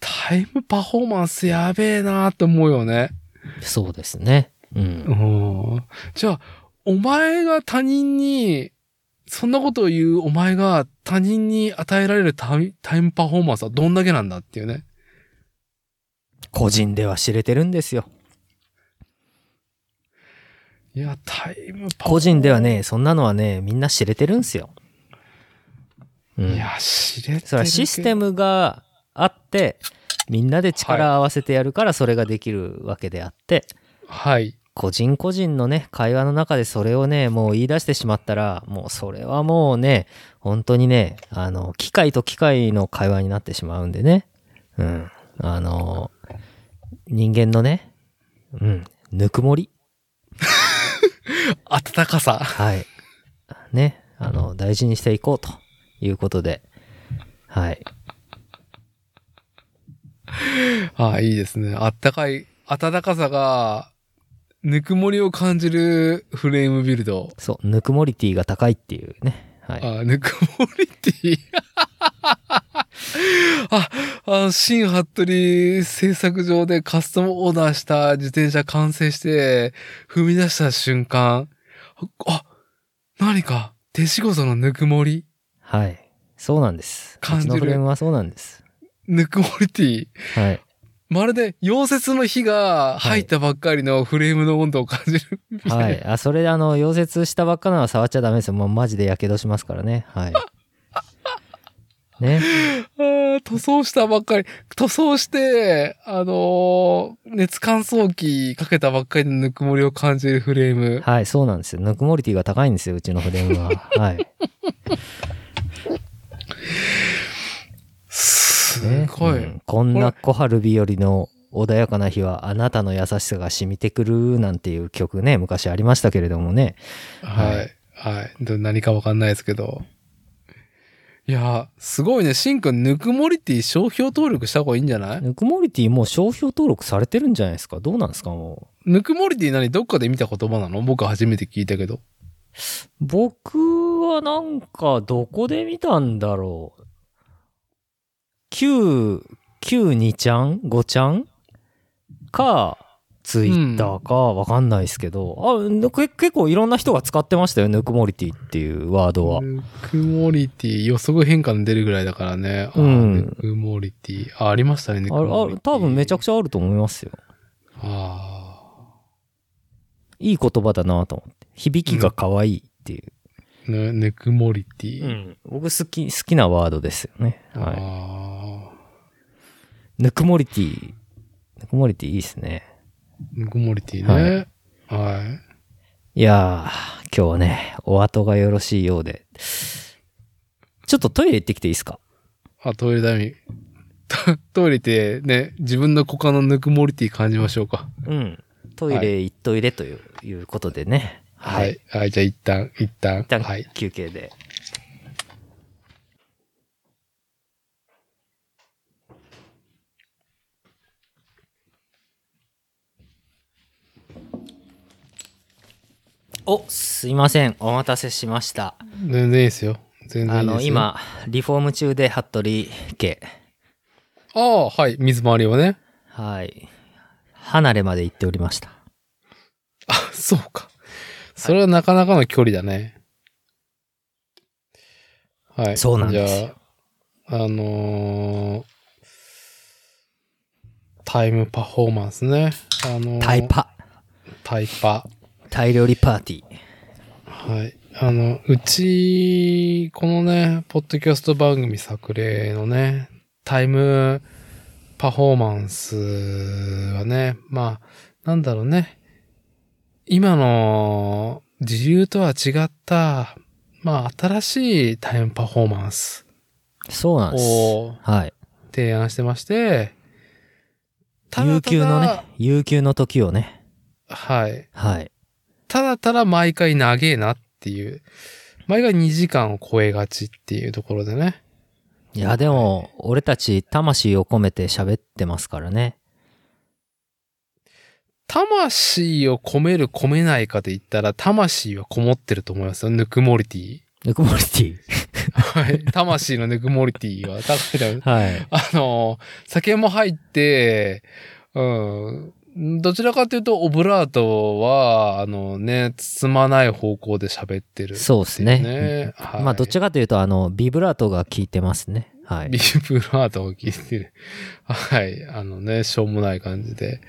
タイムパフォーマンスやべえなーって思うよね。そうですね。う。うんん。じゃあ、お前が他人に、そんなことを言うお前が他人に与えられるタイタイムパフォーマンスはどんだけなんだっていうね。個人では知れてるんですよ。いや、タイムパフォーマン個人ではね、そんなのはね、みんな知れてるんですよ。うん。ス。いや、知れてるけど。それはシステムがあって、みんなで力を合わせてやるからそれができるわけであって、はい。個人個人のね、会話の中でそれをね、もう言い出してしまったら、もうそれはもうね、本当にね、あの、機械と機械の会話になってしまうんでね。うん。あの、人間のね、うん、ぬくもり。暖かさ。はい。ね、あの、大事にしていこうということで。はい。 ああ、いいですね。あったかい、暖かさが、ぬくもりを感じるフレームビルド。そう、ぬくもりティが高いっていうね。はい。ああ、ぬくもりテ ィー。あ、あの、新ハットリ製作上でカスタムオーダーした自転車完成して、踏み出した瞬間、あ、何か、手仕事のぬくもりはい。そうなんです。感じるうちのフレームはそうなんです。ぬくもりティー。はい。まるで、溶接の火が入ったばっかりのフレームの温度を感じる。はい。あ、それであの、溶接したばっかなのは触っちゃダメですよ。もうマジで火傷しますからね。はい。ね。あー塗装したばっかり。塗装して、あのー熱乾燥機かけたばっかりのぬくもりを感じるフレーム。はい、そうなんですよ。ぬくもりティが高いんですよ、うちのフレームは。はい。すねごい。うんこんな小春日和の穏やかな日は、あなたの優しさが染みてくる、なんていう曲ね、昔ありましたけれどもね。はい。はい。ど何かわかんないですけど。いやー、すごいね。シンくん、ぬくもりって商標登録した方がいいんじゃないぬくもりティもう商標登録されてるんじゃないですかどうなんですかもう。ぬくもりって何どっかで見た言葉なの僕初めて聞いたけど。僕はなんかどこで見たんだろう。9、92ちゃん ?5 ちゃんか、ツイッターかわかんないですけど、あけ結構いろんな人が使ってましたよ、ぬくもりティっていうワードは。ぬくもりティ予測変換出るぐらいだからね。あーうんぬくもりティあ、ありましたね、ぬくあれもりあ多分めちゃくちちゃあると思いますよ。ゃ。あいい言葉だなと思って。響きが可愛いっていう。ーぬぬくもりティ、うん僕好き、好きなワードですよね。はあい。ぬくもりティぬくもりティいいですね。ーぬくもりティね。はい。いやー、今日はね、お後がよろしいようで。ちょっとトイレ行ってきていいですかあ、トイレダミー。トイレってね、自分の股間のぬくもりティ感じましょうか。うん。トイレ行っといれという,、い、うことでね。ははい。い。はい、じゃあ一旦、一旦。一旦はい。休憩で。お、すいません。お待たせしました。全然いいですよ。全然いいですよ。あの、。今、リフォーム中で、服部家。ああ、はい。水回りはね。はい。離れまで行っておりました。あ、 そうか。それはなかなかの距離だね。はい。そうなんですじゃあ、あのータイムパフォーマンスね。あのータイ。パ、タイパ。タイ料理パーティー。はい。あの、うち、このね、ポッドキャスト番組作例のね、タイムパフォーマンスはね、まあ、なんだろうね。今の自由とは違った、まあ、新しいタイムパフォーマンスそうなんです。をはい。提案してまして、ただ有ただ給のね、有給の時をね、はい。はい。ただただ毎回長えなっていう。毎回2時間を超えがちっていうところでね。いや、でも、俺たち、魂を込めて喋ってますからね。魂を込める込めないかで言ったら、魂はこもってると思いますよ。ぬくもりティぬくもりティー。はい。 魂のぬくもりティーは高 いだろうはい。 あの、酒も入って、うん、どちらかというと、オブラートは、あのね、包まない方向で喋ってる、そうですね。はい、まあ、どちらかというと、あの、ビブラートが効いてますね。はいビ。ブラートを聞いてる。はい。あのね、しょうもない感じで。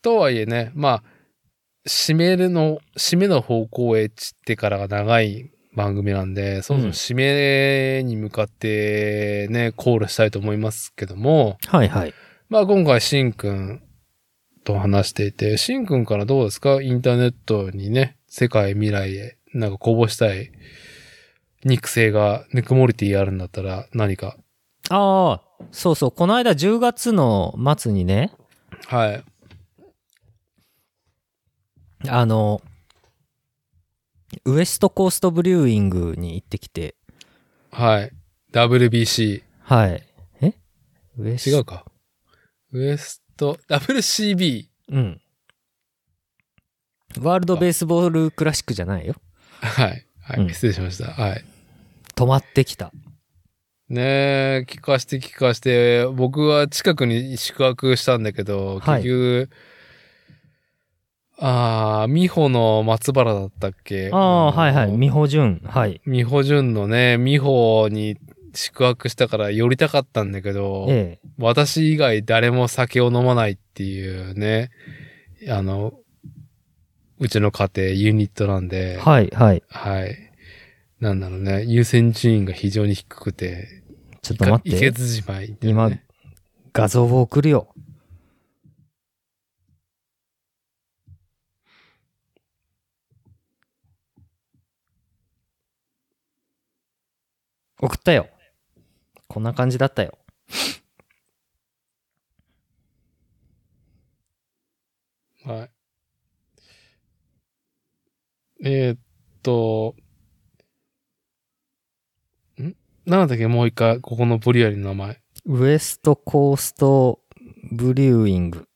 とはいえね、まあ、締めるの、締めの方向へ散ってからが長い番組なんで、そもそも締めに向かってね、コールしたいと思いますけども、はいはい。まあ今回しんくんと話していて、しんくんからどうですかインターネットにね、世界未来へなんかこぼしたい肉声がぬくもりティーあるんだったら何か。ああ、そうそう。この間10月の末にね、はい。あの、ウエストコーストブリューイングに行ってきて、はい。WBC。はい。えウエス違うか。ウエスト、WCB。うん。ワールドベースボールクラシックじゃないよ。はい。はい、うん失礼しました。はい。止まってきた。ねえ、聞かして聞かして、僕は近くに宿泊したんだけど、はい結局、ああ、美穂の松原だったっけああ、はいはい。美美穂潤。はい。穂純のね、美穂に宿泊したから寄りたかったんだけど、ええ。私以外誰も酒を飲まないっていうね、あの、うちの家庭、ユニットなんで、はい。はいはい。なんだろうね、優先順位が非常に低くて、ちょっと待いっけて。ずじまい、ね。今、画像を送るよ。送ったよ。こんな感じだったよ。はい。えーっと、んなんだっけもう一回、ここのブリュアリーの名前。ウエストコーストブリューイング。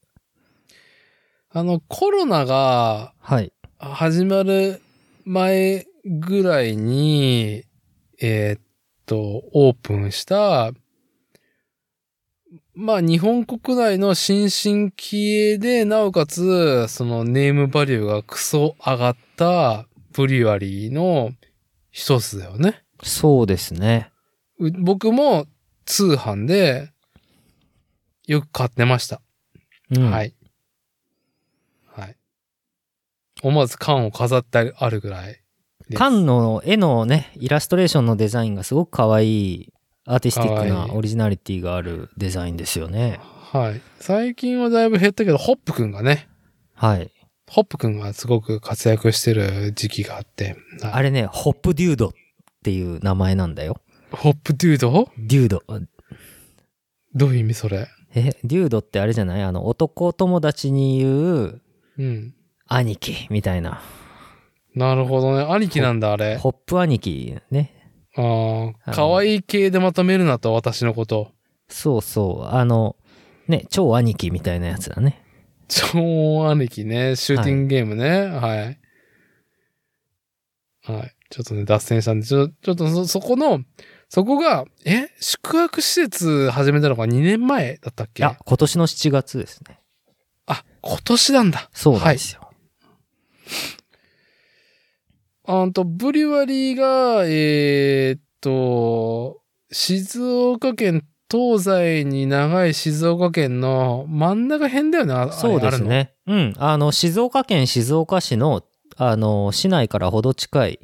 あの、コロナが、はい。始まる前ぐらいに、えーっと、オープンした、まあ日本国内の新進気鋭で、なおかつ、そのネームバリューがクソ上がったブリュアリーの一つだよね。そうですね。う僕も通販でよく買ってました。うん、はい。はい。思わず缶を飾ってあるぐらいです。缶の絵のね、イラストレーションのデザインがすごく可愛い、アーティスティック可愛いなオリジナリティがあるデザインですよね。はい。最近はだいぶ減ったけど、ホップくんがね、はい。ホップくんがすごく活躍してる時期があって、はいあれね、ホップデュードっていう名前なんだよ。ホップデュードデュード。どういう意味それえ、デュードってあれじゃないあの、男友達に言う、うん。兄貴みたいな。なるほどね。兄貴なんだ、あれ。ホップ兄貴ね。あああ、の可愛い系でまとめるなと、私のこと。そうそう。あの、ね、超兄貴みたいなやつだね。超兄貴ね。シューティングゲームね。はい。はい。ちょっとね、脱線したんで、ちょ、ちょっとそ、そこの、そこが、え宿泊施設始めたのが2年前だったっいけや、今年の7月ですね。あ、今年なんだ。そうなんですよ。あんと、ブリュワリーが、えーっと、静岡県東西に長い静岡県の真ん中辺だよね、あそうです。ね。うん。あの、静岡県静岡市の、あの、市内からほど近い、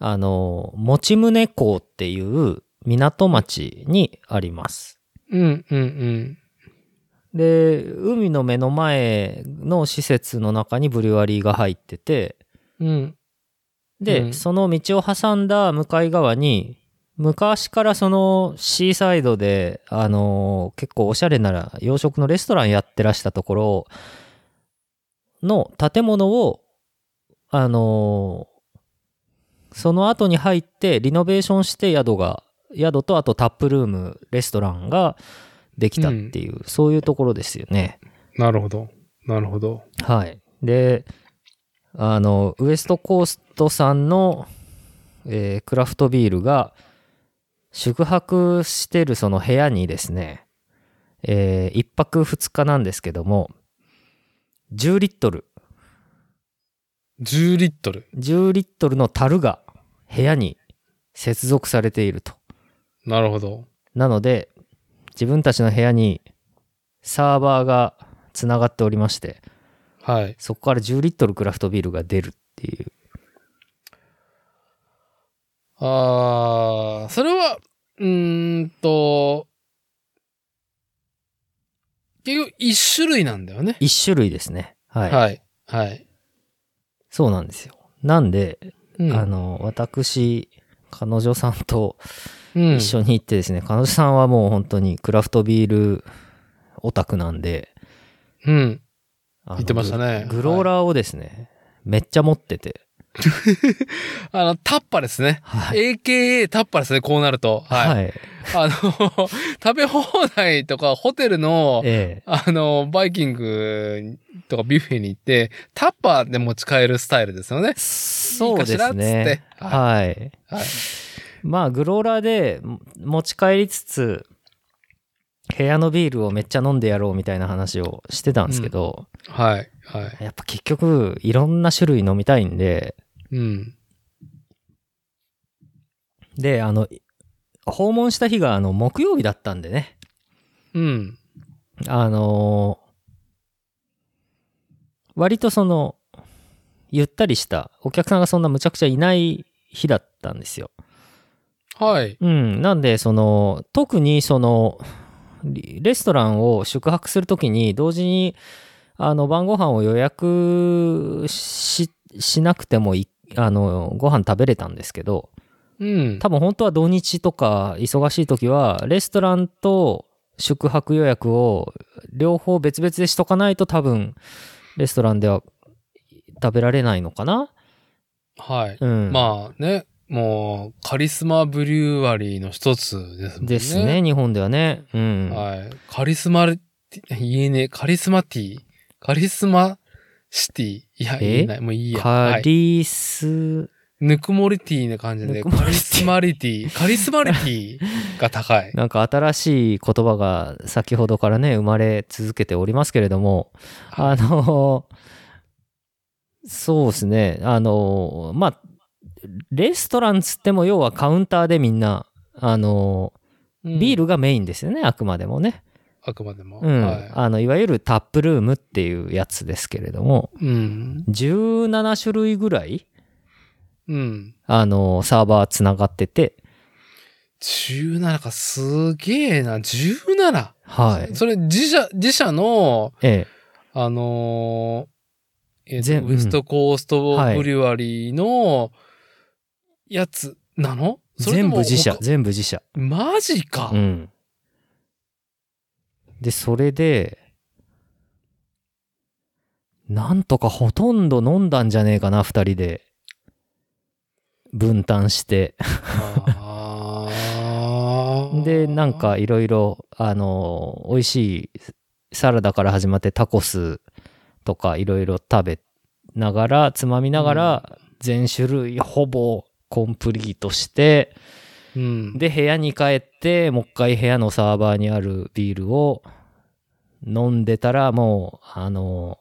あの、持宗港っていう港町にあります。あれうん、うん、うん。で、海の目の前の施設の中にブリュワリーが入ってて、うん。で、うんその道を挟んだ向かい側に、昔からそのシーサイドで、あの結構おしゃれな洋食のレストランやってらしたところの建物を、あのその後に入ってリノベーションして宿が、宿とあとタップルーム、レストランができたっていう、そういうところですよね。なるほど。なるほど。はい。で、あの、ウエストコーストさんの、えークラフトビールが、宿泊してるその部屋にですね、え1泊2日なんですけども、10リットル、 10リットル。 10リットルの樽が部屋に接続されていると。なるほど。なので、自分たちの部屋にサーバーがつながっておりまして、はい。そこから10リットルクラフトビールが出るっていう。あー、それは、うーんと、結局一種類なんだよね。一種類ですね。はい。はい。はい。そうなんですよ。なんで、うんあ、の、私、彼女さんとうん一緒に行ってですね、彼女さんはもう本当にクラフトビールオタクなんで、うん。あの言ってましたねググローラーをですね、めっちゃ持ってて、あの、タッパですね。はい。 AKA タッパですね、こうなると。はい。はい。あの、 食べ放題とかホテルの、ええ。あの、バイキングとかビュッフェに行って、タッパーで持ち帰るスタイルですよね。そうでいいかしらすっつね。ってはい。はい。まあ、グローラーでも持ち帰りつつ、部屋のビールをめっちゃ飲んでやろうみたいな話をしてたんですけど、はい。はい。やっぱ結局、いろんな種類飲みたいんで、うん。で、あの、訪問した日が、あの、木曜日だったんでね。うん。あのー割とその、ゆったりした、お客さんがそんなむちゃくちゃいない日だったんですよ。はい。うん。なんで、その、特にその、リレストランを宿泊するときに、同時に、あの、晩ご飯を予約し、しなくてもい、あの、ご飯食べれたんですけど、うん。多分本当は土日とか忙しい時はレストランと宿泊予約を両方別々でしとかないと多分レストランでは食べられないのかなはい。うん。まあね、もう、カリスマブリュワリーの一つですもんね。ですね、。日本ではね。うん。はい。カリスマティ、言えねえ、カリスマティカリスマシティいや、え言えない。もういいや。カはい。リス、ぬくもりティな感じで、ぬくもりティカリスマリティ、カリスマリティが高い。なんか新しい言葉が先ほどからね、生まれ続けておりますけれども、 あの、そうですね。あの、まあ、レストランつっても要はカウンターでみんな、あの、ビールルがメインですよね、あくまでもね。あくまでも。うん。はあの、いわゆるタップルームっていうやつですけれども、い。うん。 17種類ぐらい、うん。あの、サーバーつながってて、 17か、すげえな。17。はい。それ、自社、自社の、えあのーえーと全ウエストコーストはいブリュワリーのやつなの、え、それと全も部自社、他全部自社。マジか、うん。で、それで、なんとかほとんど飲んだんじゃねえかな、二人で。分担して。あーで、なん、かいろいろ、あの、美味しいサラダから始まってタコスとかいろいろ食べながら、つまみながら、全種類ほぼコンプリートして、うん、で、部屋に帰って、もう一回部屋のサーバーにあるビールを飲んでたら、もう、あの、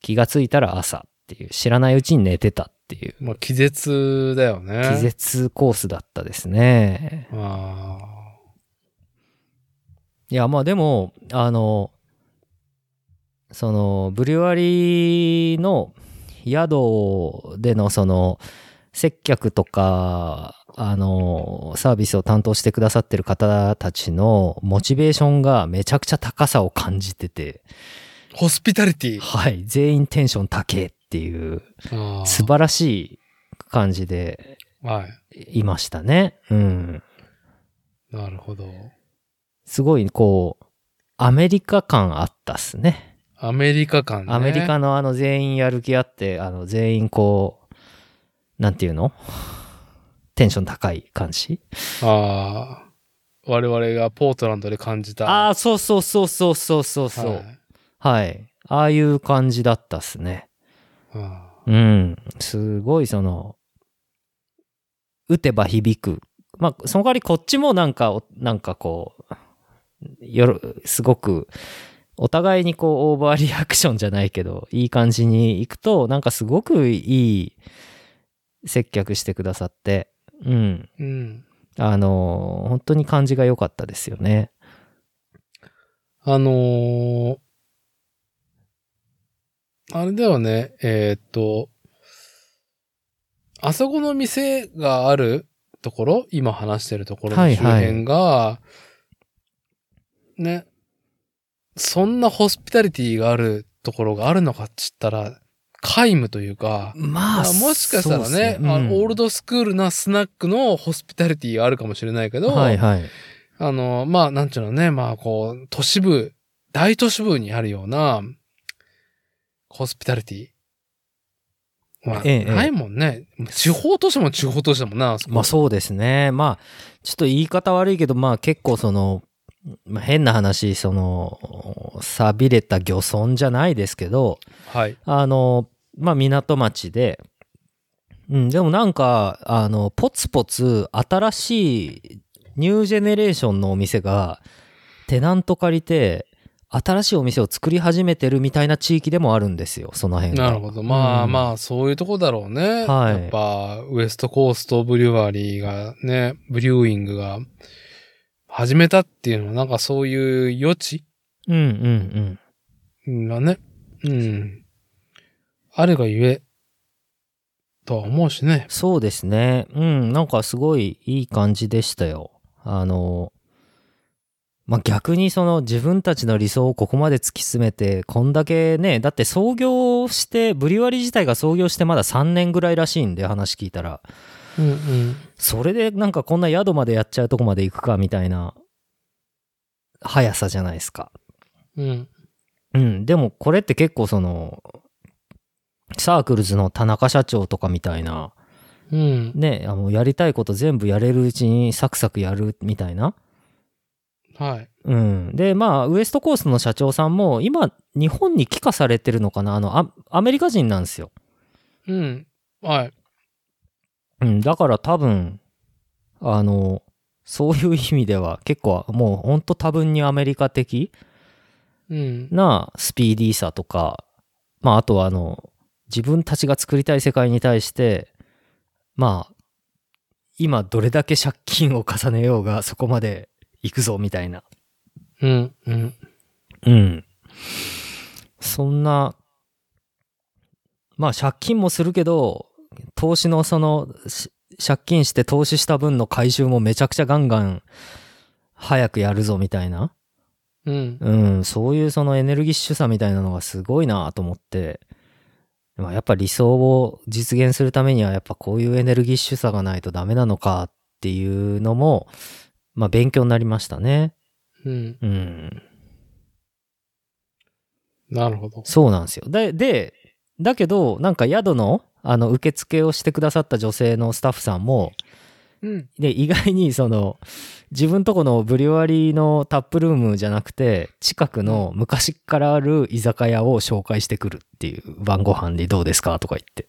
気がついたら朝っていう、知らないうちに寝てたっていう、まあ、気絶だよね。気絶コースだったですね。あいや、まあでも、あの、その、ブリュワリーの宿でのその、接客とか、あの、サービスを担当してくださってる方たちのモチベーションがめちゃくちゃ高さを感じてて、ーホスピタリティ。はい、全員テンション高えっていう、あー素晴らしい感じではい。いましたね。うん。なるほど。すごい、こう、アメリカ感あったっすね。アメリカ感ね。アメリカのあの全員やる気あって、あの全員こう、なんていうのテンション高い感じああ。我々がポートランドで感じた。ああ、そうそうそうそうそうそうそう、はいはい。ああいう感じだったっすね。うんうん。すごいその、打てば響く。まあ、その代わりこっちもなんか、おなんかこう、よろ、すごく、お互いにこう、オーバーリアクションじゃないけど、いい感じに行くと、なんかすごくいい接客してくださって、うん。うん。あの、本当に感じが良かったですよね。あのーあれだよね、えーっと、あそこの店があるところ、今話してるところのはい周はい辺が、ね、そんなホスピタリティがあるところがあるのかっつったら、皆無というか、まあ、まあもしかしたらそうっねすうんあのオールドスクールなスナックのホスピタリティがあるかもしれないけど、はいはい。あの、まあ、なんちゅうのね、まあ、こう、都市部、大都市部にあるような、ホスピタリティ。まあ、ええないもんね。地方都市も地方都市だもんな、あそこまあそうですね。まあ、ちょっと言い方悪いけど、まあ結構その、まあ、変な話、その、錆びれた漁村じゃないですけど、はい。あの、まあ港町で、うん、でもなんか、あの、ポツポツ新しいニュージェネレーションのお店が、テナント借りて、新しいお店を作り始めてるみたいな地域でもあるんですよ、その辺が。なるほど。まあうんまあ、そういうとこだろうね。はいやっぱ、ウエストコーストブリュワリーがね、ブリューイングが始めたっていうのは、なんかそういう余地うんうんうん。がね、うん。あるがゆえ、とは思うしね。そうですね。うん、なんかすごいいい感じでしたよ。あの、まあ、逆にその自分たちの理想をここまで突き詰めて、こんだけね、だって創業して、ブリュワリー自体が創業してまだ3年ぐらいらしいんで話聞いたら、うんうん。それでなんかこんな宿までやっちゃうとこまで行くかみたいな速さじゃないですか。うん。うん、でもこれって結構その、サークルズの田中社長とかみたいな、うん。ね、あのやりたいこと全部やれるうちにサクサクやるみたいな。はい。うん、でまあウエストコースの社長さんも今日本に帰化されてるのかなあのアアメリカ人なんですよ、うん。はい。うん、だから多分あのそういう意味では結構もうほんと多分にアメリカ的うん。なスピーディーさとか、まあ、あとはあの自分たちが作りたい世界に対してまあ今どれだけ借金を重ねようがそこまで行くぞみたいなうん。うん。うん。そんな、まあ借金もするけど、投資のその、し借金して投資した分の回収もめちゃくちゃガンガン早くやるぞみたいな。うん。うん、そういうそのエネルギッシュさみたいなのがすごいなと思って。まあ、やっぱ理想を実現するためにはやっぱこういうエネルギッシュさがないとダメなのかっていうのも、まあ勉強になりましたね。うん。うん。なるほど。そうなんですよ。で、で、だけど、なんか宿の、あの、受付をしてくださった女性のスタッフさんも、うん。で、意外に、その、自分とこのブリュワリーのタップルームじゃなくて、近くの昔からある居酒屋を紹介してくるっていう晩ご飯にどうですかとか言って。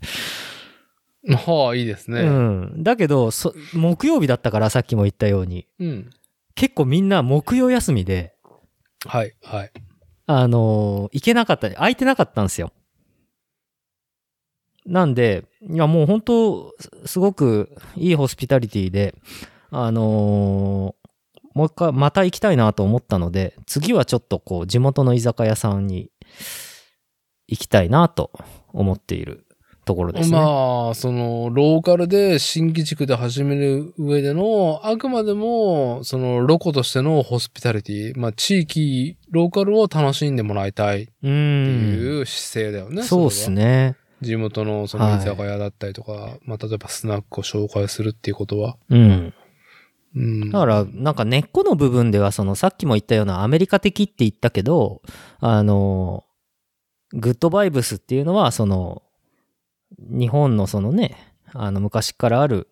はあ、いいですうね。ん。だけど、そ木曜日だったから、さっきも言ったように、うん。結構みんな木曜休みで、はい。はい。あのー行けなかった、空いてなかったんですよ。なんで、いやもう本当、すすごくいいホスピタリティで、あのーもう一回、また行きたいなと思ったので、次はちょっとこう、地元の居酒屋さんに行きたいなと思っているところですね。まあ、その、ローカルで新規地区で始める上での、あくまでも、その、ロコとしてのホスピタリティ、まあ、地域、ローカルを楽しんでもらいたいっうてん。いう姿勢だよね。そうですれは。ね。地元のその居酒屋だったりとか、まあ、例えばスナックを紹介するっていうことは。うん。うん。だから、なんか根っこの部分では、そのさっきも言ったようなアメリカ的って言ったけど、あの、グッドバイブスっていうのは、その、日本のそのね、あの昔からある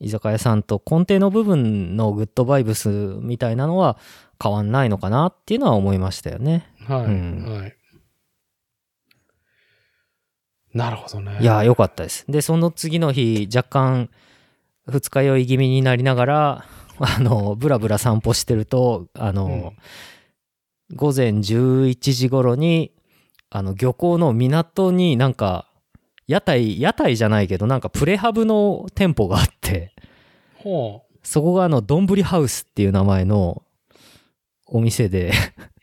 居酒屋さんと根底の部分のグッドバイブスみたいなのは変わんないのかなっていうのは思いましたよね。はい、うんはい。なるほどね。いやー、良かったです。で、その次の日、若干、二日酔い気味になりながら、あの、ブラブラ散歩してると、あの、午前11時頃に、あの、漁港の港になんか、屋台、屋台じゃないけど、なんかプレハブの店舗があって、 ほそこがあの、どんぶりハウスっていう名前のお店で、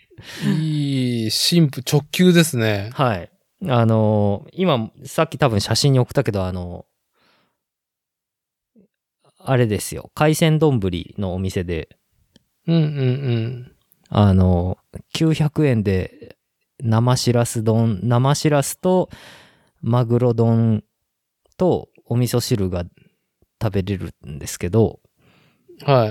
う。いい、神父、直球ですね。はい。あのー今、さっき多分写真に送ったけど、あのあれですよ。海鮮丼のお店で、うんうんうん。あのー900円で生しらす丼、生しらすとマグロ丼とお味噌汁が食べれるんですけど、は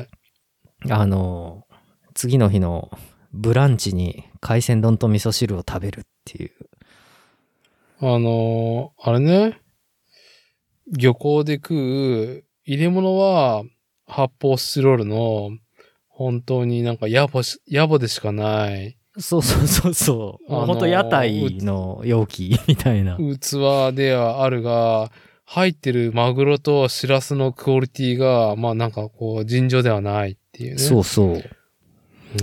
い。あのー次の日のブランチに海鮮丼と味噌汁を食べるっていう。あのーあれね。漁港で食う、入れ物は、発泡スチロールの、本当になんか野暮し、野暮でしかない、そうそうそうそう。あのー本当屋台の容器みたいな。器ではあるが、入ってるマグロとシラスのクオリティが、まあなんかこう、尋常ではないっていうね。そうそう。はい。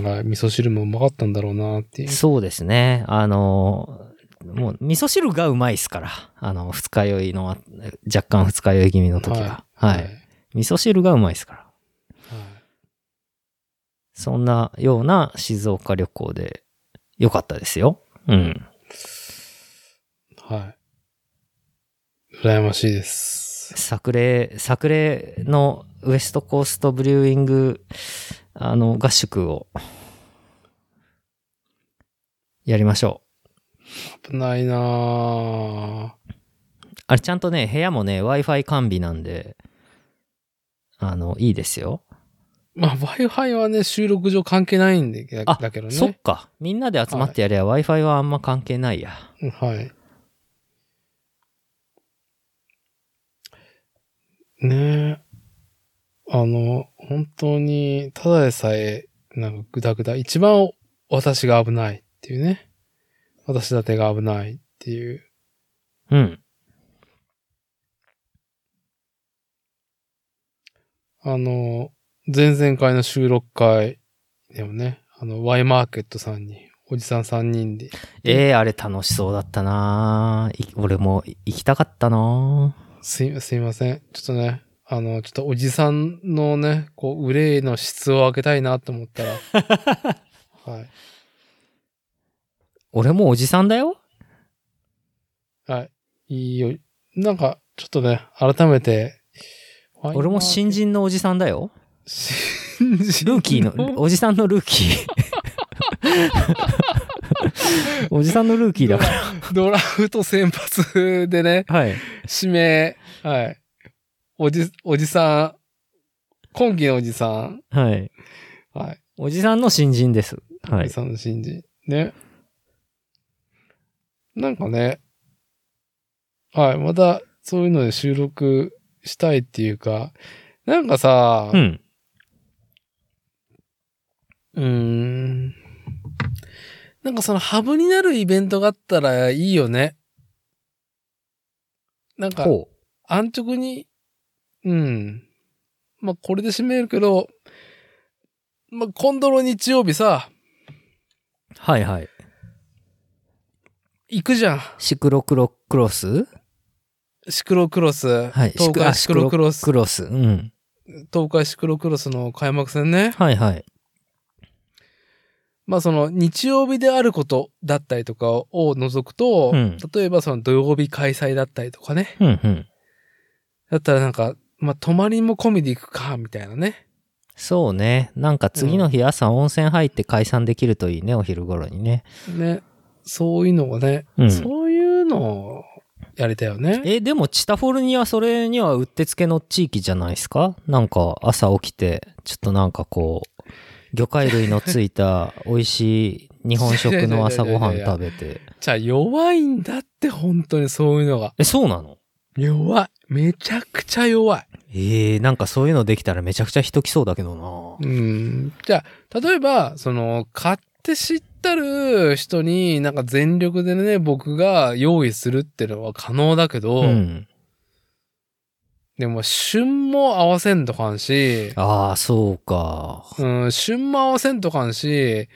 味噌汁もうまかったんだろうなっていう。そうですね。あのー、もう味噌汁がうまいっすから。あの、二日酔いの、若干二日酔い気味の時は。はい。はい味噌汁がうまいっすから。そんなような静岡旅行で良かったですよ。うん。はい。羨ましいです。作例、作例のウエストコーストブリューイング、あの、合宿を、やりましょう。危ないなぁあれちゃんとね、部屋もね、Wi-Fi 完備なんで、あの、いいですよ。まあ、Wi-Fi はね、収録上関係ないんで、だあだけどそっね。か。みんなで集まってやりゃ、Wi-Fi はあんま関係ないや。はい。ねえ。あの、本当に、ただでさえ、なんかグダグダ。一番私が危ないっていうね。私だてが危ないっていう。うん。あの、前々回の収録会でもね、あの、Y マーケットさんに、おじさん3人で、ええあれ楽しそうだったなぁい俺も行きたかったなぁすい、すいません。ちょっとね、あの、ちょっとおじさんのね、こう、憂いの質を上げたいなと思っ たら、はい。俺もおじさんだよはい。いいよ。なんか、ちょっとね、改めて、Y 俺マもーケ新。人のおじさんだよ新人ルーキーの、おじさんのルーキー。 おじさんのルーキーだかドラフト先発でね、ら。はい。指名、はい。おじ、おじさん、今季のおじさん、はい。はい。おじさんの新人です。はおいじ。さんの新人。ね。なんかね、はい、またそういうので収録したいっていうか、なんかさ、う。うんーん、なんかそのハブになるイベントがあったらいいよね。なんか、こう。安直に、うん。まあ、これで締めるけど、まあ、今度の日曜日さ、はいはい。行くじゃん。シクロクロクロスシクロクロス。はい。東海シクロクロスク。ロス。うん。東海シクロクロスの開幕戦ね。はいはい。まあその日曜日であることだったりとかを除くと、うん例えばその土曜日開催だったりとかね。うんうん。だったらなんか、まあ泊まりも込みで行くか、みたいなね。そうね。なんか次の日朝温泉入って解散できるといいね、お昼頃にね。ね。そういうのがね、うんそういうのをやりたいよね。え、でもチタフォルニアそれにはうってつけの地域じゃないですかなんか朝起きて、ちょっとなんかこう、魚介類のつい た美味しい日本食の朝ごはん食べて。じゃあ弱いんだって、本当にそういうのが。え、そうなの弱い。めちゃくちゃ弱い。えー、なんかそういうのできたらめちゃくちゃ人来そうだけどなうん。じゃあ、例えば、その、買って知ったる人になんか全力でね、僕が用意するってのは可能だけど、うん。でも旬も合わせんとかんし、ああ、そうか。うん、旬も合わせんとかんし、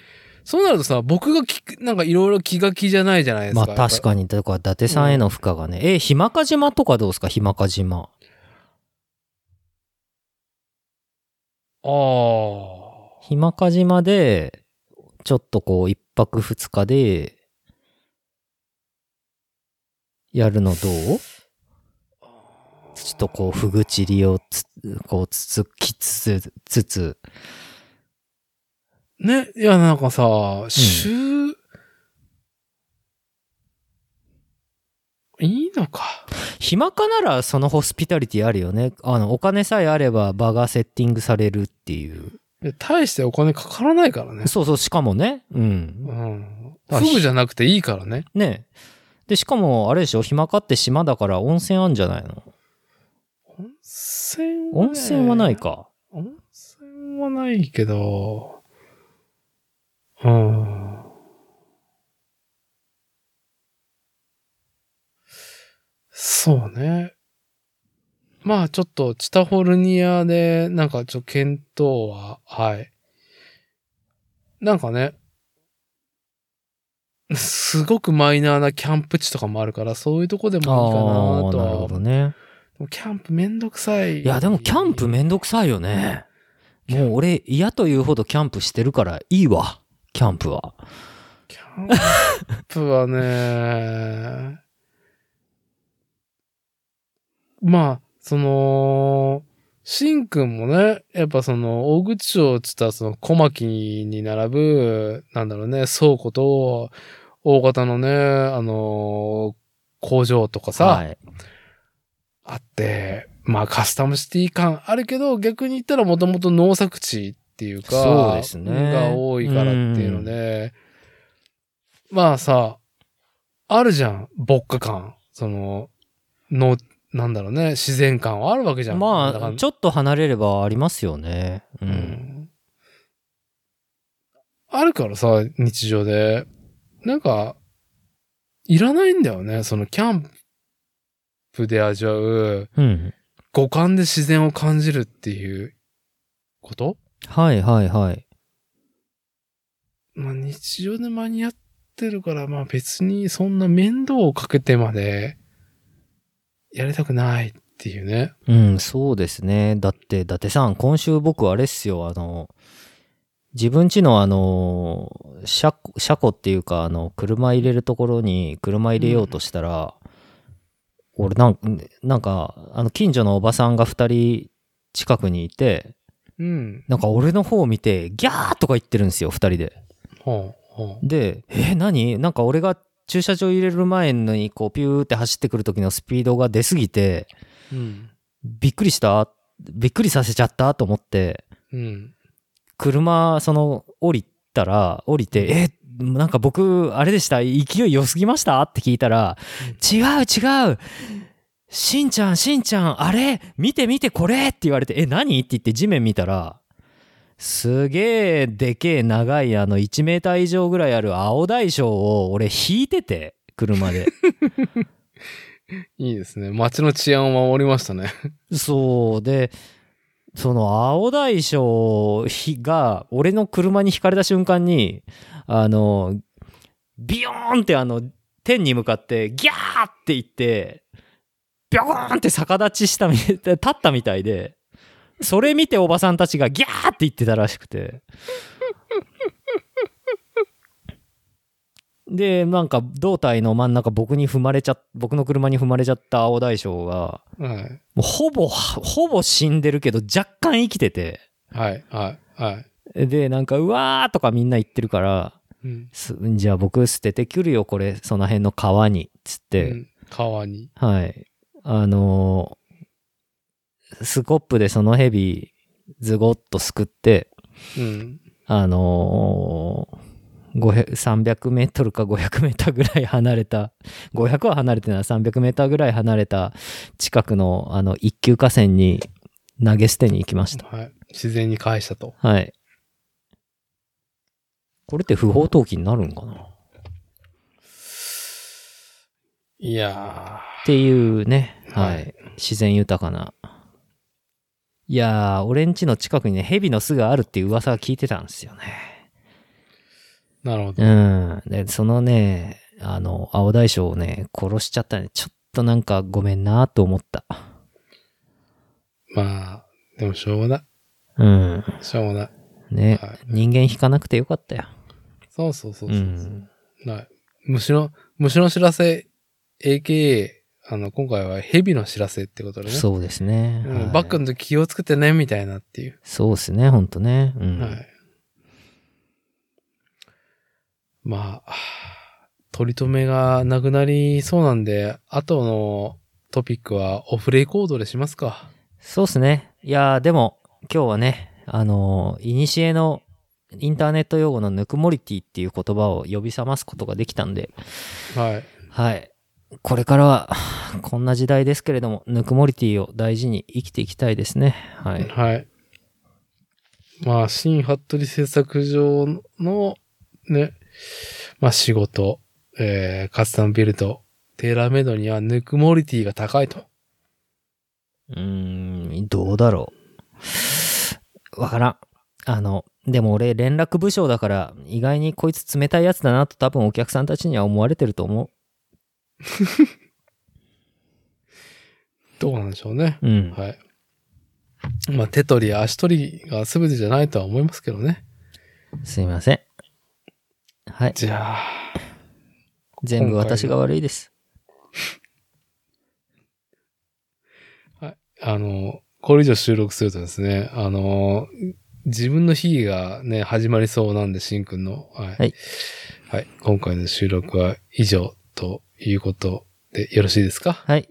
そうなるとさ、僕がきなんかいろいろ気が気じゃないじゃないですまあか。確かに、だから伊達さんへの負荷がね。え、ひまか島とかどうですかひまか島。ああ。ひまか島で、ちょっとこう、一泊二日で、やるのどうちょっとこう、ふぐちりをつ、こう、つつきつつ、つつ、ね、いや、なんかさ、週、いいのか。暇かならそのホスピタリティあるよね。あの、お金さえあれば場がセッティングされるっていう。いや大してお金かからないからね。そうそう、しかもね。う。うんん。フグじゃなくていいからね。ねで、しかも、あれでしょ、暇かって島だから温泉あんじゃないの温泉は、ね、温泉はない。か。温泉はないけど、うん。そうね。まあちょっと、チタフォルニアで、なんかちょっと検討は、はい。なんかね、すごくマイナーなキャンプ地とかもあるから、そういうとこでああもいいかなー、となはるほどね。でもキャンプめんどくさい。いや、でもキャンプめんどくさいよね。もう俺嫌というほどキャンプしてるからいいわ。キャンプは。キャンプはね、まあ、その、しんくんもね、やっぱその、大口町って言ったらその小牧に並ぶ、なんだろうね、倉庫と、大型のね、あのー工場とかさ、はい。あって、まあカスタムシティ感あるけど、逆に言ったらもともと農作地っていうか、そうですねが多いからっていうので、まあさ、あるじゃん、牧歌感。その、の、なんだろうね、自然感はあるわけじゃん。だかまあ、らちょっと離れればありますよね。う。うんんあるからさ、日常で。なんか、いらないんだよね、そのキャンプで味わう、うん。五感で自然を感じるっていうこと、はいはいはい。まあ、日常で間に合ってるから、まあ別にそんな面倒をかけてまでやりたくないっていうね。うん、そうですね。だって、伊達さん、今週僕あれっすよ、あの、自分家のあの、車庫、車庫っていうか、あの、車入れるところに車入れようとしたら、俺なん、なんか、あの、近所のおばさんが二人近くにいて、うん。なんか俺の方を見て、ギャーとか言ってるんですよ、二人で。ほうほで、え、何なんか俺が駐車場入れる前に、こう、ピューって走ってくる時のスピードが出すぎて、う。うん。びっくりしたびっくりさせちゃったと思って、うん。車、その、降りたら、降りて、え、なんか僕、あれでした勢い良すぎましたって聞いたら、違う違うしんちゃん、しんちゃん、あれ見て見てこれって言われて、え、何って言って地面見たら、すげえでけえ長いあの1メーター以上ぐらいある青大将を俺引いてて、車で。いいですね。街の治安を守りましたね。そうでその青大将ひが俺の車にひかれた瞬間にあのビヨーンってあの天に向かってギャーって言ってビョーンって逆立ちしたみ立ったみたいでそれ見ておばさんたちがギャーって言ってたらしくて。でなんか胴体の真ん中僕に踏まれちゃ僕の車に踏まれちゃった青大将がはい。もうほぼ、ほぼ死んでるけど、若干生きてて。はい。はい。はい。で、なんか、うわーとかみんな言ってるから、うん。すじゃあ僕捨ててくるよ、これ、その辺の川に、つっうて、ん、川に。はい。あのースコップでそのヘビ、ズゴッとすくって、うん。あのー、500 300メートルか500メーターぐらい離れた、500は離れてない、300メーターぐらい離れた近くの、あの、一級河川に投げ捨てに行きました。はい。自然に返したと。はい。これって不法投棄になるんかなっいやていうね、は。はい自然豊かな。いやー、俺んちの近くにね、蛇の巣があるっていう噂が聞いてたんですよね。ー、なるほど。うん。で、そのね、あの、青大将をね、殺しちゃったね。ちょっとなんかごめんなと思った。まあ、でもしょうがなうん。い。しょうがない。ね、はい人間引かなくてよかったよ。そうそうそううそう。ん。はい。虫の、虫の知らせ、AKA、あの、今回は蛇の知らせってことでね。そうですね。うんはいバックの時気をつけてね、みたいなっていう。そうですね、ほんとね。うん。はい。まあ、取り留めがなくなりそうなんで、後のトピックはオフレコードでしますか。そうですね。いやーでも、今日はね、あのー、いにしえのインターネット用語のぬくもりティっていう言葉を呼び覚ますことができたんで、はい。はい。これからは、こんな時代ですけれども、ぬくもりティを大事に生きていきたいですね。はい。はい。まあ、新服部製作所の、ね、まあ仕事、えー、カスタムビルド、テーラーメイドにはぬくもりティが高いと。うーん、どうだろう。わからん。あの、でも俺、連絡部署だから、意外にこいつ冷たいやつだなと多分お客さんたちには思われてると思どうなんでしょうね。う。うん。はい。まあ、手取りや足取りが全てじゃないとは思いますけどね。すいません。はい。じゃあ、全部私が悪いです。あの、これ以上収録するとですね、あの、自分の日がね、始まりそうなんで、しんくんの。はい。はいはい。今回の収録は以上ということでよろしいですかはい。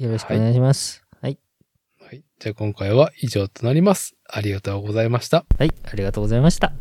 よろしくお願いします。はい。はい。じゃあ今回は以上となります。ありがとうございました。はい。ありがとうございました。